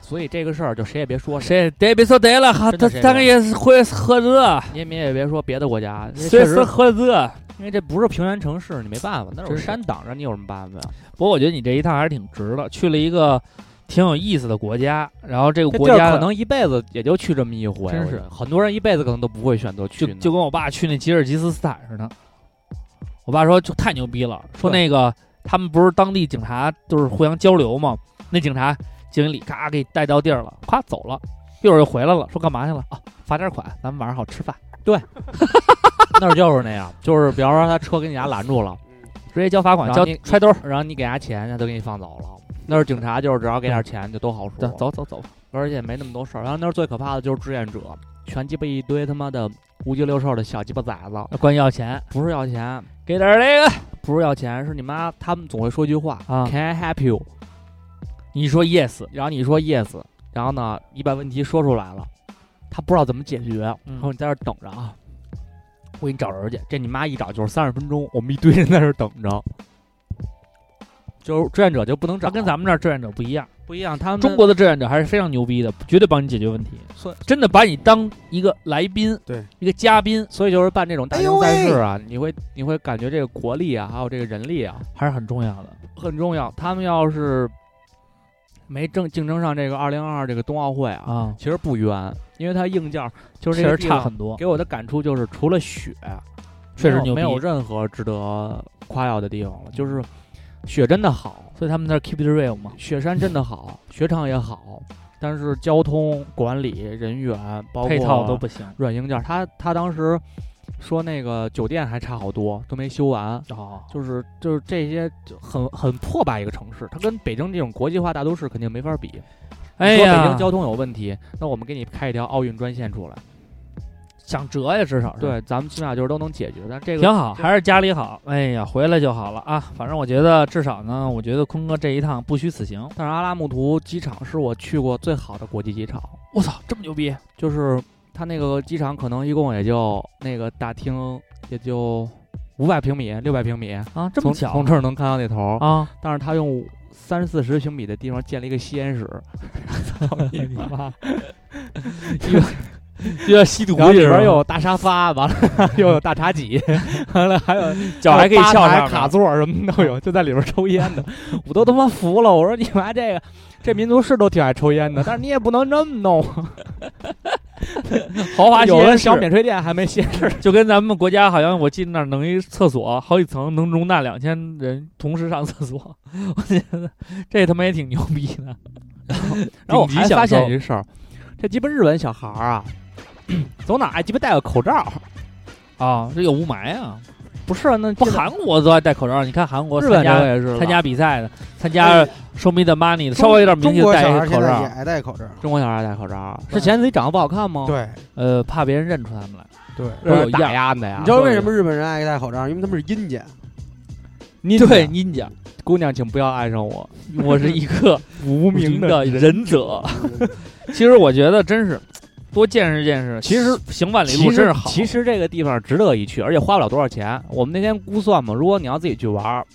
Speaker 3: 所以这个事儿就谁也别说谁，
Speaker 2: 谁得别说得了，哈，
Speaker 3: 真
Speaker 2: 他
Speaker 3: 的是
Speaker 2: 他也是会喝热，
Speaker 3: 你也你也别说别的国家，因为
Speaker 2: 随
Speaker 3: 确
Speaker 2: 时
Speaker 3: 实，
Speaker 2: 喝热。
Speaker 3: 因为这不是平原城市，你没办法，那有
Speaker 2: 真是
Speaker 3: 山挡着，你有什么办法呀？
Speaker 2: 不过我觉得你这一趟还是挺值的，去了一个挺有意思的国家，然后这个
Speaker 3: 这
Speaker 2: 国
Speaker 3: 地儿
Speaker 2: 家
Speaker 3: 可能一辈子也就去这么一回，
Speaker 2: 真
Speaker 3: 我
Speaker 2: 是
Speaker 3: 觉得很多人一辈子可能都不会选择
Speaker 2: 就
Speaker 3: 去呢。
Speaker 2: 就跟我爸去那吉尔吉斯斯坦似的。我爸说就太牛逼了，说那个他们不是当地警察就是互相交流嘛，那警察经理咔给带到地儿了，咵走了，一会儿又回来了，说干嘛去了啊？罚点款，咱们晚上好吃饭。
Speaker 3: 那儿就是那 样，就是比方说他车给你家拦住了，
Speaker 2: 直接交罚款，
Speaker 3: 然
Speaker 2: 交
Speaker 3: 后你
Speaker 2: 揣兜儿，
Speaker 3: 然后你给他钱，他都给你放走了。那儿警察就是只要给点钱就都好说，
Speaker 2: 走走走走。
Speaker 3: 而且没那么多事儿。然后那儿最可怕的就是志愿者，全鸡巴一堆他妈的无鸡六兽的小鸡巴崽子，
Speaker 2: 那管你要钱，
Speaker 3: 不是要钱，
Speaker 2: 给点儿这个。
Speaker 3: 不是要钱，是你妈。他们总会说一句话、
Speaker 2: 啊
Speaker 3: c a n I help you？
Speaker 2: 你说 yes，
Speaker 3: 然后你说 yes，然后呢，你把问题说出来了，他不知道怎么解决，
Speaker 2: 嗯
Speaker 3: 然后你在这儿等着啊。我给你找人去，这你妈一找就是三十分钟，我们一堆人在这儿等着，就是志愿者就不能
Speaker 2: 他
Speaker 3: 找，
Speaker 2: 跟咱们这儿志愿者不一样，
Speaker 3: 不一样。他们
Speaker 2: 中国的志愿者还是非常牛逼的，绝对帮你解决问题
Speaker 3: 算，
Speaker 2: 真的把你当一个来宾，
Speaker 4: 对，
Speaker 2: 一个嘉宾，
Speaker 3: 所以就是办这种大
Speaker 4: 哎
Speaker 3: 型
Speaker 4: 呦
Speaker 3: 赛事
Speaker 4: 喂
Speaker 3: 啊，你会你会感觉这个国力啊，还有这个人力啊
Speaker 2: 还是很重要的。
Speaker 3: 很重要。他们要是没争竞争上这个二零二二这个冬奥会啊，
Speaker 2: 啊，
Speaker 3: 其实不冤，因为它硬件儿就是
Speaker 2: 确
Speaker 3: 这个
Speaker 2: 实
Speaker 3: 地
Speaker 2: 差
Speaker 3: 方
Speaker 2: 很多。
Speaker 3: 给我的感触就是，除了雪，
Speaker 2: 确实
Speaker 3: 没有
Speaker 2: 牛逼
Speaker 3: 没有任何值得夸耀的地方了。就是雪真的好，
Speaker 2: 所以他们那儿 keep it real 嘛，
Speaker 3: 雪山真的好，雪场也好，但是交通管理、人员，包括
Speaker 2: 配套都不行。
Speaker 3: 软硬件，他他当时说那个酒店还差好多，都没修完。
Speaker 2: 哦，
Speaker 3: 就是就是这些就很很破败一个城市，它跟北京这种国际化大都市肯定没法比。
Speaker 2: 哎
Speaker 3: 你说
Speaker 2: 呀，
Speaker 3: 北京交通有问题，那我们给你开一条奥运专线出来，
Speaker 2: 想折呀，至少是
Speaker 3: 对，咱们起码就是都能解决。但这个
Speaker 2: 挺好，还是家里好。哎呀，回来就好了啊。反正我觉得，至少呢，我觉得坤哥这一趟不虚此行。
Speaker 3: 但是阿拉木图机场是我去过最好的国际机场，
Speaker 2: 我操，这么牛逼！
Speaker 3: 就是它那个机场可能一共也就那个大厅也就五百平米、六百平米，
Speaker 2: 啊，这么
Speaker 3: 从
Speaker 2: 巧
Speaker 3: 从这儿能看到那头儿，
Speaker 2: 啊！
Speaker 3: 但是他用三四十平米的地方建了一个吸烟室，操你妈！
Speaker 2: 就要吸毒
Speaker 3: 然后里
Speaker 2: 去
Speaker 3: 边
Speaker 2: 了，
Speaker 3: 又有大沙发，完了 又有大茶几，完了还有
Speaker 2: 脚还可以
Speaker 3: 还有
Speaker 2: 翘
Speaker 3: 吧台
Speaker 2: 上啊
Speaker 3: 卡
Speaker 2: 面。
Speaker 3: 座什么都有，就在里边抽烟的，我都他妈服了。我说你妈这个这民族是都挺爱抽烟的，但是你也不能这么 弄。
Speaker 2: 豪华
Speaker 3: 有
Speaker 2: 吸
Speaker 3: 的
Speaker 2: 烟
Speaker 3: 小
Speaker 2: 室
Speaker 3: 免税店还没歇 着，
Speaker 2: 就跟咱们国家好像，我记得那儿能一厕所好几层，能容纳两千人同时上厕所。 我觉得这他妈也挺牛逼的。
Speaker 3: 然后我
Speaker 2: 顶级
Speaker 3: 还
Speaker 2: 享
Speaker 3: 发现
Speaker 2: 受
Speaker 3: 一事儿，这鸡巴日本小孩儿啊， 走哪儿爱鸡巴戴个口罩。
Speaker 2: 啊，这有雾霾啊！
Speaker 3: 不是啊，那
Speaker 2: 不
Speaker 3: 这
Speaker 2: 韩国都爱戴口罩，你看韩国
Speaker 3: 日
Speaker 2: 参
Speaker 3: 本
Speaker 2: 加
Speaker 3: 这也是吧
Speaker 2: 参加比赛的，参加 Show Me the Money 的，稍微有点名
Speaker 4: 中
Speaker 2: 气
Speaker 4: 国
Speaker 2: 戴
Speaker 4: 小
Speaker 2: 一个
Speaker 4: 孩儿现
Speaker 2: 口
Speaker 4: 在也
Speaker 2: 罩，
Speaker 4: 爱戴口罩，
Speaker 3: 中国小孩儿戴口罩，
Speaker 4: 对
Speaker 3: 是嫌自己长得不好看吗？，
Speaker 4: 对
Speaker 2: 呃，怕别人认出他们来。
Speaker 4: 对。
Speaker 2: 都有
Speaker 3: 打
Speaker 2: 样
Speaker 4: 啊
Speaker 3: 压的呀
Speaker 4: 你知。道为什么日本人爱戴口罩？因为他们是阴间，
Speaker 2: 对，阴家
Speaker 3: 姑娘，请不要爱上我。
Speaker 2: 我是一个
Speaker 3: 无
Speaker 2: 无名的忍者。其实我觉得真是多见识见识，
Speaker 3: 其实
Speaker 2: 行万里
Speaker 3: 其
Speaker 2: 路真是
Speaker 3: 实
Speaker 2: 好。
Speaker 3: 其实这个地方值得一去，而且花不了多少钱。我们那天估算嘛，如果你要自己去玩儿，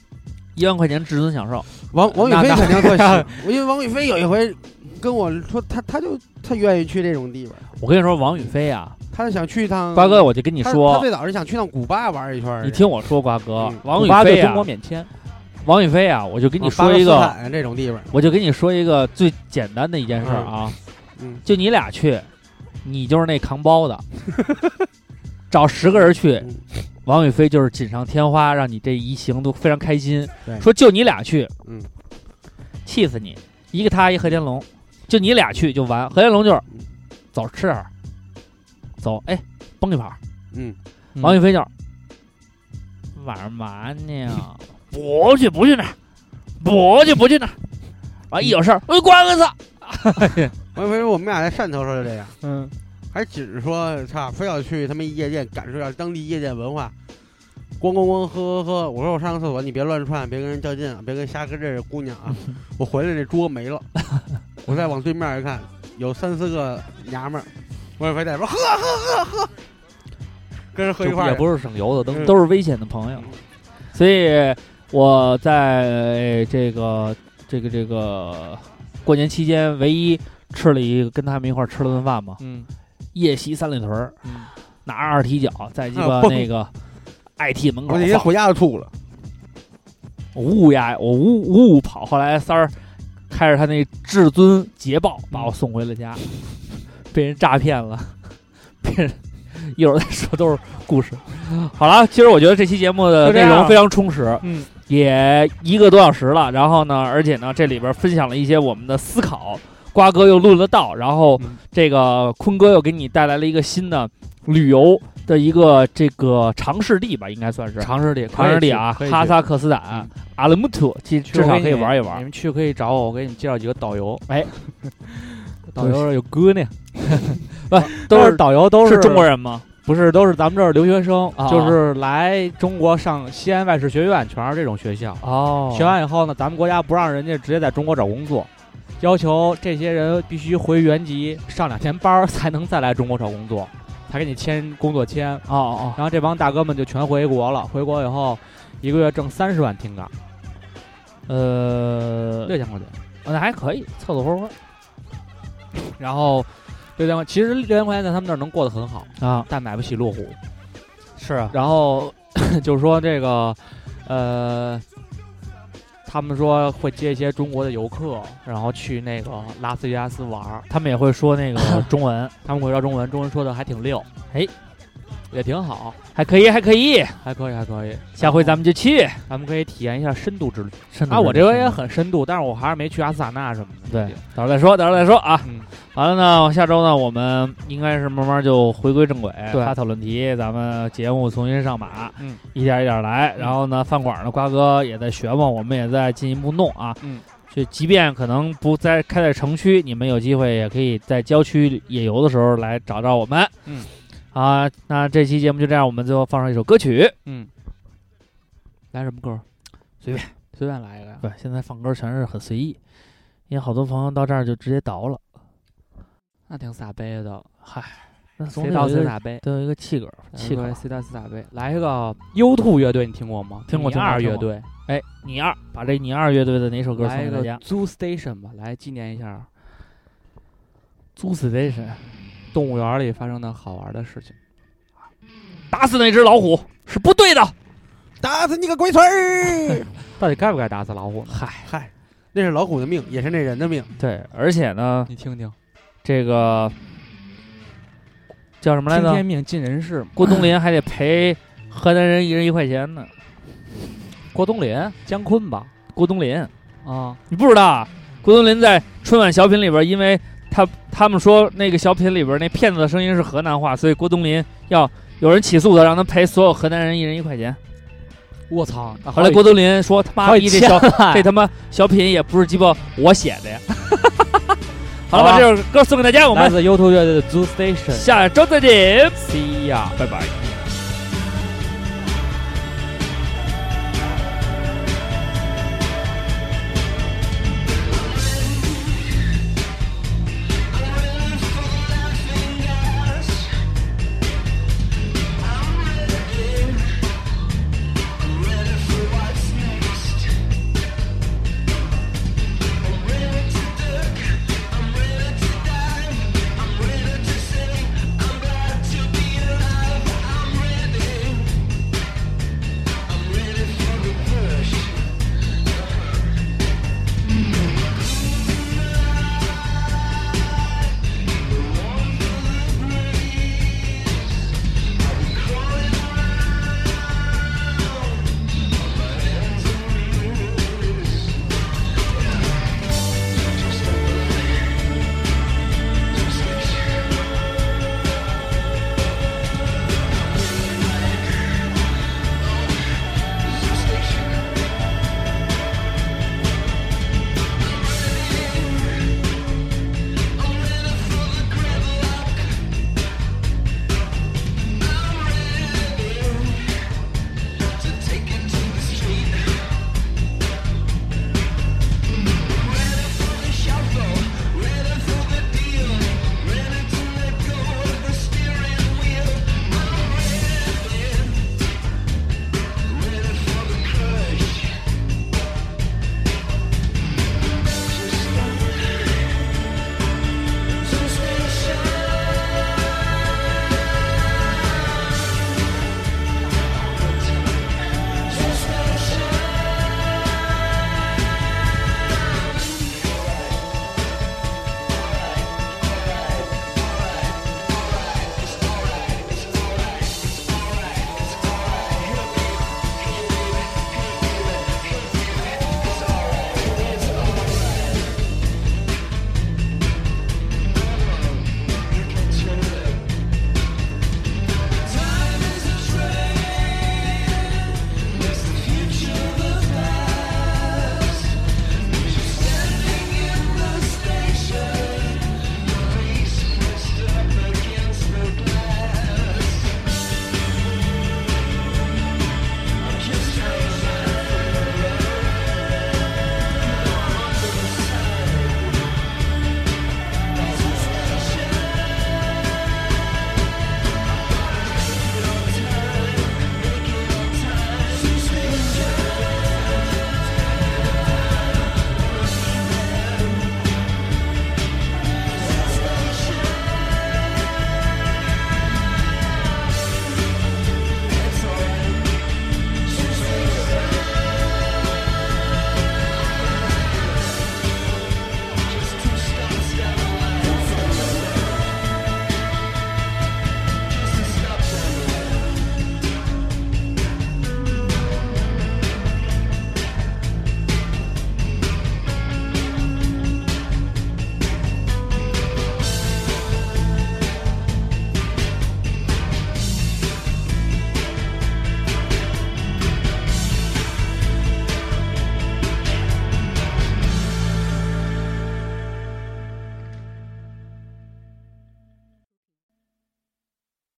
Speaker 2: 一万块钱至尊享受，
Speaker 4: 王王宇
Speaker 3: 那
Speaker 4: 飞
Speaker 3: 那
Speaker 4: 肯定特喜， 因为王宇飞有一回跟我说，他他就他愿意去这种地方，
Speaker 2: 我跟你说，王宇飞啊，
Speaker 4: 他是想去一趟。
Speaker 2: 瓜哥，我就跟你
Speaker 4: 嗯他他
Speaker 2: 说，
Speaker 4: 最早是想去趟古巴玩一圈儿。
Speaker 2: 你听我说，瓜哥
Speaker 4: 嗯，
Speaker 2: 王
Speaker 3: 古
Speaker 2: 宇
Speaker 3: 巴对
Speaker 2: 飞
Speaker 3: 中
Speaker 2: 啊
Speaker 3: 国，免签。
Speaker 2: 王宇飞啊，我就跟你
Speaker 4: 啊
Speaker 2: 说一
Speaker 4: 巴勒斯
Speaker 2: 个，
Speaker 4: 坦这种地方，
Speaker 2: 我就跟你说一个最简单的一件事儿啊
Speaker 4: 嗯嗯，
Speaker 2: 就你俩去，你就是那扛包的， 找十个人去
Speaker 4: 嗯。
Speaker 2: 王宇飞就是锦上添花，让你这一行都非常开心。
Speaker 4: 对
Speaker 2: 说就你俩去，
Speaker 4: 嗯，
Speaker 2: 气死你！一个他，一个何天龙，就你俩去就完。何天龙就是
Speaker 4: 嗯
Speaker 2: 走吃点儿，走哎蹦一盘儿。
Speaker 4: 嗯，
Speaker 2: 王宇飞就是玩儿嘛呢？ 不去不去那儿，不去不去那儿。完一有事儿，我瓜个操！
Speaker 4: 王宇飞说我们俩在汕头时候就这样，
Speaker 3: 嗯，
Speaker 4: 还只是说操，非要去他们夜店感受一下当地夜店文化。咣咣咣，喝喝喝！我说我上个厕所，你别乱窜，别跟人较劲啊，别跟瞎跟这姑娘 啊！我回来这桌没了，我再往对面一看，有三四个娘们儿，我也非得说喝喝喝喝，跟人喝一块
Speaker 3: 也
Speaker 4: 儿去。
Speaker 3: 不是省油的，都
Speaker 4: 嗯
Speaker 2: 都是危险的朋友，所以我在这个这个这个过年期间，唯一吃了一个跟他们一块儿吃了顿饭嘛，
Speaker 3: 嗯
Speaker 2: 夜袭三里屯儿
Speaker 3: 嗯，
Speaker 2: 拿着二踢脚在鸡
Speaker 4: 啊
Speaker 2: 巴
Speaker 4: 蹦
Speaker 2: 那个 IT 门口
Speaker 4: 我那天
Speaker 2: 放，
Speaker 4: 回家就吐了，
Speaker 2: 我呜呜呀，我呜呜呜跑，后来三儿开着他那至尊捷豹把我送回了家， 被人诈骗了， 被人。一会儿再说，都是故事。好了，其实我觉得这期节目的
Speaker 3: 就这
Speaker 2: 内
Speaker 3: 样
Speaker 2: 容非常充实，
Speaker 3: 嗯，
Speaker 2: 也一个多小时了。然后呢，而且呢，这里边分享了一些我们的思考，瓜哥又录了道，然后
Speaker 3: 嗯
Speaker 2: 这个坤哥又给你带来了一个新的旅游的一个这个尝试地吧，应该算是
Speaker 3: 尝试里
Speaker 2: 尝试地啊，哈萨克斯坦、
Speaker 3: 嗯
Speaker 2: 阿勒木图，其实至少可以玩一玩
Speaker 3: 你。们去可以找我，我给你们介绍几个导游。
Speaker 2: 哎，
Speaker 3: 导游有哥呢，
Speaker 2: 都
Speaker 3: 是导游，都
Speaker 2: 是中国
Speaker 3: 人，
Speaker 2: 人吗？
Speaker 3: 不是都是咱们这儿留学生，
Speaker 2: 啊
Speaker 3: 就是来中国上西安外事学院，全是这种学校。
Speaker 2: 哦
Speaker 3: 学完以后呢，咱们国家不让人家直接在中国找工作，要求这些人必须回原籍上两天班儿 才能再来中国找工作，才给你签工作签。
Speaker 2: 哦哦，
Speaker 3: 然后这帮大哥们就全回国了，回国以后一个月挣三十万听岗，
Speaker 2: 呃，
Speaker 3: 六千块钱。哦
Speaker 2: 那还可以，凑凑合合
Speaker 3: 然后六千块，其实六千块钱在他们那儿能过得很好，
Speaker 2: 啊。
Speaker 3: 但买不起路虎。
Speaker 2: 是啊，
Speaker 3: 然后 就是说这个，呃，他们说会接一些中国的游客，然后去那个拉斯维加斯玩儿，
Speaker 2: 他们也会说那个呃 中文，
Speaker 3: 他们会说中文，中文说的还挺溜，
Speaker 2: 哎，
Speaker 3: 也挺好，
Speaker 2: 还可以，还可以。
Speaker 3: 还可以，还可以。
Speaker 2: 下回咱们就去。
Speaker 3: 咱们可以 体验一下深度之旅
Speaker 2: 啊，
Speaker 3: 啊！
Speaker 2: 我
Speaker 3: 我
Speaker 2: 这
Speaker 3: 这
Speaker 2: 回
Speaker 3: 回
Speaker 2: 也
Speaker 3: 也
Speaker 2: 很
Speaker 3: 很深度，但是我还是没去阿斯塔纳什么的。
Speaker 2: 对，到时候再说，到时候再说啊。
Speaker 3: 嗯，
Speaker 2: 完了呢，下周呢，我们应该是慢慢就回归正轨，
Speaker 3: 对
Speaker 2: 发讨论题，咱们节目重新上马，
Speaker 3: 嗯，
Speaker 2: 一点一点来。
Speaker 3: 嗯
Speaker 2: 然后呢，饭馆呢，瓜哥也在学嘛，我们也在进一步弄啊，
Speaker 3: 嗯，
Speaker 2: 就即便可能不在开在城区，你们有机会也可以在郊区野游的时候来找找我们，
Speaker 3: 嗯，
Speaker 2: 啊，那这期节目就这样，我们最后放上一首歌曲，
Speaker 3: 嗯，来什么歌？
Speaker 2: 随便
Speaker 3: 随便来一个呀。
Speaker 2: 对，现在放歌全是很随意，因为好多朋友到这儿就直接倒了，
Speaker 3: 那挺撒杯的，嗨，
Speaker 2: 那总
Speaker 3: 谁
Speaker 2: 得
Speaker 3: 到
Speaker 2: 有一
Speaker 3: 谁
Speaker 2: 个
Speaker 3: 撒杯，
Speaker 2: 得有一个气梗，气梗。
Speaker 3: 谁到谁撒杯。来一个 U Two 乐队，你听过吗？
Speaker 2: 听过
Speaker 3: 你
Speaker 2: 听过
Speaker 3: 二
Speaker 2: 听
Speaker 3: 乐
Speaker 2: 过
Speaker 3: 队，
Speaker 2: 哎，你二把这你二乐队的哪首歌送
Speaker 3: 来一
Speaker 2: 给大
Speaker 3: 个
Speaker 2: 家？
Speaker 3: Zoo Station 吧，来纪念一下
Speaker 2: 租死这是，
Speaker 3: 动物园里发生的好玩的事情。
Speaker 2: 打死那只老虎是不对的。
Speaker 4: 打死你个龟孙儿！
Speaker 3: 到底该不该打死老虎呢？
Speaker 2: 嗨，
Speaker 4: 嗨，那是老虎的命，也是那人的
Speaker 3: 嗯
Speaker 4: 命。
Speaker 2: 对，而且呢，
Speaker 3: 你听听，
Speaker 2: 这个叫什么来
Speaker 3: 听
Speaker 2: 着
Speaker 3: 天？命尽人事嘛。
Speaker 2: 郭冬临还得赔河南人一人一块钱呢。
Speaker 3: 郭冬临、姜昆嗯吧，
Speaker 2: 郭冬临，
Speaker 3: 啊，
Speaker 2: 你不知道啊？郭冬临在春晚小品里边，因为他他们说那个小品里边那骗子的声音是河南话，所以郭冬临要有人起诉他，让他赔所有河南人一人一块 钱。
Speaker 3: 我操！那
Speaker 2: 后
Speaker 3: 好
Speaker 2: 来
Speaker 3: 几
Speaker 2: 郭冬临说：“他妈
Speaker 3: 好
Speaker 2: 逼
Speaker 3: 几
Speaker 2: 这
Speaker 3: 千
Speaker 2: 小
Speaker 3: 万
Speaker 2: 这他妈小品也不是鸡巴我写的呀。好了，
Speaker 3: 好吧
Speaker 2: 把这首歌送给大家，我
Speaker 3: 来
Speaker 2: 们
Speaker 3: 自 U Two 乐队的 Zoo Station。
Speaker 2: 下周再见，
Speaker 3: See ya。
Speaker 2: 拜拜。